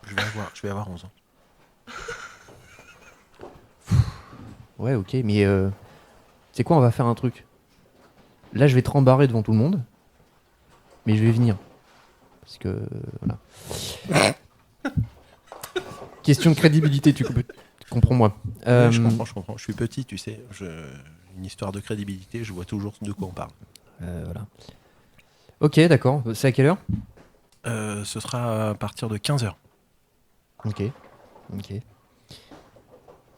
Je vais avoir, je vais avoir 11 ans.
Ouais, ok, mais euh, c'est quoi On va faire un truc. Là, je vais te rembarrer devant tout le monde, mais je vais venir. Parce que. euh, Voilà. Question de crédibilité, tu comp- comprends-moi. Euh,
Je comprends, je comprends. Je suis petit, tu sais. Je... Une histoire de crédibilité, je vois toujours de quoi on parle.
euh, voilà. Ok, d'accord. C'est à quelle heure
Euh, ce sera à partir de 15h.
Ok. Ok.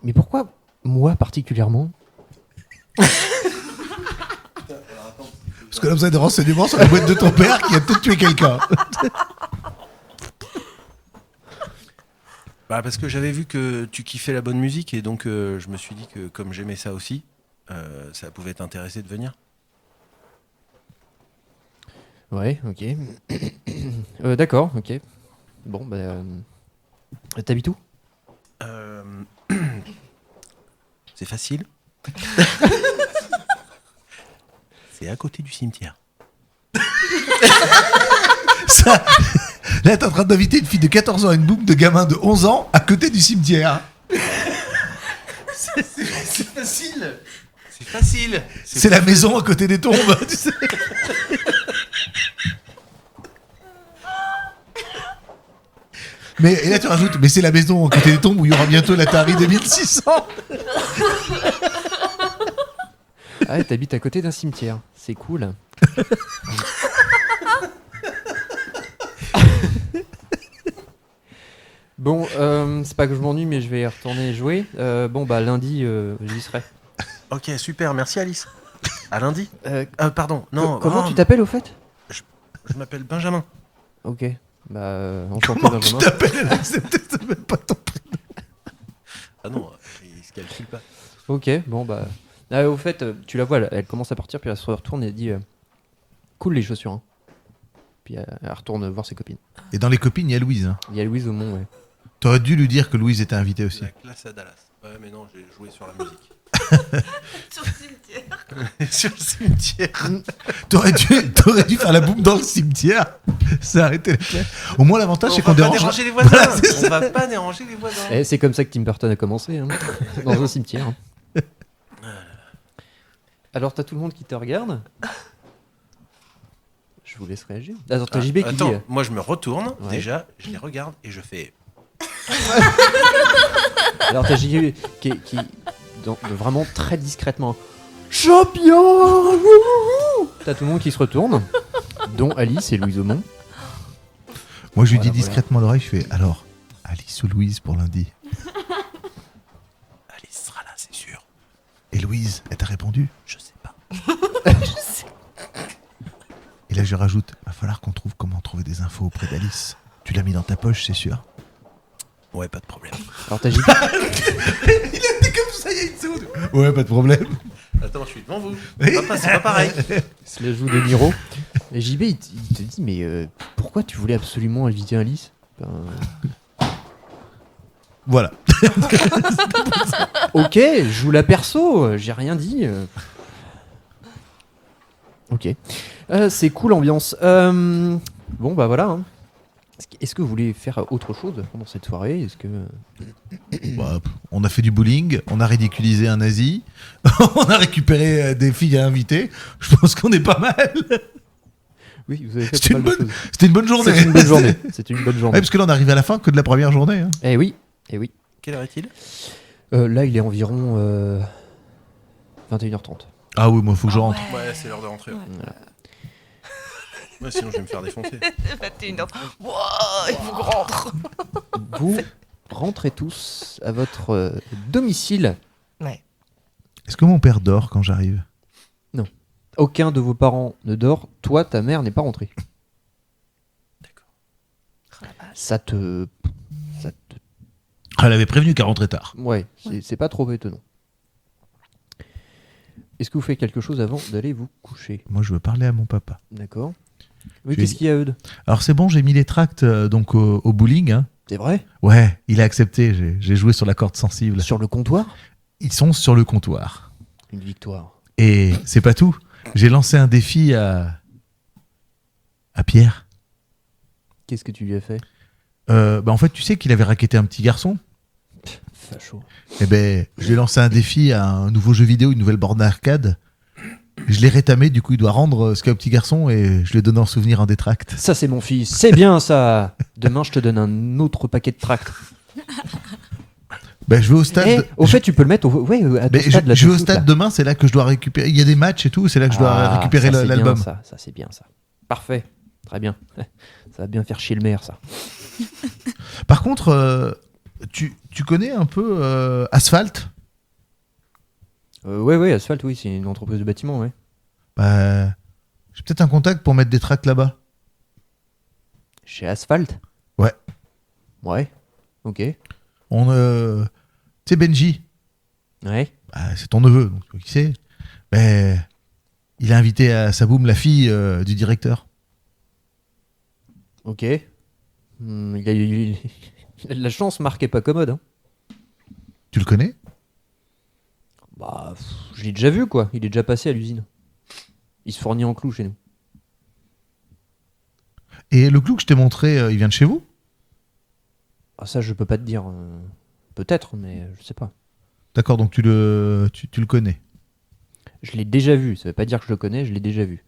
Mais pourquoi moi particulièrement
Parce que là, vous avez des renseignements sur la boîte de ton père qui a peut-être tué quelqu'un.
Bah, parce que j'avais vu que tu kiffais la bonne musique et donc euh, je me suis dit que comme j'aimais ça aussi, euh, ça pouvait t'intéresser de venir.
Ouais, ok. Euh, d'accord, ok. Bon, bah. euh, T'habites où
Euh, C'est facile. C'est à côté du cimetière.
Ça, là, t'es en train d'inviter une fille de 14 ans à une boucle de gamin de 11 ans à côté du cimetière.
C'est facile C'est facile
C'est la maison à côté des tombes. tu sais. Mais et là tu rajoutes, mais c'est la maison à côté des tombes où il y aura bientôt l'Atari 2600.
Ah, et t'habites à côté d'un cimetière. C'est cool. bon, euh, c'est pas que je m'ennuie, mais je vais y retourner jouer. Euh, bon, bah lundi, euh, j'y serai.
Ok, super, merci Alice. À lundi.
Euh,
Euh, pardon, non.
co- comment
oh,
tu t'appelles au fait
Je m'appelle Benjamin.
Ok. Bah, euh, enchanté
Comment tu
Benjamin.
t'appelles C'est peut-être même pas ton prénom.
Ah non, il se calcule pas.
Ok, bon bah. Ah, au fait, euh, tu la vois, elle, elle commence à partir, puis elle se retourne et elle dit euh, Cool les chaussures. hein. Puis elle, elle retourne voir ses copines.
Et dans les copines, il y a Louise. hein.
Il y a Louise au mont, ouais.
T'aurais dû lui dire que Louise était invitée aussi.
La classe à Dallas. Ouais, mais non, j'ai joué sur la musique.
Sur le cimetière.
sur le cimetière.
T'aurais dû, t'aurais dû faire la boum dans le cimetière. Ça arrêtait la classe. Au moins, l'avantage, c'est
on
qu'on
va pas
dérange.
déranger les voisins.
Voilà, c'est
on va pas déranger les voisins.
Eh, c'est comme ça que Tim Burton a commencé, hein, dans un cimetière.
Ah.
Alors, t'as tout le monde qui te regarde Je vous laisse réagir. Attends, t'as
Ah,
JB qui
attends,
dit euh,
moi je me retourne
Ouais.
déjà, je les regarde et je fais.
Alors, t'as JB qui, qui dans- de- vraiment très discrètement Champion Wouhou T'as tout le monde qui se retourne, dont Alice et Louise Aumont.
Moi, je lui dis
Voilà, voilà.
discrètement à l'oreille, je fais alors, Alice ou Louise pour lundi
Alice sera là, c'est sûr.
Et Louise, elle t'a répondu
Je sais pas.
Et là, je rajoute va falloir qu'on trouve comment trouver des infos auprès d'Alice. Tu l'as mis dans ta poche, c'est sûr
Ouais, pas de problème.
Alors, t'as JB
Ouais, pas de problème.
Attends, je suis devant vous.
Oui.
Papa, c'est pas pareil.
se la joue de Niro. Et JB, il, t- il te dit, mais euh, pourquoi tu voulais absolument inviter Alice Ben,
Voilà.
Ok, je joue la perso, euh, j'ai rien dit. euh. Ok. Euh, c'est cool l'ambiance. Euh, bon, bah voilà. hein. Est-ce que- Est-ce que vous voulez faire autre chose pendant cette soirée Est-ce que
Bah, pff, on a fait du bowling, on a ridiculisé un nazi, on a récupéré euh, des filles à inviter. Je pense qu'on est pas mal.
oui, vous avez
C'est
pas
une
mal de
bonne-
choses.
C'était une bonne journée.
C'est une bonne journée. C'est une bonne
Ouais,
journée.
parce que là, on arrive à la fin que de la première journée. hein.
Eh oui, eh oui.
Quelle heure est-il
Euh, là, il est environ euh, 21h30.
Ah oui, moi, faut que je rentre.
Ouais, c'est l'heure de rentrer.
Ouais.
Ouais, sinon, je vais me faire défoncer.
21h. Wouah, il faut que je rentre.
Vous rentrez tous à votre euh, domicile.
Est-ce que mon père dort quand j'arrive
Aucun de vos parents ne dort. Toi, ta mère n'est pas rentrée.
D'accord.
Oh
Ça te, ça te
Ah, Elle avait prévenu qu'elle rentrait tard.
Ouais, c'est- c'est pas trop étonnant. Est-ce que vous faites quelque chose avant d'aller vous coucher
Moi, je veux parler à mon papa.
D'accord Oui,
J'ai-
qu'est-ce qu'il y a, Eudes
Alors, c'est bon, j'ai mis les tracts euh, donc au, au bowling. hein.
C'est vrai
Ouais, il a accepté. j'ai- J'ai joué sur la corde sensible.
Sur le comptoir
Ils sont sur le comptoir.
Une victoire.
Et c'est pas tout. J'ai lancé un défi à. à Pierre.
Qu'est-ce que tu lui as fait
Euh, bah, en fait, tu sais qu'il avait raquetté un petit garçon.
Facho.
Eh ben, je lui ai lancé un défi à un nouveau jeu vidéo, une nouvelle borne d'arcade. Je l'ai rétamé, du coup, il doit rendre euh, ce qu'a au petit garçon et je lui ai donné en souvenir un des tracts.
Ça, c'est mon fils. C'est bien, ça Demain, je te donne un autre paquet de tracts.
Ben, je vais au stade.
Eh,
de-
au fait, tu peux le mettre au... Ouais, euh, à ton
Ben, je,
stade, là,
je vais
tout
au
de suite, là.
stade demain, c'est là que je dois récupérer. Il y a des matchs et tout, c'est là que je dois
Ah,
récupérer
ça,
le-
c'est bien,
l'album.
Ça, ça c'est bien, ça. Parfait. Très bien. Ça va bien faire chier le maire, ça.
Par contre, euh, tu, tu connais un peu euh, Asphalt
Euh, ouais, ouais, Asphalt, oui, c'est une entreprise de bâtiment, ouais.
Ben, J'ai peut-être un contact pour mettre des tracts là-bas.
Chez Asphalt
Ouais.
Ouais. Ok.
On, euh, tu sais, Benji,
Ouais.
ben, c'est ton neveu, donc tu vois qui c'est. Ben, il a invité à Saboum la fille euh, du directeur.
Ok. Hmm, il, a, il- il a de la chance, Marc est pas commode. hein.
Tu le connais
Bah, pff, je l'ai déjà vu, quoi. Il est déjà passé à l'usine. Il se fournit en clous chez nous.
Et le clou que je t'ai montré, euh, il vient de chez vous
Ah, ça, je peux pas te dire. euh, Peut-être, mais euh, je sais pas.
D'accord, donc tu le, tu, tu le connais.
Je l'ai déjà vu, ça veut pas dire que je le connais, je l'ai déjà vu.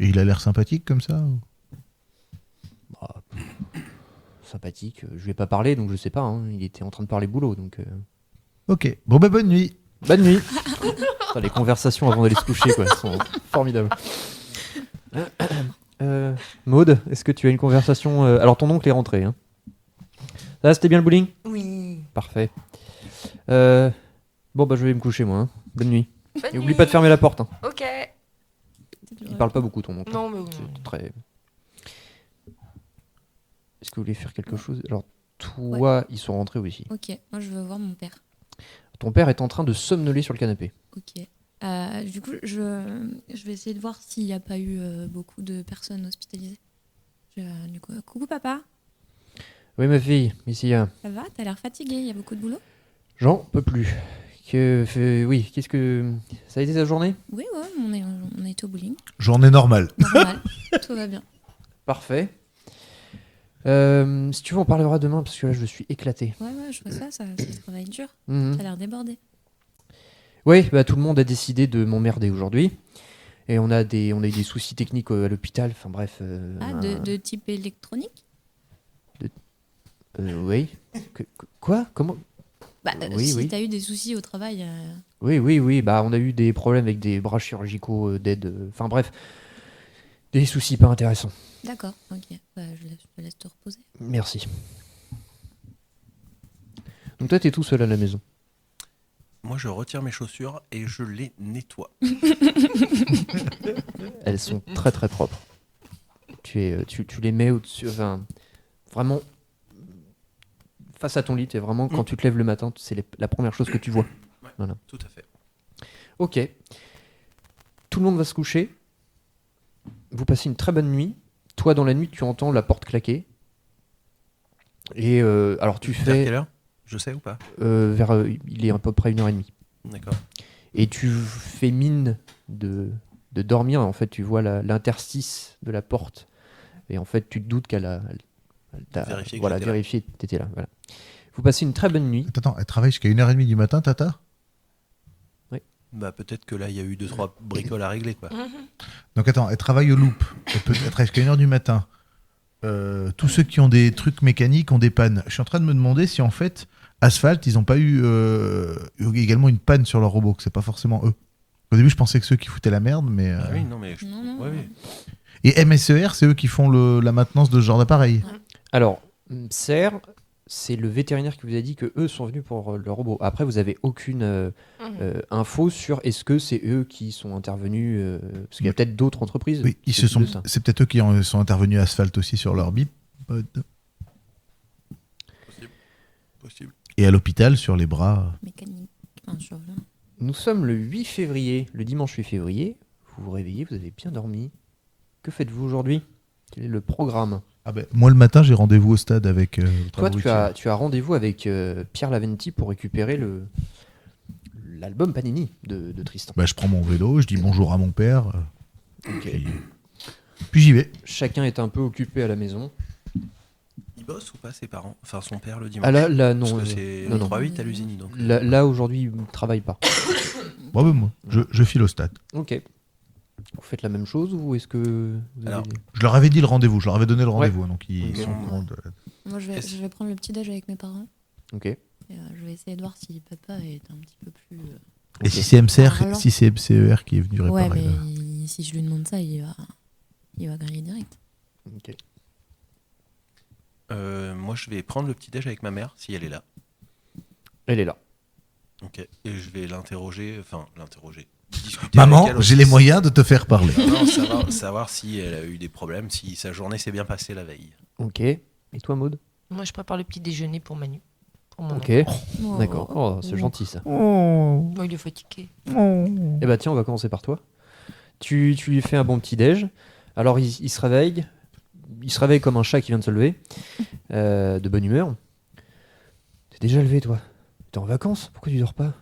Et il a l'air sympathique comme ça ou-
Ah, sympathique, euh, je lui ai pas parlé donc je sais pas, hein, il était en train de parler boulot donc. euh,
Ok, bon bah bonne nuit.
Bonne nuit Putain, Les conversations avant d'aller se coucher quoi, elles sont formidables. Euh, Maude, est-ce que tu as une conversation euh, Alors ton oncle est rentré. Hein. Là c'était bien le bowling
Oui.
Parfait. Euh, Bon bah je vais me coucher moi. hein. Bonne nuit.
Bonne
Et oublie
nuit.
pas de fermer la porte. hein.
Ok.
Il parle pas beaucoup ton oncle.
Non, mais oui.
C'est très. Est-ce que vous voulez faire quelque chose Alors, toi, ils sont rentrés aussi.
Ok, moi je veux voir mon père.
Ton père est en train de somnoler sur le canapé.
Ok. Euh, du coup, je, je vais essayer de voir s'il n'y a pas eu euh, beaucoup de personnes hospitalisées. Je- du coup, euh, coucou papa,
Oui, ma fille, ici, hein.
ça va T'as l'air fatigué, il y a beaucoup de boulot
j'en peux plus. Que, fait- oui, qu'est-ce que. Ça a été ta journée
Oui, ouais, on est, on est au bowling.
Journée normale.
Normal, tout va bien.
Parfait. Euh, si tu veux, on parlera demain parce que là, je suis éclaté.
Ouais, ouais, je vois ça, ça, ça travaille dur.
Mhm.
T'as l'air débordé.
Oui, bah, tout le monde a décidé de m'emmerder aujourd'hui. Et on a, des, on a eu des soucis techniques euh, à l'hôpital. Enfin, bref. euh,
Ah,
un-
de, de type électronique
euh, oui. Que- que- quoi Comment
Bah, euh,
Oui,
si
oui.
t'as eu des soucis au travail, euh,
Oui, oui, oui. Bah, on a eu des problèmes avec des bras chirurgicaux euh, d'aide. euh, Enfin, bref, des soucis pas intéressants.
d'accord, ok. Bah, je, laisse, je te laisse te reposer.
Merci. Donc toi, t'es tout seul à la maison.
Moi, je retire mes chaussures et je les nettoie.
Elles sont très très propres. Tu, es, euh, tu, tu les mets au-dessus, enfin, vraiment face à ton lit. Et vraiment,
Mm.
quand tu te lèves le matin, c'est les- la première chose que tu vois.
Tout à fait.
Ok. Tout le monde va se coucher. Vous passez une très bonne nuit. Toi, dans la nuit, tu entends la porte claquer. Et euh, alors, tu
Vers quelle
fais
heure Je sais ou pas
euh, vers, euh, il est à peu près une heure et demie.
D'accord.
Et tu fais mine de, de dormir. En fait, tu vois la- l'interstice de la porte. Et en fait, tu te doutes qu'elle a, elle- elle t'a-
Vérifié que
voilà,
j'étais là.
vérifié que t'étais là. Voilà. Vous passez une très bonne nuit.
Attends, Attends, elle travaille jusqu'à 1h30 du matin, Tata
Bah, peut-être que là, il y a eu deux, trois bricoles à régler, quoi.
Mhm.
Donc attends, elle travaille au loop. Elle peut elle travaille jusqu'à 1h du matin. Euh, tous ceux qui ont des trucs mécaniques ont des pannes. Je suis en train de me demander si en fait, Asphalt, ils n'ont pas eu, euh, eu également une panne sur leur robot, que c'est pas forcément eux. Au début, je pensais que c'est eux qui foutaient la merde, mais. euh,
Ah oui, non, mais. je-
Non, non,
Ouais,
non.
oui.
Et MSER, c'est eux qui font le- la maintenance de ce genre d'appareil.
Alors, hum, Serre, c'est le vétérinaire qui vous a dit que eux sont venus pour euh, le robot. Après, vous avez aucune euh,
Mhm.
euh, info sur est-ce que c'est eux qui sont intervenus euh, Parce qu'il y a
Oui.
peut-être d'autres entreprises.
Oui, ils
qui
se sont.
s'occupent de ça.
C'est peut-être eux qui en- sont intervenus Asphalt aussi sur leur bip. euh,
Possible.
Et à l'hôpital sur les bras.
Mécanique. Enfin, sur le-
Nous sommes le 8 février, le dimanche 8 février. Vous vous réveillez, vous avez bien dormi. Que faites-vous aujourd'hui Quel est le programme
Ah ben, moi le matin, j'ai rendez-vous au stade avec. euh, le
Toi,
travail
tu
routier.
as, tu as rendez-vous avec euh, Pierre Laventi pour récupérer le l'album Panini de, de Tristan.
Bah, je prends mon vélo, je dis bonjour à mon père, euh,
Ok.
puis, puis j'y vais.
Chacun est un peu occupé à la maison.
Il bosse ou pas, ses parents Enfin, son père le dimanche.
Ah là, là, non.
Parce que
euh,
c'est
non, non.
3-8 à l'usine, donc.
Là, là, aujourd'hui, il ne travaille pas.
Bon, ben, moi, je, je file au stade.
Ok. Vous faites la même chose ou est-ce que. vous avez-
Alors,
Je leur avais dit le rendez-vous, je leur avais donné le rendez-vous, hein, donc ils
Ok.
sont au courant de-
Moi, je vais,
Est-ce-
je vais prendre le petit déj avec mes parents.
Ok.
Et, euh, je vais essayer de voir si papa est un petit peu plus. euh,
Et
Ok.
si c'est MCR,
Parlant.
si c'est MCER qui est venu réparer.
Ah, Ouais, mais
le-
il- si je lui demande ça, il va, il va griller direct.
Ok.
euh, moi, je vais prendre le petit-déj avec ma mère, si elle est là.
Elle est là.
Ok. Et je vais l'interroger, enfin, l'interroger. discuter avec
Maman,
elle
j'ai
aussi.
les moyens de te faire parler.
Non, savoir, savoir si elle a eu des problèmes, si sa journée s'est bien passée la veille.
Ok. Et toi, Maude
Moi, je prépare le petit déjeuner pour Manu. Pour mon
Ok. D'accord. Oh, c'est gentil ça.
oncle. Moi, il est fatigué.
Eh bah, tiens, on va commencer par toi. Tu, tu lui fais un bon petit-déj. Alors, il, il se réveille. Il se réveille comme un chat qui vient de se lever. euh, de bonne humeur. T'es déjà levé, toi T'es en vacances Pourquoi tu dors pas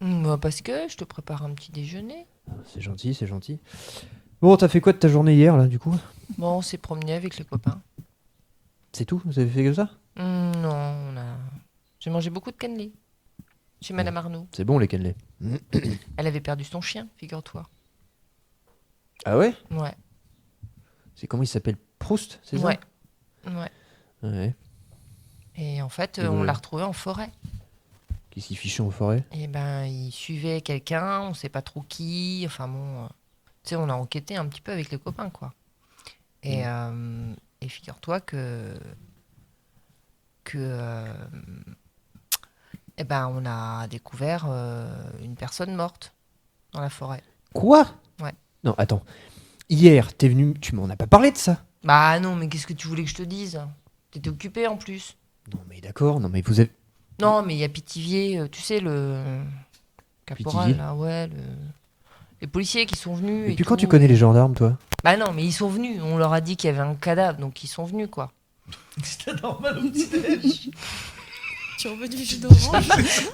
Mm, bah, parce que je te prépare un petit déjeuner.
C'est gentil, c'est gentil. Bon, t'as fait quoi de ta journée hier, là, du coup
Bon, on s'est promené avec les copains.
C'est tout Vous avez fait que ça
Mm, non, on a... J'ai mangé beaucoup de cannelés.
Chez Madame Arnaud.
C'est bon les cannelés.
Elle avait perdu son chien, figure-toi.
Ah ouais
Ouais.
C'est comment il s'appelle Proust, c'est
Ouais. Ouais.
ça Ouais.
Et en fait,
Et
euh, on
ouais.
l'a retrouvé en forêt.
Qu'est-ce qu'il fichait en forêt
Et ben, il suivait quelqu'un, on sait pas trop qui. Enfin bon, euh, tu sais, on a enquêté un petit peu avec les copains, quoi. Et,
Mm.
euh, et figure-toi que que euh, eh ben, on a découvert euh, une personne morte dans la forêt.
Quoi
Ouais.
Non, attends. Hier, t'es venu, tu m'en as pas parlé de ça
Bah non, mais qu'est-ce que tu voulais que je te dise T'étais occupé en plus.
Non mais d'accord, non mais vous avez...
Non, mais il y a Pitivier, euh, tu sais le caporal,
Mm. Pithiviers
là, ouais, le- les policiers qui sont venus.
Et, puis quand
tout.
tu connais les gendarmes, toi
Bah non, mais ils sont venus. On leur a dit qu'il y avait un cadavre, donc ils sont venus, quoi.
C'était normal au petit
oh, Tu en veux du jus d'orange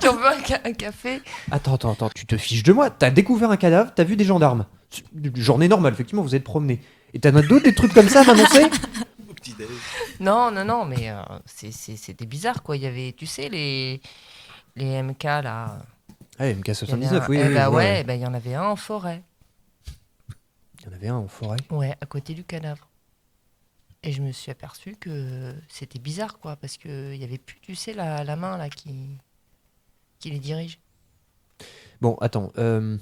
tu en veux un, ca- un café
Attends, attends, attends, tu te fiches de moi T'as découvert un cadavre, t'as vu des gendarmes. C'est une Journée normale, effectivement, vous êtes promenés. Et t'en as d'autres, des trucs comme ça à m'annoncer
Au petit déj.
Non, non, non, mais euh, c'est- c'est- c'était bizarre, quoi. Il y avait, tu sais, les, les MK, là.
Ah,
Il y en a
MK79,
un-
oui.
eh
oui,
bah
je vois,
ouais, bah il y en avait un en forêt.
Il y en avait un en forêt.
Ouais, à côté du cadavre. Et je me suis aperçu que c'était bizarre, quoi, parce qu'il y avait plus, tu sais, la, la main, là, qui, qui les dirige.
Bon, attends. euh,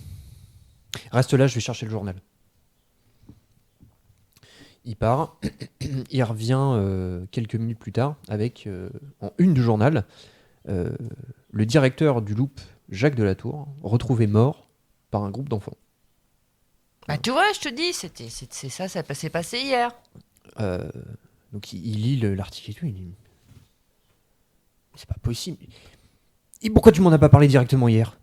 Reste là, je vais chercher le journal. Il part. il revient euh, quelques minutes plus tard avec, euh, en une du journal, euh, le directeur du Loop, Jacques Delatour, retrouvé mort par un groupe d'enfants.
Bah tu vois, je te dis, c'était c'est c'est ça, ça s'est passé hier.
Euh, donc il, il lit le- l'article et tout, il dit C'est pas possible. Et pourquoi tu m'en as pas parlé directement hier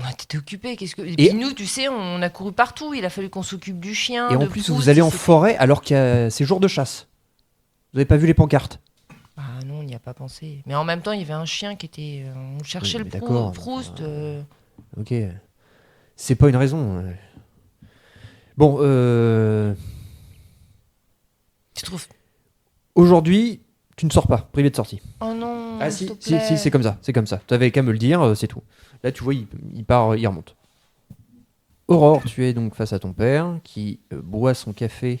Ouais, t'étais occupé, qu'est-ce que. Et,
Et-
puis nous, tu sais, on a couru partout, il a fallu qu'on s'occupe du chien.
Et en
Ah, de
plus,
Proust,
vous allez en
c'est-
forêt alors qu'il y a ces jours de chasse. Vous avez pas vu les pancartes
Ah non, on n'y a pas pensé. Mais en même temps, il y avait un chien qui était. euh, On cherchait
Oui,
le
mais
prou-
d'accord,
Proust.
enfin,
euh,
Ok. C'est pas une raison. euh. Bon, euh,
Tu trouves.
aujourd'hui, tu ne sors pas, privé de sortie.
Oh non.
ah
s'il
si,
te
si,
plaît.
si, c'est comme ça, c'est comme ça. Tu avais qu'à me le dire, euh, c'est tout. Là, tu vois, il, il part, euh, il remonte. Aurore, tu es donc face à ton père qui euh, boit son café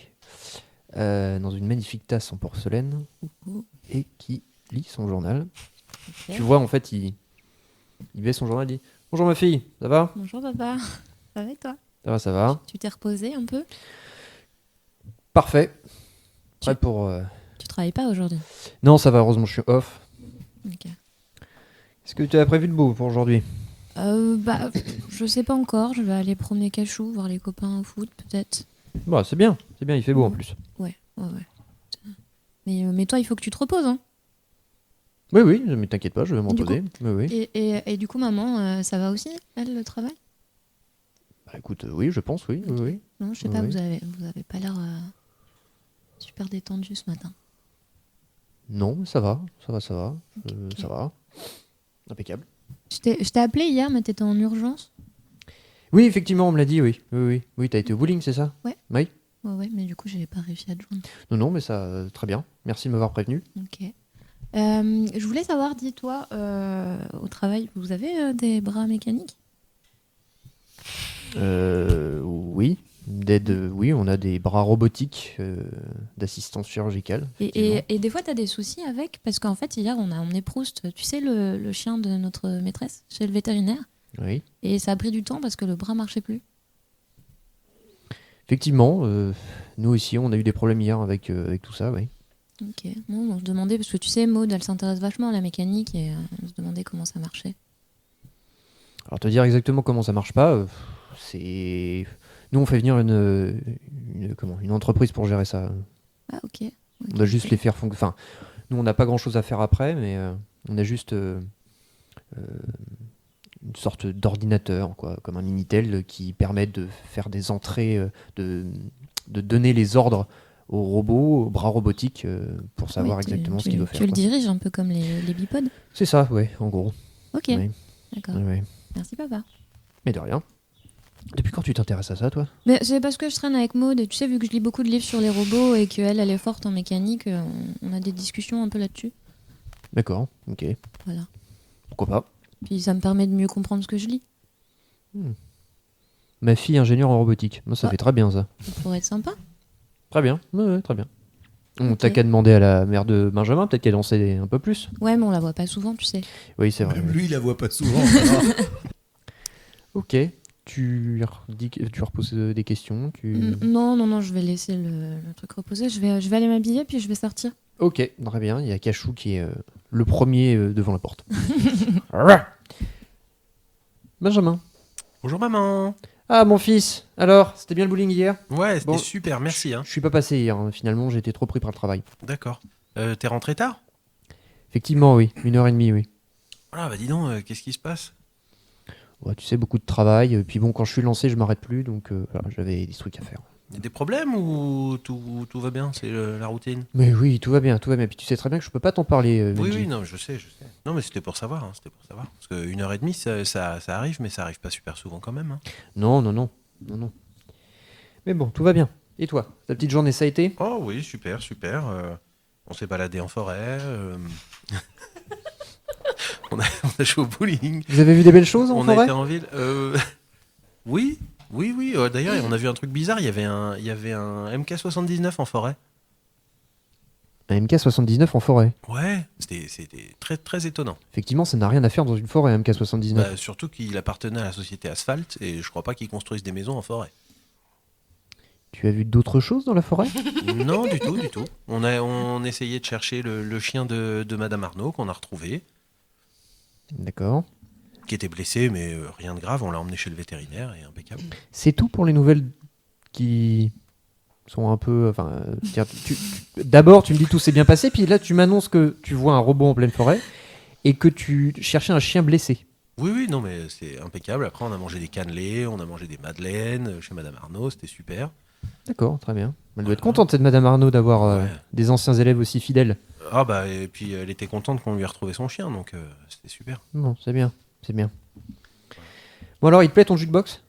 euh, dans une magnifique tasse en porcelaine et qui lit son journal. Tu vois, en fait, il, il baisse son journal et dit Bonjour ma fille, ça va
Bonjour papa, ça va et toi
Ça va, ça va.
Tu t'es reposé un peu
Parfait. Prêt pour. euh,
Tu travailles pas aujourd'hui
Non, ça va, heureusement, je suis off.
Ok.
Est-ce que tu as prévu de beau pour aujourd'hui
Euh, bah, je sais pas encore, je vais aller promener Cachou, voir les copains au foot peut-être.
Bah, c'est bien, c'est bien, il fait beau en plus.
Ouais, ouais, ouais. Mais, euh, mais toi, il faut que tu te reposes, hein.
Oui, oui, mais t'inquiète pas, je vais m'en
Du
poser. Oui, oui.
Et, et, et du coup, maman, euh, ça va aussi, elle, le travail
Bah, écoute, euh, oui, je pense, oui, oui, oui.
Non, je sais pas,
Oui.
vous avez, vous avez pas l'air euh, super détendu ce matin.
Non, ça va, ça va, ça va, euh,
Ok.
ça va. Impeccable.
Je t'ai je t'ai appelé hier, mais t'étais en urgence.
Oui, effectivement, on me l'a dit, oui. Oui, oui, oui, t'as été au bowling, c'est ça
Ouais.
Oui.
Ouais, ouais, mais du coup, j'ai pas réussi à te joindre.
Non, non, mais ça, euh, très bien. Merci de m'avoir prévenu.
Ok. Euh, je voulais savoir, dis-toi, euh, au travail, vous avez euh, des bras mécaniques
Euh, oui, d'aide, euh, oui, on a des bras robotiques euh, d'assistance chirurgicale.
et,
effectivement.
et- et des fois, t'as des soucis avec Parce qu'en fait, hier, on a emmené Proust, tu sais, le, le chien de notre maîtresse, chez le vétérinaire.
Oui.
Et ça a pris du temps parce que le bras marchait plus.
Effectivement, euh, nous aussi, on a eu des problèmes hier avec, euh, avec tout ça, oui.
Ok. Non, bon, je demandais, parce que tu sais, Maud, elle s'intéresse vachement à la mécanique et euh, on se demandait comment ça marchait.
Alors te dire exactement comment ça marche pas, euh, c'est nous on fait venir une, euh, une- comment une entreprise pour gérer ça.
Ah, ok. ok,
On doit juste
ok.
les faire fon- Enfin, nous on n'a pas grand chose à faire après, mais euh, on a juste euh, euh, une sorte d'ordinateur quoi, comme un minitel qui permet de faire des entrées, euh, de, de donner les ordres au robot, au bras robotique euh, pour savoir
Oui, tu-
exactement ce
tu-
qu'il doit faire.
Tu le
quoi.
diriges un peu comme les, les bipodes
C'est ça, ouais, en gros.
Ok.
Oui.
D'accord.
Ouais, ouais.
Merci, papa.
Mais de rien. Depuis quand tu t'intéresses à ça, toi
Mais c'est parce que je traîne avec Maud, et tu sais, vu que je lis beaucoup de livres sur les robots et qu'elle, elle est forte en mécanique, euh, on on a des discussions un peu là-dessus.
D'accord, ok.
Voilà.
Pourquoi pas
Puis ça me permet de mieux comprendre ce que je lis.
Ma fille ingénieure en robotique. Moi, ça
Ah.
fait très bien ça.
Ça pourrait être sympa.
Très bien. Ouais, ouais, très bien. On
Ok.
t'a qu'à demander à la mère de Benjamin, peut-être qu'elle en sait un peu plus.
Ouais, mais on la voit pas souvent, tu sais.
Oui, c'est vrai.
Même lui, il la voit pas souvent.
Ok. Tu leur, dis, que- tu leur poses euh, des questions. Tu...
Mm, Non, non, non, je vais laisser le, le truc reposer. Je vais, je vais aller m'habiller, puis je vais sortir.
Ok, très bien. Il y a Cachou qui est euh, le premier euh, devant la porte. Rah Benjamin.
Bonjour maman.
Ah, mon fils. Alors, c'était bien le bowling hier
Ouais, c'était
Bon.
super, merci. Hein.
Je suis pas passé hier. hein. Finalement, j'étais trop pris par le travail.
D'accord. Euh, T'es rentré tard
Effectivement, oui. Une heure et demie, oui.
Voilà, bah dis donc, euh, qu'est-ce qui se passe
Ouais, tu sais, beaucoup de travail. Et puis bon, quand je suis lancé, je m'arrête plus. Donc, euh, voilà, j'avais des trucs à faire.
Y a des problèmes ou tout, tout va bien C'est euh, la routine
Mais oui, tout va bien, tout va bien. Puis tu sais très bien que je peux pas t'en parler. euh,
Oui,
Benji.
oui, non, je sais, je sais. Non, mais c'était pour savoir, hein, c'était pour savoir. Parce qu'une heure et demie, ça, ça, ça arrive, mais ça arrive pas super souvent quand même. hein.
Non, non, non, non, non. Mais bon, tout va bien. Et toi, ta petite journée, ça a été
Oh oui, super, super. euh, on s'est baladé en forêt. euh, on, a, on a joué au bowling.
Vous avez vu des belles choses en
on a
forêt
été en ville. euh, Oui, oui, oui. euh, D'ailleurs, on a vu un truc bizarre. Il y avait un, il y avait un MK79 en forêt.
Un MK79 en forêt.
Ouais, c'était- c'était très, très étonnant.
Effectivement, ça n'a rien à faire dans une forêt, un MK79.
Bah, surtout qu'il appartenait à la société Asphalt et je crois pas qu'ils construisent des maisons en forêt.
Tu as vu d'autres choses dans la forêt
Non, du tout, du tout. On, a, on essayait de chercher le, le chien de, de Madame Arnaud qu'on a retrouvé,
D'accord.
qui était blessé, mais euh, rien de grave. On l'a emmené chez le vétérinaire et impeccable.
C'est tout pour les nouvelles qui sont un peu. Enfin, euh, tiens, tu- tu- d'abord, tu me dis tout s'est bien passé, puis là, tu m'annonces que tu vois un robot en pleine forêt et que tu cherchais un chien blessé.
Oui, oui, non, mais c'est impeccable. Après, on a mangé des cannelés, on a mangé des madeleines euh, chez Madame Arnaud, c'était super.
D'accord, très bien. Elle doit être contente, cette Madame Arnaud, d'avoir euh,
Ouais.
des anciens élèves aussi fidèles.
Ah, bah, et puis elle était contente qu'on lui ait retrouvé son chien, donc euh, c'était super.
Bon, c'est bien, c'est bien. Bon alors, il te plaît ton jukebox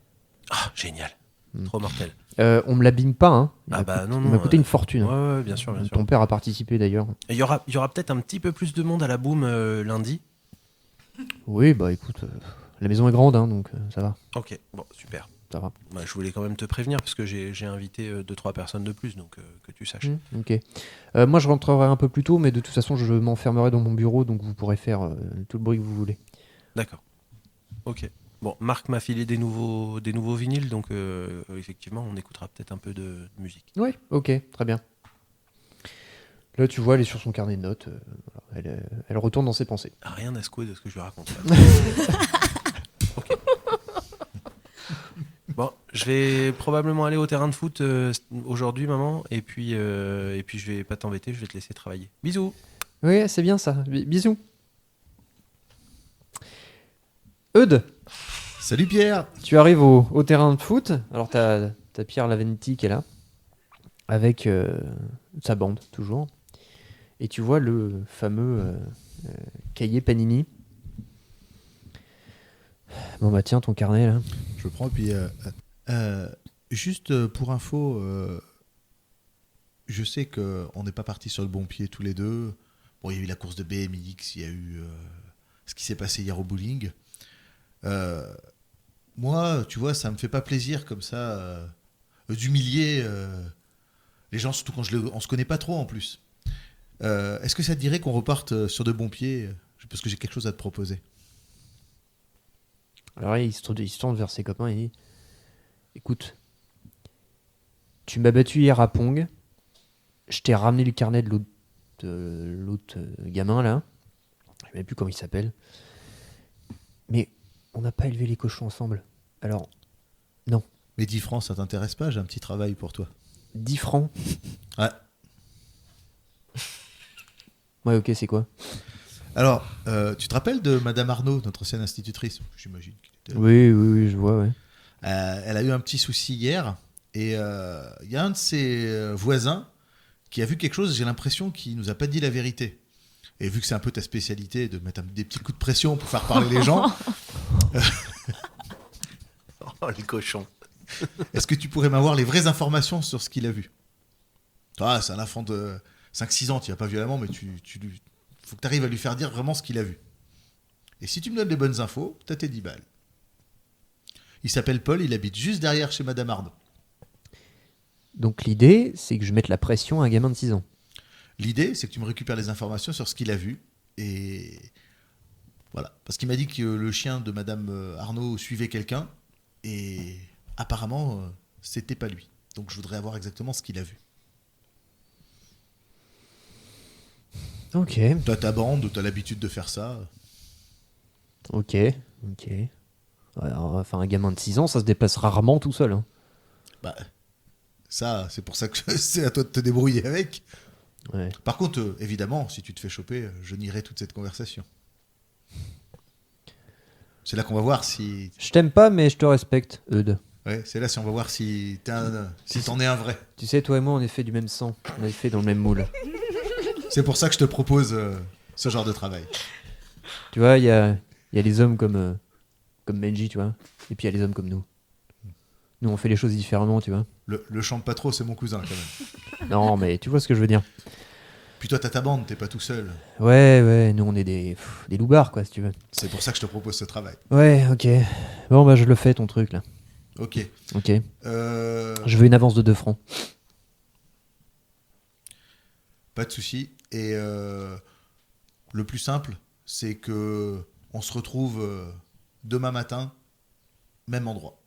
Ah, génial.
Mm.
Trop mortel.
Euh, On me l'abîme pas, hein. Il
Ah
m'a
bah,
coûté-
non,
il
non,
m'a coûté
euh,
une fortune.
Ouais,
hein.
ouais, bien sûr, bien sûr.
Ton père a participé d'ailleurs.
Et Il y aura, il y aura peut-être un petit peu plus de monde à la boum euh, lundi.
Oui, bah écoute, euh, la maison est grande, hein, donc euh, ça va,
Ok, bon, super.
ça va.
Bah, je voulais quand même te prévenir parce que j'ai j'ai invité 2 deux trois personnes de plus, donc euh, que tu saches.
Hmm, ok. Euh, moi, je rentrerai un peu plus tôt, mais de toute façon, je m'enfermerai dans mon bureau, donc vous pourrez faire euh, tout le bruit que vous voulez.
D'accord. Ok. Bon, Marc m'a filé des nouveaux des nouveaux vinyles, donc euh, effectivement, on écoutera peut-être un peu de musique.
Oui, ok, très bien. Là, tu vois, elle est sur son carnet de notes. euh, voilà, elle, euh, elle retourne dans ses pensées.
Ah, Rien à secouer de ce que je lui raconte. Ok. Bon, je vais probablement aller au terrain de foot euh, aujourd'hui, maman, et puis euh, et puis je vais pas t'embêter, je vais te laisser travailler. Bisous.
Oui, c'est bien ça. Bi- Bisous. Eudes,
Salut Pierre
tu arrives au, au terrain de foot. Alors, t'as as Pierre Laventi qui est là, avec euh, sa bande, toujours. Et tu vois le fameux euh, euh, cahier Panini. Bon, bah tiens, ton carnet, là.
Je prends, puis. euh, euh, juste euh, pour info, euh, je sais qu'on n'est pas parti sur le bon pied tous les deux. Bon, il y a eu la course de BMX, il y a eu euh, ce qui s'est passé hier au bowling. Euh, moi, tu vois, ça me fait pas plaisir comme ça euh, d'humilier euh, les gens, surtout quand je le- on se connaît pas trop en plus. Euh, Est-ce que ça te dirait qu'on reparte euh, sur de bons pieds Parce que j'ai quelque chose à te proposer.
Alors, il se, tourne, il se tourne vers ses copains et dit Écoute, tu m'as battu hier à Pong. Je t'ai ramené le carnet de l'autre, de l'autre euh, gamin, là. Je ne sais même plus comment il s'appelle. Mais on n'a pas élevé les cochons ensemble. Alors,
Mais 10 francs, ça t'intéresse pas J'ai un petit travail pour toi.
10 francs.
Ouais.
Ouais, ok, c'est quoi
Alors, euh, tu te rappelles de Madame Arnaud, notre ancienne institutrice J'imagine. qu'elle était-
Oui, oui, oui, je vois, ouais.
Euh, elle a eu un petit souci hier et euh, il y a un de ses euh, voisins qui a vu quelque chose, j'ai l'impression qu'il nous a pas dit la vérité. Et vu que c'est un peu ta spécialité de mettre un- des petits coups de pression pour faire parler les gens,
Oh les cochons.
est-ce que tu pourrais m'avoir les vraies informations sur ce qu'il a vu Toi, c'est un enfant de 5-6 ans, tu vas pas violemment, mais tu, tu lui- faut que tu arrives à lui faire dire vraiment ce qu'il a vu. Et si tu me donnes les bonnes infos, t'as tes 10 balles. Il s'appelle Paul, il habite juste derrière chez Madame Arnaud.
Donc l'idée, c'est que je mette la pression à un gamin de 6 ans.
L'idée, c'est que tu me récupères les informations sur ce qu'il a vu. Et voilà. Parce qu'il m'a dit que le chien de Madame euh, Arnaud suivait quelqu'un. Et apparemment, euh, c'était pas lui. Donc je voudrais avoir exactement ce qu'il a vu.
Ok,
T'as ta bande, t'as l'habitude de faire ça.
ok, ok. Alors, enfin, un gamin de 6 ans, ça se dépasse rarement tout seul. hein.
Bah, ça, c'est pour ça que c'est à toi de te débrouiller avec.
Ouais.
Par contre, euh, évidemment, si tu te fais choper, euh, je nierai toute cette conversation. C'est là qu'on va voir si.
Je t'aime pas, mais je te respecte, Eudes.
Ouais, c'est là si on va voir si t'es un- si t'en es un vrai.
Tu sais, toi et moi, on est fait du même sang. On est fait dans le même moule.
C'est pour ça que je te propose euh, ce genre de travail.
Tu vois, il y a, il y a les hommes comme, euh, comme Benji, tu vois. Et puis il y a les hommes comme nous. Nous, on fait les choses différemment, tu vois.
Le, le chante pas trop, c'est mon cousin quand même.
Non, mais tu vois ce que je veux dire.
Puis toi, t'as ta bande, t'es pas tout seul.
Ouais, ouais, nous, on est des, pff, des loupards, quoi, si tu veux.
C'est pour ça que je te propose ce travail.
Ouais, ok. Bon, bah, je le fais, ton truc, là.
Ok.
Ok.
Euh,
Je veux une avance de 2 francs.
Pas de souci. Et euh, le plus simple, c'est que on se retrouve euh, demain matin, même endroit.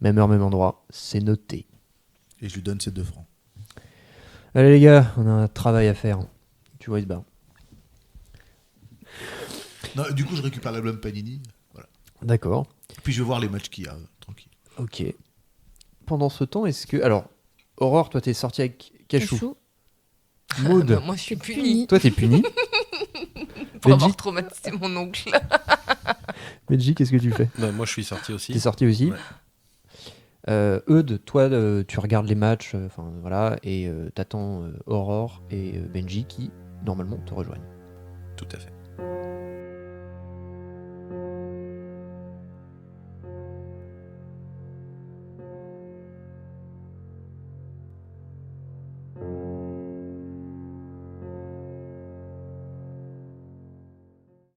Même heure, même endroit. C'est noté.
Et je lui donne ces deux francs.
Allez, les gars, on a un travail à faire. Tu vois, il se barre.
Non, du coup, je récupère l'album Panini.
D'accord.
Puis je vais voir les matchs qu'il y a. euh, tranquille.
Ok. Pendant ce temps, est-ce que. Alors, Aurore, toi, t'es sorti avec Cachou.
Cachou.
Maud,
Bah, moi, je suis punie
Puni.
toi, t'es puni.
pour
Benji,
avoir traumatisé mon oncle.
Benji, qu'est-ce que tu fais
Bah, moi, je suis sorti
T'es
aussi.
sorti aussi.
Ouais.
Euh, Eudes, toi, euh, tu regardes les matchs, euh, enfin voilà, et euh, t'attends euh, Aurore et euh, Benji qui, normalement, te rejoignent.
Tout à fait.